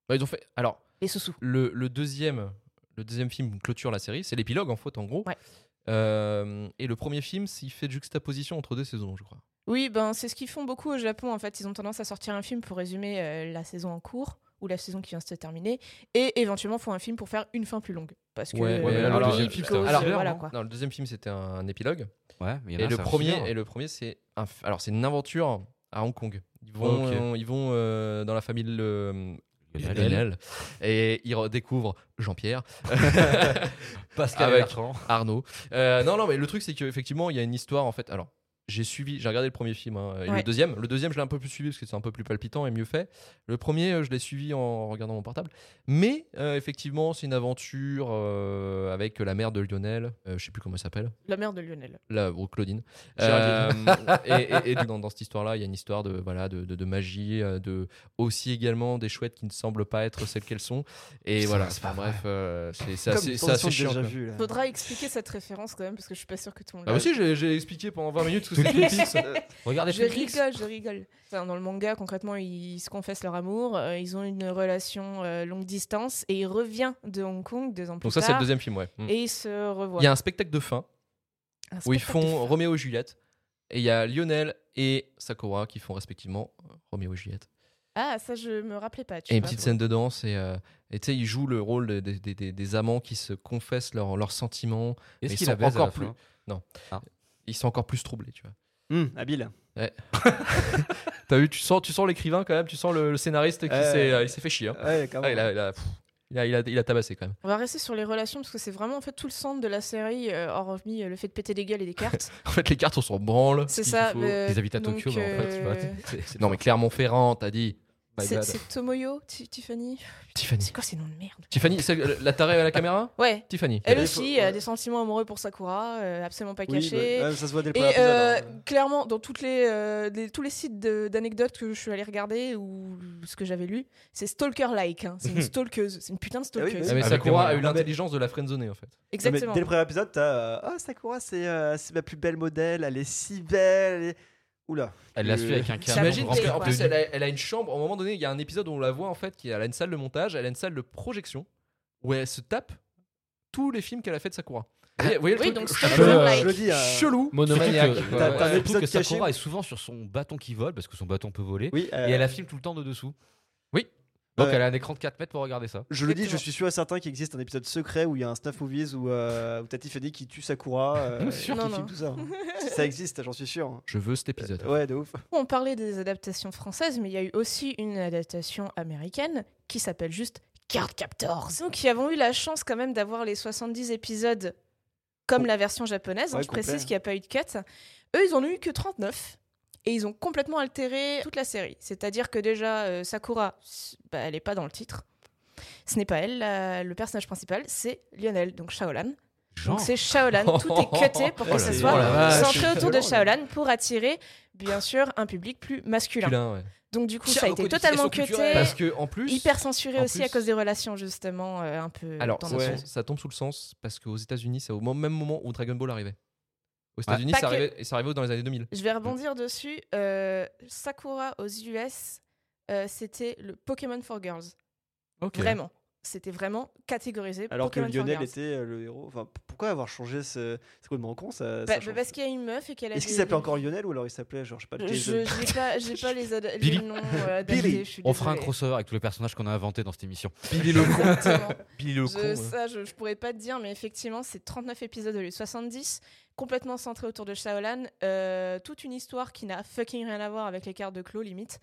Speaker 1: Bah, ils ont fait. Alors,
Speaker 2: Les sous-sous.
Speaker 1: le, le deuxième, le deuxième film clôture la série. C'est l'épilogue en fait, en gros.
Speaker 2: Ouais.
Speaker 1: Euh, et le premier film, il fait juxtaposition entre deux saisons, je crois.
Speaker 2: Oui, ben c'est ce qu'ils font beaucoup au Japon. En fait, ils ont tendance à sortir un film pour résumer euh, la saison en cours ou la saison qui vient de se terminer, et éventuellement font un film pour faire une fin plus longue. Parce que
Speaker 1: Ouais,
Speaker 2: euh,
Speaker 1: ouais, mais là, le
Speaker 2: logique
Speaker 1: deuxième
Speaker 3: film,
Speaker 2: cause,
Speaker 3: c'était un
Speaker 2: euh,
Speaker 1: filler,
Speaker 2: voilà,
Speaker 3: non
Speaker 2: quoi.
Speaker 1: Non, le deuxième film, c'était un, un épilogue.
Speaker 3: Ouais, mais il y en a
Speaker 1: Et
Speaker 3: un,
Speaker 1: le,
Speaker 3: c'est un Ah,
Speaker 1: premier,
Speaker 3: filler.
Speaker 1: et le premier, c'est un f- alors c'est une aventure à Hong Kong. Ils vont,
Speaker 3: Ok.
Speaker 1: ils vont euh, dans la famille euh,
Speaker 3: Lionel.
Speaker 1: Lionel. et ils redécouvrent Jean-Pierre,
Speaker 3: Pascal
Speaker 1: Avec-
Speaker 3: Bertrand.
Speaker 1: Arnaud. Euh, non, non, mais le truc c'est qu'effectivement il y a une histoire en fait. Alors j'ai suivi, j'ai regardé le premier film hein, et le
Speaker 2: Ouais.
Speaker 1: deuxième. Le deuxième je l'ai un peu plus suivi parce que c'est un peu plus palpitant et mieux fait. Le premier euh, je l'ai suivi en regardant mon portable. Mais euh, effectivement c'est une aventure euh, avec la mère de Lionel, euh, je sais plus comment elle s'appelle.
Speaker 2: La mère de Lionel.
Speaker 1: la ou Claudine.
Speaker 4: Géraldine.
Speaker 1: Euh, et et- et dans, dans cette histoire-là, il y a une histoire de, voilà, de, de- de magie, euh, de, aussi également des chouettes qui ne semblent pas être celles qu'elles sont. Et
Speaker 5: Putain,
Speaker 1: voilà,
Speaker 5: c'est
Speaker 1: enfin,
Speaker 5: pas
Speaker 1: bref, euh, c'est c'est
Speaker 4: Comme
Speaker 1: assez, c'est
Speaker 4: ton
Speaker 1: assez
Speaker 4: son
Speaker 1: chiant.
Speaker 4: déjà
Speaker 1: quoi.
Speaker 4: vu, là.
Speaker 2: Faudra expliquer cette référence quand même, parce que je suis pas sûre que tout le monde
Speaker 1: Là
Speaker 2: l'a
Speaker 1: Ah, aussi, j'ai j'ai expliqué pendant 20 minutes tout ce
Speaker 2: Twin
Speaker 1: que
Speaker 2: Peaks.
Speaker 3: Regardez
Speaker 2: Je rigole, je rigole. Enfin, dans le manga, concrètement, ils se confessent leur amour, euh, ils ont une relation euh, longue distance et il revient de Hong Kong deux ans plus
Speaker 1: Donc, ça, c'est le
Speaker 2: tard
Speaker 1: deuxième film, ouais. Mm.
Speaker 2: et ils se revoient. Ah,
Speaker 1: Il y a un spectacle de fin
Speaker 2: Un
Speaker 1: où ils
Speaker 2: spectacle
Speaker 1: font euh, Roméo et Juliette. Et il y a Lionel et Sakura qui font respectivement euh, Roméo et Juliette.
Speaker 2: de- Ah, ça je me rappelais pas. Tu
Speaker 1: Et une
Speaker 2: vois.
Speaker 1: petite scène de danse. Et euh, et tu sais, ils jouent le rôle des- des- des- des amants qui se confessent leurs leurs sentiments.
Speaker 3: Est-ce
Speaker 1: ils
Speaker 3: qu'il
Speaker 1: sont
Speaker 3: a baisé à
Speaker 1: encore
Speaker 3: la hein
Speaker 1: plus-
Speaker 3: fin
Speaker 1: ils sont encore plus troublés, tu vois.
Speaker 4: Hum, habile.
Speaker 1: T'as vu, tu sens, tu sens l'écrivain quand même, tu sens le, le scénariste qui
Speaker 4: Ouais.
Speaker 1: s'est, euh, il s'est fait chier. hein.
Speaker 4: Ouais, quand
Speaker 1: Ah, il,
Speaker 4: même.
Speaker 1: a, il, a, pff, il a- il a- il a tabassé quand même.
Speaker 2: On va rester sur les relations parce que c'est vraiment en fait tout le centre de la série, euh, hormis euh, le fait de péter des gueules et des cartes.
Speaker 1: En fait, les cartes, on s'en branle.
Speaker 2: c'est
Speaker 1: Il
Speaker 2: ça.
Speaker 1: faut-
Speaker 2: euh,
Speaker 3: Ils habitent à
Speaker 2: donc,
Speaker 3: Tokyo,
Speaker 1: bah,
Speaker 3: mais en fait, tu vois,
Speaker 2: euh,
Speaker 3: c'est- c'est-
Speaker 1: Non, mais Clermont-Ferrand, t'as dit. My
Speaker 2: C'est
Speaker 1: bad.
Speaker 2: c'est Tomoyo, Ti- Tiffany.
Speaker 1: Tiffany.
Speaker 2: C'est quoi ces noms de merde
Speaker 1: Tiffany, c'est euh, la tarée à la caméra
Speaker 2: Ouais.
Speaker 1: Tiffany.
Speaker 2: Elle
Speaker 4: Et Eh ben,
Speaker 2: aussi
Speaker 4: faut-
Speaker 2: a des sentiments amoureux pour Sakura, euh, absolument pas
Speaker 4: Oui,
Speaker 2: cachés.
Speaker 4: bah, ouais, ça se voit dès le
Speaker 2: Et
Speaker 4: premier
Speaker 2: euh,
Speaker 4: épisode, hein.
Speaker 2: clairement, dans toutes les, euh, des- tous les sites de- d'anecdotes que je suis allée regarder ou ce que j'avais lu, c'est stalker-like. hein. C'est une stalkeuse. C'est une putain de
Speaker 4: Ah oui,
Speaker 2: stalkeuse.
Speaker 1: Ah, mais
Speaker 3: Avec les
Speaker 1: Sakura
Speaker 3: moyens.
Speaker 1: a eu
Speaker 4: Ah, mais-
Speaker 1: l'intelligence de la friendzonée en fait.
Speaker 4: Non, mais
Speaker 2: Exactement.
Speaker 4: dès le premier épisode, t'as euh, Ah, Sakura, c'est euh, c'est ma plus belle modèle, elle est si belle. elle est- Oula.
Speaker 3: Elle l'a
Speaker 4: Euh,
Speaker 3: suivi avec un câble.
Speaker 1: T'imagines parce
Speaker 3: rempli
Speaker 2: remplie
Speaker 1: qu'en
Speaker 2: de
Speaker 1: plus
Speaker 2: nuit.
Speaker 1: elle a, elle a une chambre. Au moment donné, il y a un épisode où on la voit en fait, qui elle a une salle de montage, elle a une salle de projection où elle se tape tous les films qu'elle a fait de Sakura. Vous voyez- vous voyez le
Speaker 2: Oui,
Speaker 1: truc
Speaker 2: donc
Speaker 1: chelou,
Speaker 2: c'est un
Speaker 5: euh,
Speaker 2: like.
Speaker 4: Je le dis. euh,
Speaker 1: chelou.
Speaker 5: Monomaniaque.
Speaker 3: Surtout que-
Speaker 5: quoi.
Speaker 4: T'as-
Speaker 3: ouais,
Speaker 4: t'as un
Speaker 3: surtout
Speaker 4: épisode
Speaker 3: que
Speaker 4: caché.
Speaker 3: Sakura est souvent sur son bâton qui vole, parce que son bâton peut voler.
Speaker 4: Oui, euh,
Speaker 3: Et elle la filme tout le temps de dessous.
Speaker 1: Oui.
Speaker 3: Donc
Speaker 4: Ouais.
Speaker 3: elle a un écran de 4 mètres pour regarder ça.
Speaker 4: Je le dis, je
Speaker 2: Exactement.
Speaker 4: suis sûr et certain qu'il existe un épisode secret où il y a un Snuff Movies où, euh, où t'as Tiffany qui tue Sakura, euh, qui
Speaker 2: Non, non.
Speaker 4: filme tout ça. hein. ça existe, j'en suis sûr. hein.
Speaker 1: Je veux cet épisode.
Speaker 4: Ouais, de ouf.
Speaker 2: On parlait des adaptations françaises, mais il y a eu aussi une adaptation américaine qui s'appelle juste Cardcaptors. Nous qui avons eu la chance quand même d'avoir les 70 épisodes comme
Speaker 4: Oh.
Speaker 2: la version japonaise, hein,
Speaker 4: Ouais,
Speaker 2: je
Speaker 4: complet.
Speaker 2: précise qu'il n'y a pas eu de cut. Eux, ils en ont eu que 39. Et ils ont complètement altéré toute la série. C'est-à-dire que déjà, euh, Sakura, s- bah, elle n'est pas dans le titre. Ce n'est pas elle. la- le personnage principal, c'est Lionel, donc Shaolan. Donc c'est Shaolan, tout est cuté pour que
Speaker 1: Oh
Speaker 2: ce
Speaker 1: là
Speaker 2: soit
Speaker 1: là. Oh la vache.
Speaker 2: centré autour de
Speaker 4: C'est violent,
Speaker 2: Shaolan pour attirer, bien sûr, un public plus masculin.
Speaker 1: Culin, ouais.
Speaker 2: Donc du coup,
Speaker 1: Tiens,
Speaker 2: ça a
Speaker 1: nos
Speaker 2: été
Speaker 1: codifications
Speaker 2: totalement
Speaker 1: culturelles.
Speaker 2: cuté,
Speaker 1: Parce que en plus,
Speaker 2: hyper censuré
Speaker 1: en
Speaker 2: aussi
Speaker 1: plus-
Speaker 2: à cause des relations justement euh, un peu.
Speaker 1: alors ça,
Speaker 2: tendancieuses.
Speaker 4: Ouais.
Speaker 1: tombe- ça tombe sous le sens parce qu'aux États-Unis, c'est au mo- même moment où Dragon Ball arrivait. Aux États-Unis,
Speaker 2: Pas
Speaker 1: ça
Speaker 2: que-
Speaker 1: arrivait, et ça arrivait dans les années 2000.
Speaker 2: Je vais rebondir dessus. Euh, Sakura aux US, euh, c'était le Pokémon for Girls. Vraiment, c'était vraiment catégorisé.
Speaker 4: Alors
Speaker 2: Pokémon
Speaker 4: que Lionel
Speaker 2: for girls.
Speaker 4: était euh, le héros. Enfin, p- pourquoi avoir changé ce. C'est complètement con ça. ça
Speaker 2: Bah, bah,
Speaker 4: change.
Speaker 2: parce qu'il y a une meuf et qu'elle a.
Speaker 4: Est-ce qu'il
Speaker 2: des-
Speaker 4: s'appelait encore Lionel ou alors il s'appelait genre, je sais pas,
Speaker 2: Je
Speaker 4: Jason
Speaker 2: j'ai pas, j'ai pas les, ad- les
Speaker 3: Billy.
Speaker 2: noms euh, adaptés,
Speaker 4: Billy.
Speaker 2: je suis
Speaker 3: On fera un
Speaker 2: désolée.
Speaker 3: crossover avec tous les personnages qu'on a inventés dans cette émission.
Speaker 1: Billy le con.
Speaker 2: Exactement.
Speaker 1: Billy le
Speaker 2: Je- ça, je, je pourrais pas te dire, mais effectivement, c'est 39 épisodes au lieu de 70, complètement centré autour de Shaolan. euh, toute une histoire qui n'a fucking rien à voir avec les cartes de Clos, limite.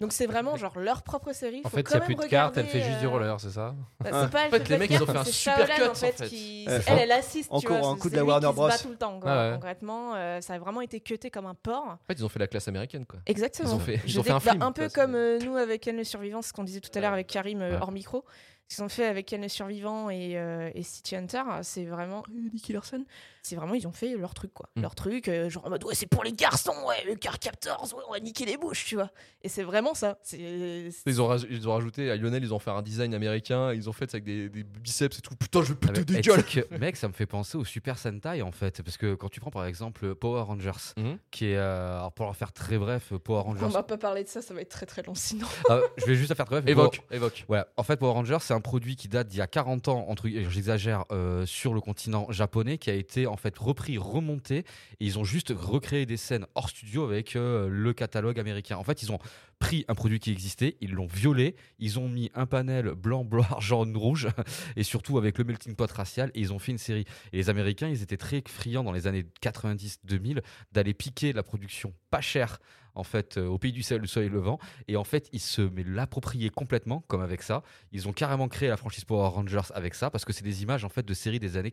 Speaker 2: Donc c'est vraiment genre leur propre série.
Speaker 5: En
Speaker 2: faut
Speaker 5: fait,
Speaker 2: quand
Speaker 5: il n'y a plus
Speaker 2: même
Speaker 5: de cartes,
Speaker 2: regarder,
Speaker 5: elle fait juste du
Speaker 2: euh,
Speaker 5: roller, c'est ça
Speaker 2: bah,
Speaker 4: Ah.
Speaker 2: c'est pas, elle
Speaker 1: fait,
Speaker 2: fait
Speaker 1: les
Speaker 2: pas
Speaker 1: mecs,
Speaker 2: de
Speaker 1: ils ont
Speaker 2: cartes,
Speaker 1: fait un
Speaker 2: c'est
Speaker 1: super
Speaker 2: Shaolan,
Speaker 1: cut,
Speaker 2: en fait,
Speaker 1: en fait.
Speaker 2: qui-
Speaker 4: Ouais.
Speaker 2: elle, elle assiste. tu
Speaker 4: Encore
Speaker 2: vois,
Speaker 4: un
Speaker 2: c'est-
Speaker 4: coup de
Speaker 2: c'est
Speaker 4: la
Speaker 2: lui
Speaker 4: Warner
Speaker 2: qui se bat
Speaker 4: Bros.
Speaker 2: tout le temps, quoi.
Speaker 5: Ah ouais.
Speaker 2: Concrètement, euh, ça a vraiment été cuté comme un porc.
Speaker 1: En fait, ils ont fait la classe américaine, quoi.
Speaker 2: Exactement.
Speaker 1: Ils ont fait, ils
Speaker 2: Je
Speaker 1: ont fait un
Speaker 2: dé- bah,
Speaker 1: film.
Speaker 2: peu
Speaker 1: quoi, c'est-
Speaker 2: comme euh, nous avec Anne le Survivant, ce qu'on disait tout à l'heure avec Karim euh,
Speaker 3: Ouais.
Speaker 2: hors micro. qu'ils ont fait avec Ken le Survivant et, euh, et City Hunter, c'est vraiment. euh, Nicky Larson. C'est vraiment, ils ont fait leur truc, quoi.
Speaker 3: Mm.
Speaker 2: Leur truc, euh, genre en mode, ouais, c'est pour les garçons, ouais, le car captors, ouais, on va niquer les bouches, tu vois. Et c'est vraiment ça. C'est.
Speaker 1: Ils ont, raj- ils ont rajouté à Lionel, ils ont fait un design américain, ils ont fait ça avec des, des biceps et tout. Putain, je vais
Speaker 3: Ah, mais-
Speaker 1: péter des
Speaker 3: et
Speaker 1: gueules.
Speaker 3: tu sais que, mec, ça me fait penser au Super Sentai en fait. Parce que quand tu prends par exemple Power Rangers,
Speaker 1: Mhm.
Speaker 3: qui est. euh, alors pour leur faire très bref, Power
Speaker 2: On
Speaker 3: Rangers.
Speaker 2: va pas parler de ça, ça va être très très long sinon.
Speaker 3: Ah, je vais juste la faire très bref. mais
Speaker 1: Évoque, évoque.
Speaker 3: Ouais, en fait, Power Rangers, c'est un produit qui date d'il y a 40 ans, entre gu- j'exagère, euh, sur le continent japonais, qui a été en fait repris, remonté, et ils ont juste recréé des scènes hors studio avec euh, le catalogue américain. En fait, ils ont pris un produit qui existait, ils l'ont violé, ils ont mis un panel blanc, blanc, argent, rouge, et surtout avec le melting pot racial, et ils ont fait une série. Et les Américains, ils étaient très friands dans les années 90-2000 d'aller piquer la production pas chère, en fait, euh, au pays du soleil, le soleil levant, et en fait, ils se mais l'approprier complètement, comme avec ça. Ils ont carrément créé la franchise Power Rangers avec ça, parce que c'est des images en fait de séries des années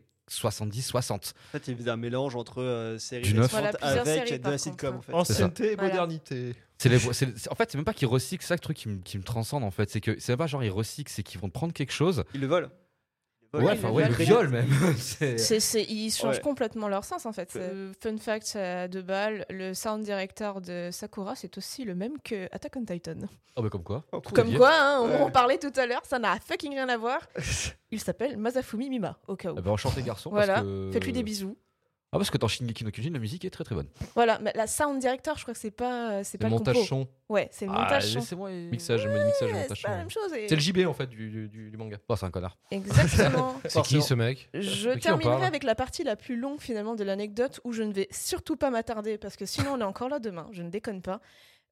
Speaker 3: 70-60.
Speaker 4: En fait, il faisait un mélange entre euh, séries
Speaker 3: Du neuf.
Speaker 4: récentes
Speaker 2: Voilà, plusieurs
Speaker 4: avec
Speaker 2: séries,
Speaker 4: de
Speaker 2: par
Speaker 4: la
Speaker 2: contre,
Speaker 4: sitcom,
Speaker 2: hein.
Speaker 4: en fait.
Speaker 3: Oh,
Speaker 1: Ancienneté et
Speaker 2: Voilà.
Speaker 1: modernité.
Speaker 3: C'est les- c'est- c'est- en fait, c'est même pas qu'ils recyclent, c'est ça le truc qui, me- qui me transcende en fait. C'est que c'est pas genre ils recyclent, c'est qu'ils vont prendre quelque chose.
Speaker 4: Ils le volent. Ils
Speaker 3: Ouais,
Speaker 4: volent.
Speaker 3: enfin,
Speaker 2: ils
Speaker 3: ouais,
Speaker 2: le
Speaker 3: le viol même. C'est-
Speaker 2: C'est- c'est- ils changent
Speaker 4: Ouais.
Speaker 2: complètement leur sens en fait. Euh, fun fact à deux balles, le sound director de Sakura c'est aussi le même que Attack on Titan.
Speaker 1: Ah,
Speaker 3: Oh, bah comme quoi.
Speaker 4: Oh, cool.
Speaker 2: Comme quoi, hein, on
Speaker 4: Ouais.
Speaker 2: en parlait tout à l'heure, ça n'a fucking rien à voir. Il s'appelle Masafumi Mima, au cas où.
Speaker 3: Eh ben, enchanté garçon.
Speaker 2: Voilà.
Speaker 3: parce que-
Speaker 2: Faites-lui
Speaker 1: euh,
Speaker 2: des bisous.
Speaker 3: Ah, parce que dans Shingeki no Kyojin, la musique est très très bonne.
Speaker 2: Voilà, mais la sound director, je crois que c'est pas, euh, c'est pas le
Speaker 1: montage
Speaker 2: compo.
Speaker 1: son,
Speaker 2: Ouais, c'est le
Speaker 3: Ah,
Speaker 2: montage son.
Speaker 3: laissez-moi. et-
Speaker 1: mixage, mixage,
Speaker 2: Ouais,
Speaker 1: montage
Speaker 2: c'est pas la
Speaker 1: son.
Speaker 2: même chose. et-
Speaker 1: C'est le JB en fait du, du- du- du manga.
Speaker 3: Oh, c'est un connard.
Speaker 2: Exactement.
Speaker 5: C'est qui ce mec
Speaker 2: Je
Speaker 5: De qui on
Speaker 2: terminerai
Speaker 5: parle
Speaker 2: avec la partie la plus longue finalement de l'anecdote où je ne vais surtout pas m'attarder parce que sinon on est encore là demain, je ne déconne pas.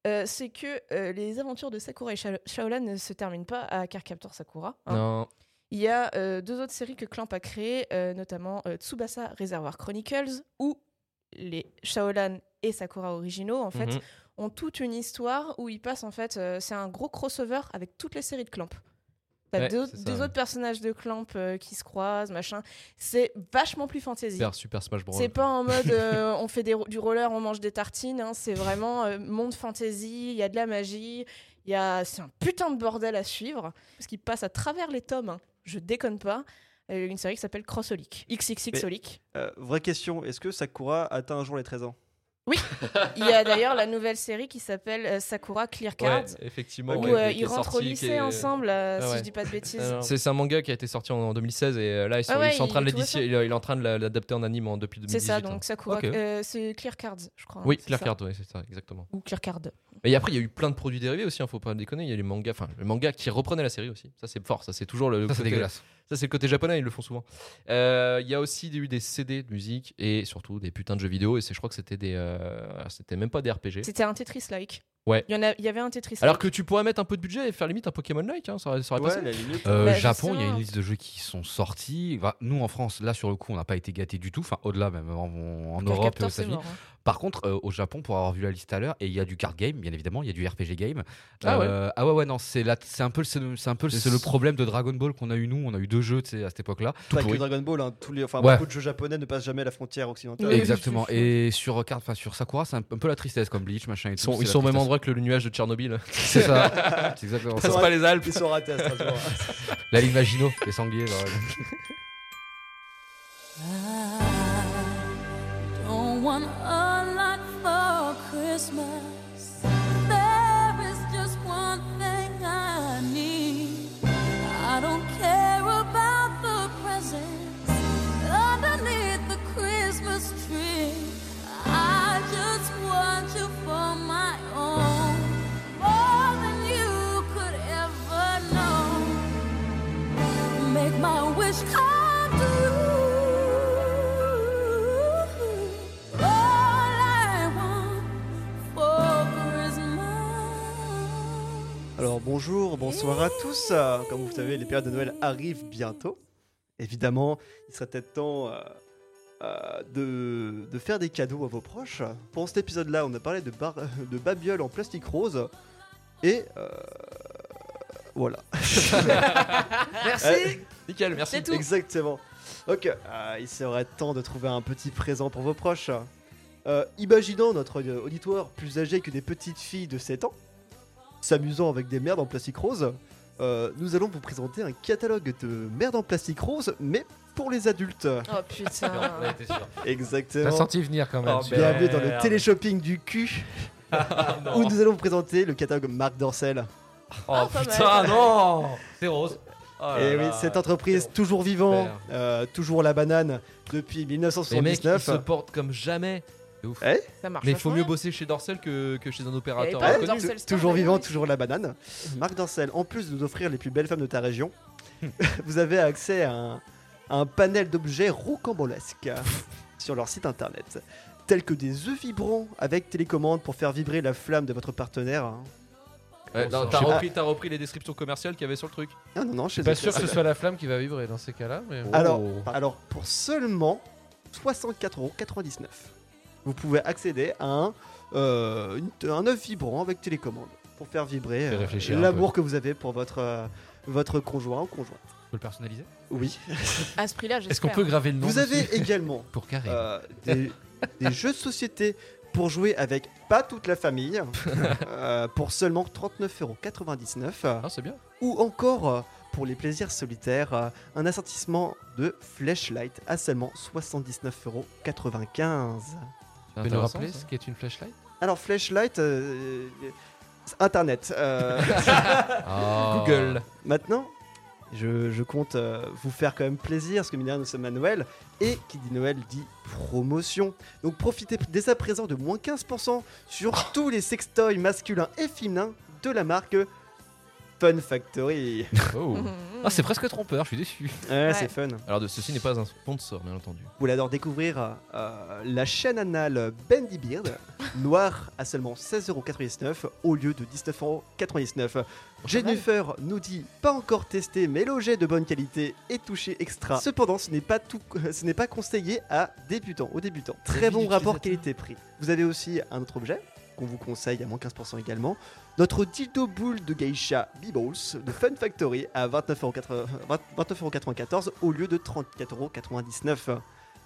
Speaker 2: Euh, c'est que euh, les aventures de Sakura et Sha- Shaolan ne se terminent pas à Cardcaptor Sakura. hein.
Speaker 1: Non.
Speaker 2: Il y a euh, deux autres séries que Clamp a créées, euh, notamment euh, Tsubasa Reservoir Chronicles où les Shaolan et Sakura originaux en fait
Speaker 1: Mhm.
Speaker 2: ont toute une histoire où ils passent en fait. euh, c'est un gros crossover avec toutes les séries de Clamp. T'as
Speaker 1: Ouais,
Speaker 2: deux,
Speaker 1: c'est ça,
Speaker 2: deux
Speaker 1: ouais.
Speaker 2: autres personnages de Clamp euh, qui se croisent, machin. C'est vachement plus fantasy.
Speaker 1: Super, super Smash Bros.
Speaker 2: C'est pas en mode euh, on fait des ro- du roller, on mange des tartines. hein. c'est vraiment euh, monde fantasy. Il y a de la magie. Il y a c'est un putain de bordel à suivre parce qu'il passe à travers les tomes. hein. Je déconne pas. Euh, Une série qui s'appelle Crossolic. XXXolic.
Speaker 4: Euh, vraie question, est-ce que Sakura atteint un jour les 13 ans
Speaker 2: Il y a d'ailleurs la nouvelle série qui s'appelle euh, Sakura Clear Cards.
Speaker 1: Ouais, effectivement.
Speaker 2: Où
Speaker 1: ouais,
Speaker 2: euh,
Speaker 1: qui- qui est
Speaker 2: ils rentrent au
Speaker 1: sorti, qui
Speaker 2: lycée
Speaker 1: est-
Speaker 2: ensemble, euh,
Speaker 1: Ah
Speaker 2: si
Speaker 1: ouais.
Speaker 2: je dis pas de bêtises.
Speaker 1: C'est c'est un manga qui a été sorti en, en 2016 et euh, là ils sont,
Speaker 2: Ah ouais,
Speaker 1: ils sont en train de
Speaker 2: il est tout
Speaker 1: l'édifier- il, est- il est en train de la- l'adapter en anime en, depuis 2018.
Speaker 2: C'est ça,
Speaker 1: hein.
Speaker 2: donc Sakura.
Speaker 1: Ok.
Speaker 2: euh, c'est Clear Cards, je crois. hein,
Speaker 1: Oui,
Speaker 2: c'est
Speaker 1: Clear
Speaker 2: ça.
Speaker 1: Card, ouais, c'est ça, exactement.
Speaker 2: Ou Clear Card.
Speaker 1: Mais après, il y a eu plein de produits dérivés aussi, hein, faut pas déconner. Il y a les mangas, enfin, le manga qui reprenait la série aussi. Ça, c'est fort, ça, c'est toujours le.
Speaker 3: Ça, c'est
Speaker 1: côté-
Speaker 3: dégueulasse.
Speaker 1: Ça, c'est le côté japonais, ils le font souvent. Euh, Il y a aussi eu des CD de musique et surtout des putains de jeux vidéo. Et c'est- je crois que c'était des. euh, c'était même pas des RPG.
Speaker 2: C'était un Tetris-like.
Speaker 1: Ouais.
Speaker 2: Il y, en a, il y avait un Tetris-like.
Speaker 1: Alors que tu pourrais mettre un peu de budget et faire limite un Pokémon-like, hein, ça aurait, ça aurait passé.
Speaker 4: la limite.
Speaker 3: Euh,
Speaker 2: Bah,
Speaker 3: Japon, il y a
Speaker 2: justement.
Speaker 3: une liste de jeux qui sont sortis. Bah, nous en France, là sur le coup, on n'a pas été gâtés du tout. Enfin, au-delà même, en, en
Speaker 2: Clear
Speaker 3: Europe et
Speaker 2: Captor,
Speaker 3: aux
Speaker 2: c'est
Speaker 3: États-Unis.
Speaker 2: mort, hein.
Speaker 3: Par contre, euh, au Japon, pour avoir vu la liste à l'heure, et il y a du card game, bien évidemment, il y a du RPG game.
Speaker 1: Ah
Speaker 3: Euh, ah ouais, ouais, non, c'est la- c'est un peu, le- c'est le- c'est un peu le-
Speaker 1: Mais
Speaker 3: c'est le
Speaker 1: c'est-
Speaker 3: problème de Dragon Ball qu'on a eu nous. On a eu deux jeux, tu sais, à cette époque-là.
Speaker 4: Pas que
Speaker 1: pourri.
Speaker 4: Dragon Ball, hein, tous les, enfin,
Speaker 3: Ouais.
Speaker 4: beaucoup de jeux japonais ne passent jamais la frontière occidentale.
Speaker 2: Oui,
Speaker 3: Exactement.
Speaker 2: oui,
Speaker 3: Et sur euh, card, enfin sur Sakura, c'est un, un peu la tristesse comme Bleach, machin. Et
Speaker 1: Ils sont,
Speaker 3: tout,
Speaker 1: ils
Speaker 3: c'est
Speaker 1: sont au
Speaker 3: la
Speaker 1: même
Speaker 3: tristesse.
Speaker 1: endroit que le nuage de Tchernobyl.
Speaker 3: C'est ça. c'est exactement
Speaker 1: Passe
Speaker 3: ça.
Speaker 4: Ouais.
Speaker 1: pas les Alpes.
Speaker 4: Ils sont ratés à Strasbourg. hein.
Speaker 3: La ligne Maginot, les sangliers. là, ouais.
Speaker 6: I don't want a lot for Christmas. There is just one thing I need. I don't care about the presents underneath the Christmas tree. I just want you for my own, more than you could ever know make my wish come true. All I want for Christmas.
Speaker 4: Alors bonjour, bonsoir à tous. Euh, Comme vous savez, les périodes de Noël arrivent bientôt. Évidemment, il serait peut-être temps euh, euh, de, de faire des cadeaux à vos proches. Pendant cet épisode-là, on a parlé de, bar- euh, de babioles en plastique rose. Et euh, voilà. Eh,
Speaker 2: Merci.
Speaker 1: Euh, Nickel, merci.
Speaker 2: C'est tout.
Speaker 4: Exactement. Ok, euh, il serait temps de trouver un petit présent pour vos proches. Euh, imaginons notre euh, auditoire plus âgé que des petites filles de 7 ans, s'amusant avec des merdes en plastique rose, euh, nous allons vous présenter un catalogue de merde en plastique rose, mais pour les adultes.
Speaker 2: Oh
Speaker 3: Ah.
Speaker 2: putain.
Speaker 5: T'as
Speaker 4: Exactement.
Speaker 5: senti venir quand même.
Speaker 1: Oh,
Speaker 5: tu-
Speaker 1: merde.
Speaker 4: Bienvenue dans le téléshopping du cul,
Speaker 1: Ah,
Speaker 4: où nous allons vous présenter le catalogue Marc
Speaker 1: Oh
Speaker 4: Dorcel.
Speaker 2: Ah, pas mal.
Speaker 1: putain, non
Speaker 3: C'est rose.
Speaker 1: Oh là
Speaker 3: Eh
Speaker 4: Et Eh oui,
Speaker 1: là.
Speaker 4: cette entreprise toujours vivant, euh, toujours la banane depuis
Speaker 1: Les mecs, ils
Speaker 4: 1979.
Speaker 1: se portent comme jamais.
Speaker 2: Ça marche.
Speaker 1: Mais il faut
Speaker 2: vachement
Speaker 1: mieux
Speaker 2: bien.
Speaker 1: bosser chez Dorsel que, que chez un
Speaker 2: Il y
Speaker 1: opérateur
Speaker 2: avait pas
Speaker 1: reconnu.
Speaker 2: Dorcel.
Speaker 4: Tou-
Speaker 2: Star,
Speaker 4: toujours
Speaker 2: mais
Speaker 4: vivant,
Speaker 2: oui.
Speaker 4: toujours la banane.
Speaker 5: Mhm.
Speaker 4: Marc Dorcel, en plus de nous offrir les plus belles femmes de ta région,
Speaker 5: Hmm.
Speaker 4: vous avez accès à un, à un panel d'objets rocambolesques sur leur site internet, tels que des œufs vibrants avec télécommande pour faire vibrer la flamme de votre partenaire. hein.
Speaker 1: Ouais,
Speaker 5: Bon
Speaker 1: non,
Speaker 5: sang.
Speaker 1: t'as
Speaker 5: Je sais
Speaker 1: repris, t'as repris les descriptions commerciales qu'il y avait sur le truc.
Speaker 4: Non, non, non,
Speaker 5: Je
Speaker 4: chez
Speaker 5: suis pas
Speaker 4: eux,
Speaker 5: sûr que
Speaker 4: c'est-
Speaker 5: ce soit la flamme qui va vibrer dans ces cas-là. Mais...
Speaker 4: Alors,
Speaker 5: Oh.
Speaker 4: alors, pour seulement 64,99€, vous pouvez accéder à un, euh, une- un œuf vibrant avec télécommande pour faire vibrer
Speaker 5: Fais
Speaker 4: euh,
Speaker 5: réfléchir un
Speaker 4: l'amour que vous avez pour votre, euh, votre conjoint ou conjointe.
Speaker 3: Tu peux le personnaliser
Speaker 4: Oui.
Speaker 2: À ce prix-là, j'espère.
Speaker 5: Est-ce qu'on peut graver le nom
Speaker 4: Vous
Speaker 5: dessus
Speaker 4: avez également
Speaker 5: pour Karim
Speaker 4: euh, des, des jeux de société pour jouer avec pas toute la famille euh, pour seulement 39,99€ euh,
Speaker 1: Ah, c'est bien.
Speaker 4: ou encore euh, pour les plaisirs solitaires euh, un assortissement de flashlight à seulement 79,95€.
Speaker 5: Tu peux nous rappeler ce qu'est une flashlight
Speaker 4: Alors flashlight euh, euh, internet euh,
Speaker 1: Google.
Speaker 4: Maintenant, je, je compte euh, vous faire quand même plaisir, parce que mine de rien, nous sommes à Noël, et qui dit Noël dit promotion. Donc profitez dès à présent de moins 15% sur tous les sextoys masculins et féminins de la marque Fun Factory.
Speaker 2: Mhm.
Speaker 3: Ah, c'est presque trompeur, je suis déçu.
Speaker 4: Ouais,
Speaker 2: Ouais.
Speaker 4: c'est fun.
Speaker 1: Oh. Alors, de- ceci n'est pas un sponsor, bien entendu.
Speaker 4: Vous l'adorez découvrir euh, la chaîne anale Bendy Beard, noire à seulement 16,99€ au lieu de 19,99€. Jennifer nous dit pas encore testé, mais logé de bonne qualité et touché extra. Cependant, ce n'est pas tout, ce n'est pas conseillé à débutants, aux débutants. Très bon rapport qualité-prix. Vous avez aussi un autre objet qu'on vous conseille à moins 15% également. Notre dildo boule de geisha B-Balls de Fun Factory à 29,94 29,94 au lieu de 34,99€.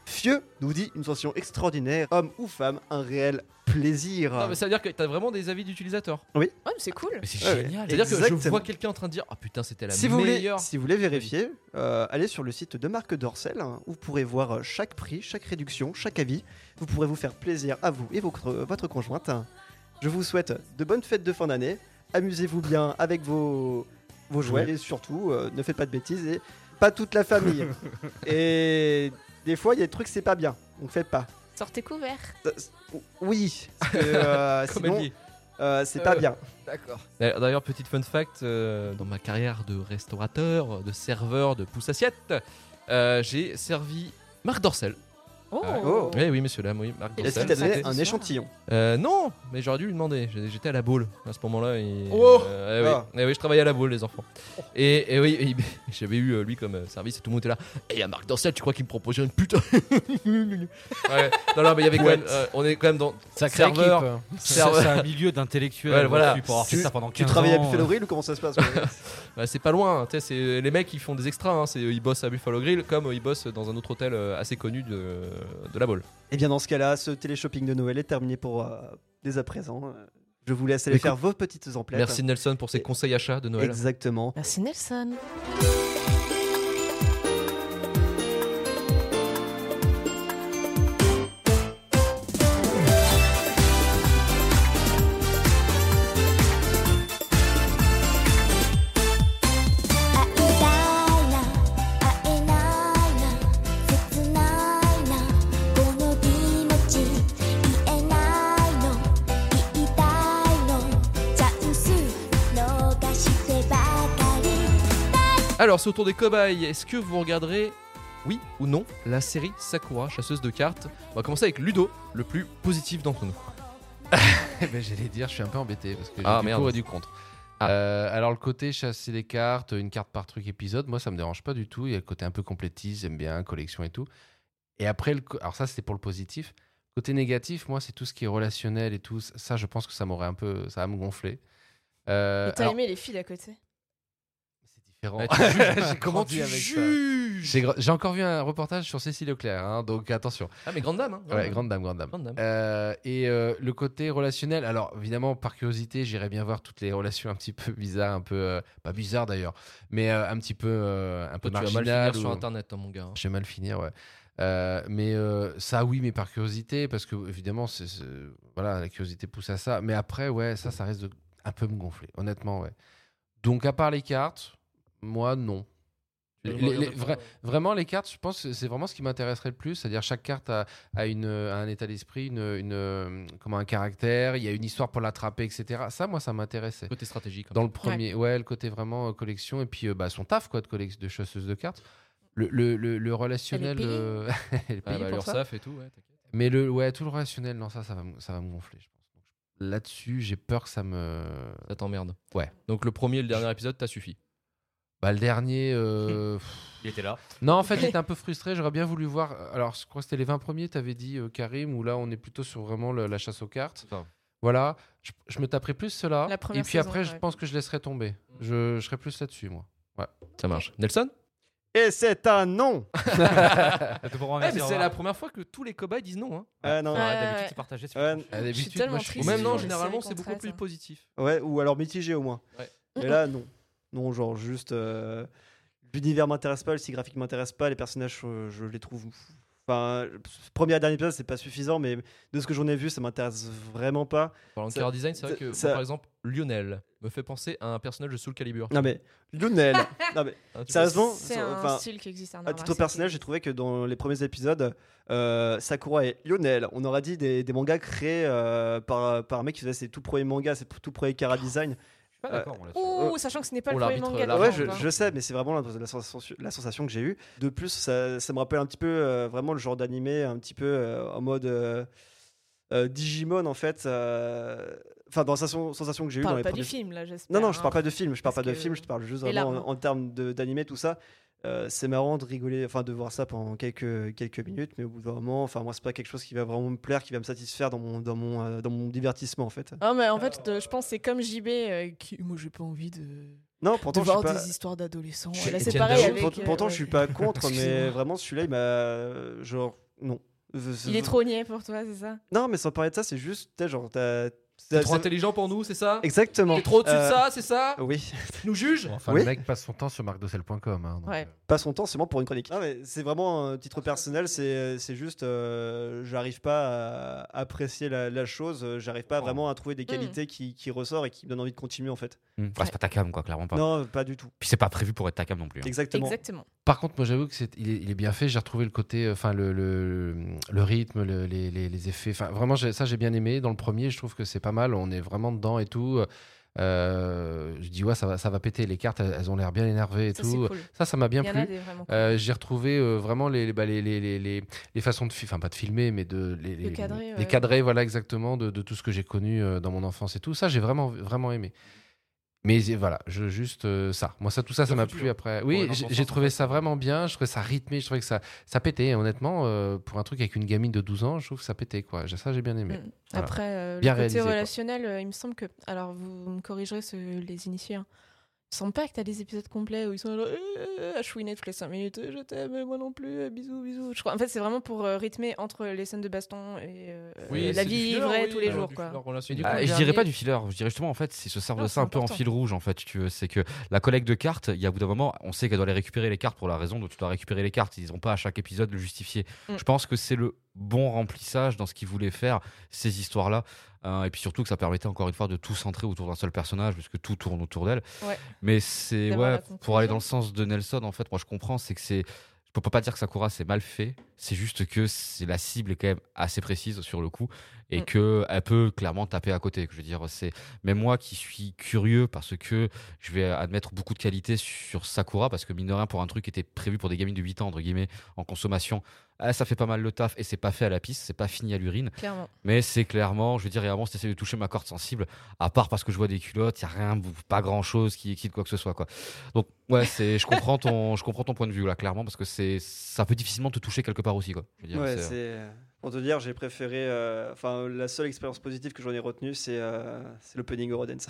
Speaker 4: Fieux nous dit une sensation extraordinaire, homme ou femme, un réel plaisir.
Speaker 1: Non, mais ça veut dire que t'as vraiment des avis d'utilisateurs.
Speaker 2: Ouais, Oh, mais c'est cool.
Speaker 3: Mais c'est
Speaker 4: Ouais,
Speaker 3: génial.
Speaker 1: C'est-à-dire que je
Speaker 4: Exactement.
Speaker 1: vois quelqu'un en train de dire Ah putain, c'était la
Speaker 4: si, vous voulez,
Speaker 1: meilleure.
Speaker 4: si vous voulez vérifier, euh, allez sur le site de Marc Dorcel hein, où vous pourrez voir euh, chaque prix, chaque réduction, chaque avis. Vous pourrez vous faire plaisir à vous et votre, euh, votre conjointe. Je vous souhaite de bonnes fêtes de fin d'année. Amusez-vous bien avec vos, vos jouets et surtout euh, ne faites pas de bêtises et pas toute la famille. et des fois, il y a des trucs, c'est pas bien. On fait pas.
Speaker 2: Sortez couverts.
Speaker 4: Ça, c'est- Oui, parce que, euh,
Speaker 1: Comme
Speaker 4: sinon,
Speaker 1: elle dit.
Speaker 4: euh, c'est pas
Speaker 1: Euh,
Speaker 4: bien.
Speaker 1: D'accord. D'ailleurs, d'ailleurs, petite fun fact, euh, dans ma carrière de restaurateur, de serveur, de pousse-assiette, euh, j'ai servi Marc Dorcel. Eh
Speaker 2: Oh.
Speaker 4: Oh.
Speaker 1: Oui, oui, messieurs, dames, oui, Marc
Speaker 2: Et
Speaker 4: Est-ce
Speaker 1: Dorcel.
Speaker 4: qu'il t'a donné
Speaker 2: Samedi
Speaker 4: un
Speaker 2: soir.
Speaker 4: échantillon
Speaker 1: Euh, non, mais j'aurais dû lui demander. J'ai- J'étais à la boule à ce moment-là. Et,
Speaker 4: Oh
Speaker 1: euh, eh oui.
Speaker 4: Ah.
Speaker 1: Eh oui, je travaillais à la boule, les enfants. Et, et oui, et il- j'avais eu euh, lui comme euh, service et tout le monde était là. Et il y a Marc Dorcel, tu crois qu'il me proposait une pute Ouais. Non, non, mais il y avait quand même. euh, on est quand même dans.
Speaker 5: Sacrée
Speaker 1: serveur.
Speaker 5: équipe.
Speaker 3: C'est
Speaker 1: Serveur.
Speaker 3: c'est un milieu d'intellectuels.
Speaker 1: Ouais, voilà.
Speaker 3: Tu peux avoir fait
Speaker 4: Tu-
Speaker 3: ça pendant 15
Speaker 4: Tu travailles à
Speaker 3: ans,
Speaker 1: euh.
Speaker 4: Buffalo Grill ou comment ça se passe ouais
Speaker 1: Bah, c'est pas loin, hein, tu sais, c'est les mecs ils font des extras, hein, c'est- ils bossent à Buffalo Grill comme euh, ils bossent dans un autre hôtel euh, assez connu de, de la boule.
Speaker 4: Et Eh bien dans ce cas-là, ce télé-shopping de Noël est terminé pour euh, dès à présent. Euh, Je vous laisse aller
Speaker 1: Écoute,
Speaker 4: faire vos petites emplettes.
Speaker 1: Merci Nelson pour ses
Speaker 4: Et-
Speaker 1: conseils achats de Noël.
Speaker 4: Exactement.
Speaker 2: Merci Bah, Nelson.
Speaker 6: 「会えたら会えないな切ないなこの気持ち」「言えないの言いたいの」「チャンス逃してばかり」
Speaker 1: Alors, c'est au tour des cobayes. Est-ce que vous regarderez, oui ou non, la série Sakura, chasseuse de cartes On va commencer avec Ludo, le plus positif d'entre nous.
Speaker 5: Eh ben, J'allais dire, je suis un peu embêté parce que j'ai
Speaker 1: Ah,
Speaker 5: du
Speaker 1: merde.
Speaker 5: pour et du contre.
Speaker 1: Ah.
Speaker 5: Euh, alors le côté chasser les cartes, une carte par truc épisode, moi ça me dérange pas du tout. Il y a le côté un peu complétiste, j'aime bien collection et tout. Et après, le co- alors ça c'était pour le positif. Côté négatif, moi c'est tout ce qui est relationnel et tout. Ça, je pense que ça m'aurait un peu, ça va me gonfler. Euh,
Speaker 2: Et T'as
Speaker 5: alors,
Speaker 2: aimé les filles d'à côté
Speaker 5: C'est différent.
Speaker 1: Ouais, tu juges.
Speaker 5: J'ai
Speaker 1: Comment
Speaker 5: grandi
Speaker 1: tu
Speaker 5: avec ça.
Speaker 1: juges juge.
Speaker 5: J'ai gra- j'ai encore vu un reportage sur Cécile Leclerc, hein, donc attention.
Speaker 1: Ah, mais grande dame, hein.
Speaker 5: Ouais, grande dame, grande dame.
Speaker 1: Grande dame.
Speaker 5: Euh, et euh, le côté relationnel, alors évidemment, par curiosité, j'irais bien voir toutes les relations un petit peu bizarres, un peu. euh, pas bizarres d'ailleurs, mais euh, un petit peu. euh, un peu
Speaker 1: Toi, tu vas mal
Speaker 5: marginales
Speaker 1: finir sur
Speaker 5: ou-
Speaker 1: internet, hein, mon gars.
Speaker 5: Je vais mal finir, ouais. Euh, mais euh, ça, oui, mais par curiosité, parce que évidemment, c'est c'est- voilà, la curiosité pousse à ça. Mais après, ouais, ça, ça risque de un peu me gonfler, honnêtement, ouais. Donc, à part les cartes, moi, non. Les- les- les- vra- vraiment, les cartes, je pense, que c'est vraiment ce qui m'intéresserait le plus. C'est-à-dire, chaque carte a, a une, a un état d'esprit, une, une, euh, comment, un caractère, il y a une histoire pour l'attraper, etc. Ça, moi, ça m'intéressait.
Speaker 1: Côté stratégique. hein.
Speaker 5: Dans le premier, ouais. le côté vraiment euh, collection, et puis euh, bah, son taf, quoi, de, collection, de chasseuse de cartes. Le, le, le, le relationnel.
Speaker 2: payée.
Speaker 5: euh, elle est
Speaker 1: Ah,
Speaker 5: payée
Speaker 1: bah,
Speaker 5: pour ça.
Speaker 1: l'URSSAF et tout, ouais, t'inquiète.
Speaker 5: Mais le, ouais, tout le relationnel, non, ça, ça va, me- ça va me gonfler, je pense. Donc, je- Là-dessus, j'ai peur que ça me.
Speaker 1: Ça t'emmerde.
Speaker 5: Ouais.
Speaker 1: Donc le premier et le dernier épisode, t'as suffi.
Speaker 5: Bah, le dernier. euh, pff,
Speaker 3: Il était là.
Speaker 5: Non, en fait, j'étais un peu frustré. J'aurais bien voulu voir. Alors, je crois que c'était les 20 premiers, t'avais dit, euh, Karim, où là, on est plutôt sur vraiment le- la chasse aux cartes.
Speaker 3: Ça.
Speaker 5: Voilà. Je, je me taperai plus cela.
Speaker 2: La
Speaker 5: Et
Speaker 2: première
Speaker 5: puis
Speaker 2: saison,
Speaker 5: après, je
Speaker 2: ouais.
Speaker 5: pense que je laisserai
Speaker 3: Mm.
Speaker 5: tomber. Je, je serai plus là-dessus, moi.
Speaker 1: Ça marche. Nelson
Speaker 4: Et c'est un non
Speaker 3: euh,
Speaker 1: Eh, mais C'est la première fois que tous les cobayes disent non. hein.
Speaker 4: Euh, non.
Speaker 2: Ouais.
Speaker 3: D'habitude, c'est partagé. c'est
Speaker 4: Ouais,
Speaker 3: partagé.
Speaker 5: Ah,
Speaker 2: Je suis
Speaker 5: d'habitude,
Speaker 2: tellement
Speaker 5: moi, je
Speaker 1: Ou
Speaker 2: triste.
Speaker 1: même non,
Speaker 2: c'est
Speaker 1: généralement,
Speaker 2: vrai
Speaker 1: c'est beaucoup
Speaker 2: contraire,
Speaker 1: plus
Speaker 2: ça.
Speaker 1: positif.
Speaker 4: Ouais, ou alors mitigé au moins.
Speaker 1: Ouais.
Speaker 4: Mais là, non. Non, genre juste. euh, L'univers m'intéresse pas, le site graphique m'intéresse pas, les personnages, euh, je les trouve. Enfin, le premier et dernier épisode, c'est pas suffisant, mais de ce que j'en ai vu, ça m'intéresse vraiment pas.
Speaker 1: Parlant de
Speaker 4: Ça-
Speaker 1: character design, c'est vrai
Speaker 4: ça-
Speaker 1: que, moi,
Speaker 4: ça-
Speaker 1: par exemple, Lionel me fait penser à un personnage de Soul Calibur.
Speaker 4: Non, mais. Lionel Non, mais.
Speaker 1: Hein, tu vois,
Speaker 4: Ça- Heureusement,
Speaker 2: C'est
Speaker 4: ça-
Speaker 2: un
Speaker 4: enfin,
Speaker 2: style qui existe. un
Speaker 4: À
Speaker 2: art
Speaker 4: titre
Speaker 2: martial
Speaker 4: personnel,
Speaker 2: qui
Speaker 4: j'ai trouvé que dans les premiers épisodes, euh, Sakura et Lionel, on aurait dit des, des mangas créés euh, par, par un mec qui faisait ses tout premiers mangas, ses tout premiers chara
Speaker 2: Oh,
Speaker 4: design.
Speaker 3: Je suis pas d'accord, moi, là-dessus.
Speaker 2: Ouh, sachant que ce n'est pas
Speaker 1: Oh,
Speaker 2: le premier
Speaker 1: l'arbitre,
Speaker 2: manga. hein.
Speaker 1: là,
Speaker 2: de
Speaker 4: euh, ouais,
Speaker 1: vraiment
Speaker 4: je,
Speaker 2: l'histoire.
Speaker 4: je sais, mais c'est vraiment la, la sensation- la sensation que j'ai eue. De plus, ça, ça me rappelle un petit peu euh, vraiment le genre d'animé un petit peu euh, en mode euh, euh, Digimon en fait. euh, Enfin, dans la sensation, sensation que j'ai
Speaker 2: Je
Speaker 4: eue dans
Speaker 2: parle
Speaker 4: les
Speaker 2: pas
Speaker 4: premiers-
Speaker 2: du film, là, j'espère.
Speaker 4: Non, non, je
Speaker 2: hein.
Speaker 4: parle pas de film, je parle pas
Speaker 2: Parce
Speaker 4: de
Speaker 2: que-
Speaker 4: film, je te parle juste
Speaker 2: Les
Speaker 4: vraiment
Speaker 2: larmes.
Speaker 4: en, en termes de- d'animé, tout ça. Euh, c'est marrant de rigoler, enfin de voir ça pendant quelques, quelques minutes, mais au bout d'un moment, enfin moi c'est pas quelque chose qui va vraiment me plaire, qui va me satisfaire dans mon, dans mon, euh, dans mon divertissement en fait.
Speaker 2: Ah, mais en fait, euh, je pense que c'est comme JB euh, qui. Moi, j'ai pas envie de.
Speaker 4: Non,
Speaker 2: de
Speaker 4: pourtant je suis
Speaker 2: voir
Speaker 4: pas.
Speaker 2: des histoires d'adolescents.
Speaker 1: Je-
Speaker 2: Là, c'est
Speaker 1: Étienne
Speaker 2: pareil.
Speaker 1: Dao.
Speaker 2: avec,
Speaker 4: Pour-
Speaker 2: euh,
Speaker 4: pourtant je
Speaker 2: ouais.
Speaker 4: suis pas contre, mais
Speaker 2: Excusez-moi.
Speaker 4: vraiment celui-là il m'a euh, genre non.
Speaker 2: Il est trop niais pour toi, c'est ça
Speaker 4: Non, mais sans parler de ça, c'est juste, t'as genre t'as.
Speaker 1: T'es
Speaker 4: t'as-
Speaker 1: trop
Speaker 4: c'est-
Speaker 1: intelligent pour nous, c'est ça
Speaker 4: Exactement.
Speaker 1: T'es trop au-dessus de
Speaker 4: Euh,
Speaker 1: ça, c'est ça
Speaker 4: Oui.
Speaker 1: Tu nous juges
Speaker 5: Bon, enfin,
Speaker 4: Oui.
Speaker 5: le mec passe son temps sur marcdocel.com. Hein, donc,
Speaker 2: Ouais.
Speaker 5: euh,
Speaker 4: pas son temps seulement pour une chronique. Non, mais c'est vraiment un titre personnel, c'est c'est juste, euh, j'arrive pas à apprécier la, la chose, euh, j'arrve pas vraiment à trouver des qualités qui, qui ressortent et qui me donnent envie de continuer en fait.
Speaker 3: Mm. Ah, c'est pas ta cam, quoi, clairement pas.
Speaker 4: Non, pas du tout.
Speaker 3: Puis c'est pas prévu pour être ta cam non plus. hein.
Speaker 4: Exactement.
Speaker 2: Exactement.
Speaker 5: Par contre, moi, j'avoue que c'est, il, est, il est bien fait. J'ai retrouvé le côté, euh, enfin, le, le, le rythme, le- les, les- les effets. Enfin, vraiment, j'ai- ça, j'ai bien aimé. Dans le premier, je trouve que c'est pas mal. On est vraiment dedans et tout. Euh, je dis, ouais, ça va, ça va péter. Les cartes, elles, elles ont l'air bien énervées et
Speaker 2: Ça, c'est
Speaker 5: tout.
Speaker 2: cool.
Speaker 5: Ça, ça m'a bien
Speaker 2: Il y en a
Speaker 5: plu.
Speaker 2: des vraiment cool.
Speaker 5: Euh, j'ai retrouvé euh, vraiment les, les, bah, les, les, les, les- les façons de, fi- enfin pas de filmer, mais de les, les-
Speaker 2: cadrer,
Speaker 5: les
Speaker 2: ouais.
Speaker 5: cadrer, voilà exactement de, de tout ce que j'ai connu euh, dans mon enfance et tout. Ça, j'ai vraiment, vraiment aimé. Mais j'ai- voilà, je, juste euh, ça. Moi, ça, tout ça, ça
Speaker 3: Bien
Speaker 5: m'a
Speaker 3: foutu,
Speaker 5: plu
Speaker 3: hein.
Speaker 5: après.
Speaker 3: Pour
Speaker 5: Oui,
Speaker 3: un enfant
Speaker 5: j'ai-
Speaker 3: sans
Speaker 5: j'ai trouvé ça vraiment bien. Je trouvais ça rythmé. Je trouvais que ça, ça pétait. Honnêtement, euh, pour un truc avec une gamine de 12 ans, je trouve que ça pétait quoi. J'ai- Ça, j'ai bien aimé.
Speaker 2: Mm.
Speaker 5: voilà.
Speaker 2: Après, euh,
Speaker 5: Bien
Speaker 2: le côté
Speaker 5: réalisé, quoi.
Speaker 2: relationnel, euh, il me semble que. Alors, vous me corrigerez ce- les initiés. Hein. Il me semble pas que t'as des épisodes complets où ils sont là, euh, à chouiner toutes les 5 minutes. euh, Je t'aime, moi non plus, euh, bisous, bisous. Je crois. En fait, c'est vraiment pour euh, rythmer entre les scènes de baston et euh,
Speaker 1: Oui,
Speaker 2: la
Speaker 1: c'est du
Speaker 2: vie
Speaker 1: filler,
Speaker 2: vraie
Speaker 1: oui,
Speaker 2: tous les
Speaker 1: alors,
Speaker 2: jours.
Speaker 1: du
Speaker 2: Quoi.
Speaker 1: filler relationnel.
Speaker 5: Mais du
Speaker 1: Ah,
Speaker 5: coup,
Speaker 3: Ah,
Speaker 1: et
Speaker 3: je
Speaker 5: le
Speaker 3: dirais
Speaker 5: dernier-
Speaker 3: pas du filler, je dirais justement en fait, c'est se servir
Speaker 2: Non,
Speaker 3: de ça
Speaker 2: c'est
Speaker 3: un peu en
Speaker 2: important.
Speaker 3: fil rouge en fait, si tu veux, c'est que la collecte de cartes, il y a au bout d'un moment, on sait qu'elle doit les récupérer les cartes pour la raison dont tu dois récupérer les cartes, ils n'ont pas à chaque épisode le justifier.
Speaker 2: Mm.
Speaker 3: Je pense que c'est le bon remplissage dans ce qu'ils voulaient faire ces histoires-là Euh, et puis surtout que ça permettait encore une fois de tout centrer autour d'un seul personnage puisque tout tourne autour d'elle.
Speaker 2: Ouais.
Speaker 3: Mais c'est
Speaker 2: D'avoir
Speaker 3: ouais,
Speaker 2: la conclusion.
Speaker 3: pour aller dans le sens de Nelson en fait, moi je comprends, c'est que c'est je peux pas dire que Sakura c'est mal fait, c'est juste que c'est la cible est quand même assez précise sur le coup et
Speaker 2: Mm.
Speaker 3: que elle peut clairement taper à côté. Je veux dire, c'est même moi qui suis curieux parce que je vais admettre beaucoup de qualités sur Sakura parce que mine de rien pour un truc qui était prévu pour des gamines de 8 ans entre guillemets en consommation, ah, ça fait pas mal le taf et c'est pas fait à la piste, c'est pas fini à l'urine.
Speaker 2: Clairement.
Speaker 3: Mais c'est clairement, je veux dire, réellement, si t'essayes de toucher ma corde sensible, à part parce que je vois des culottes, il n'y a rien, pas grand chose qui excite quoi que ce soit. Quoi. Donc, ouais, c'est, je, comprends ton, je comprends ton point de vue là, clairement, parce que c'est, ça peut difficilement te toucher quelque part aussi. Quoi. Je veux dire,
Speaker 4: Ouais,
Speaker 3: c'est-
Speaker 4: c'est. Pour te dire, j'ai préféré. euh, Enfin, la seule expérience positive que j'en ai retenue, c'est euh, c'est l'opening Eurodance.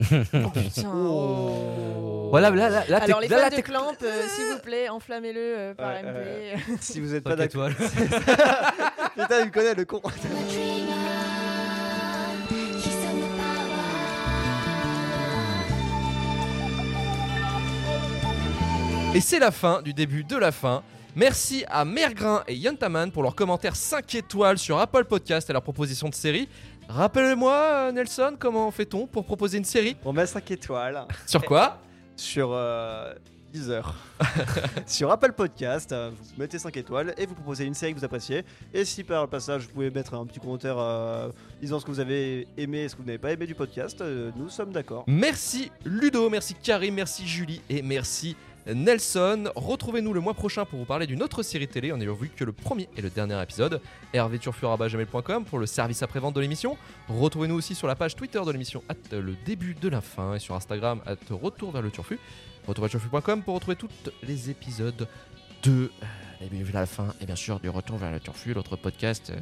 Speaker 2: Putain, oh.
Speaker 3: Voilà, là, là, là, t'es-
Speaker 2: Alors les
Speaker 3: là, là,
Speaker 2: fans de
Speaker 3: t'es-
Speaker 2: Clamp, euh, s'il vous plaît, enflammez-le euh, par
Speaker 4: Ouais,
Speaker 2: MP.
Speaker 4: ouais, Si vous êtes pas
Speaker 3: Cinq
Speaker 4: d'accord.
Speaker 3: étoiles.
Speaker 4: Putain, il me connaît le con.
Speaker 1: Et c'est la fin du début de la fin. Merci à Mergrin et Yantaman pour leurs commentaires 5 étoiles sur Apple Podcast et leur proposition de série. Rappelle-moi, euh, Nelson, comment fait-on pour proposer une série
Speaker 4: On met 5 bah, étoiles
Speaker 1: Sur quoi
Speaker 4: sur euh, Deezer. sur Apple Podcast, euh, vous mettez 5 étoiles et vous proposez une série que vous appréciez. Et si par le passage, vous pouvez mettre un petit commentaire euh, disant ce que vous avez aimé et ce que vous n'avez pas aimé du podcast, euh, nous sommes d'accord.
Speaker 1: Merci Ludo, merci Karim, merci Julie et merci Nelson. Retrouvez-nous le mois prochain pour vous parler d'une autre série télé en ayant vu que le premier et le dernier épisode. hervéturfurabat.gmail.com pour le service après-vente de l'émission. Retrouvez-nous aussi sur la page Twitter de l'émission at le début de la fin et sur Instagram at retour vers le turfu. Retour vers le turfu.com pour retrouver tous les épisodes de euh, Le début de la fin et bien sûr du retour vers le turfu, l'autre podcast. euh,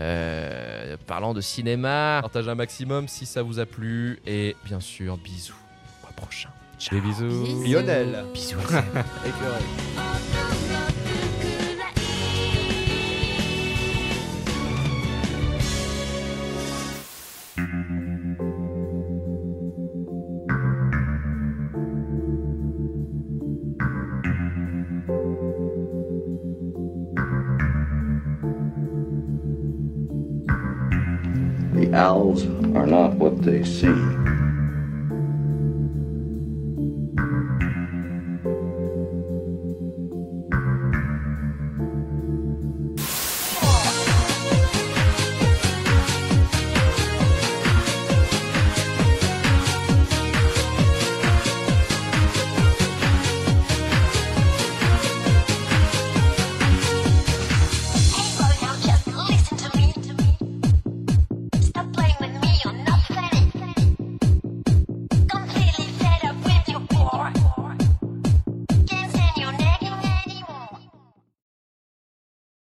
Speaker 1: euh, parlant de cinéma. Partagez un maximum si ça vous a plu. Et bien sûr, bisous. Au mois prochain.
Speaker 3: Des bisous.
Speaker 4: Lionel.
Speaker 1: Bisous.
Speaker 4: Éclairé.
Speaker 7: The owls are not what they seem.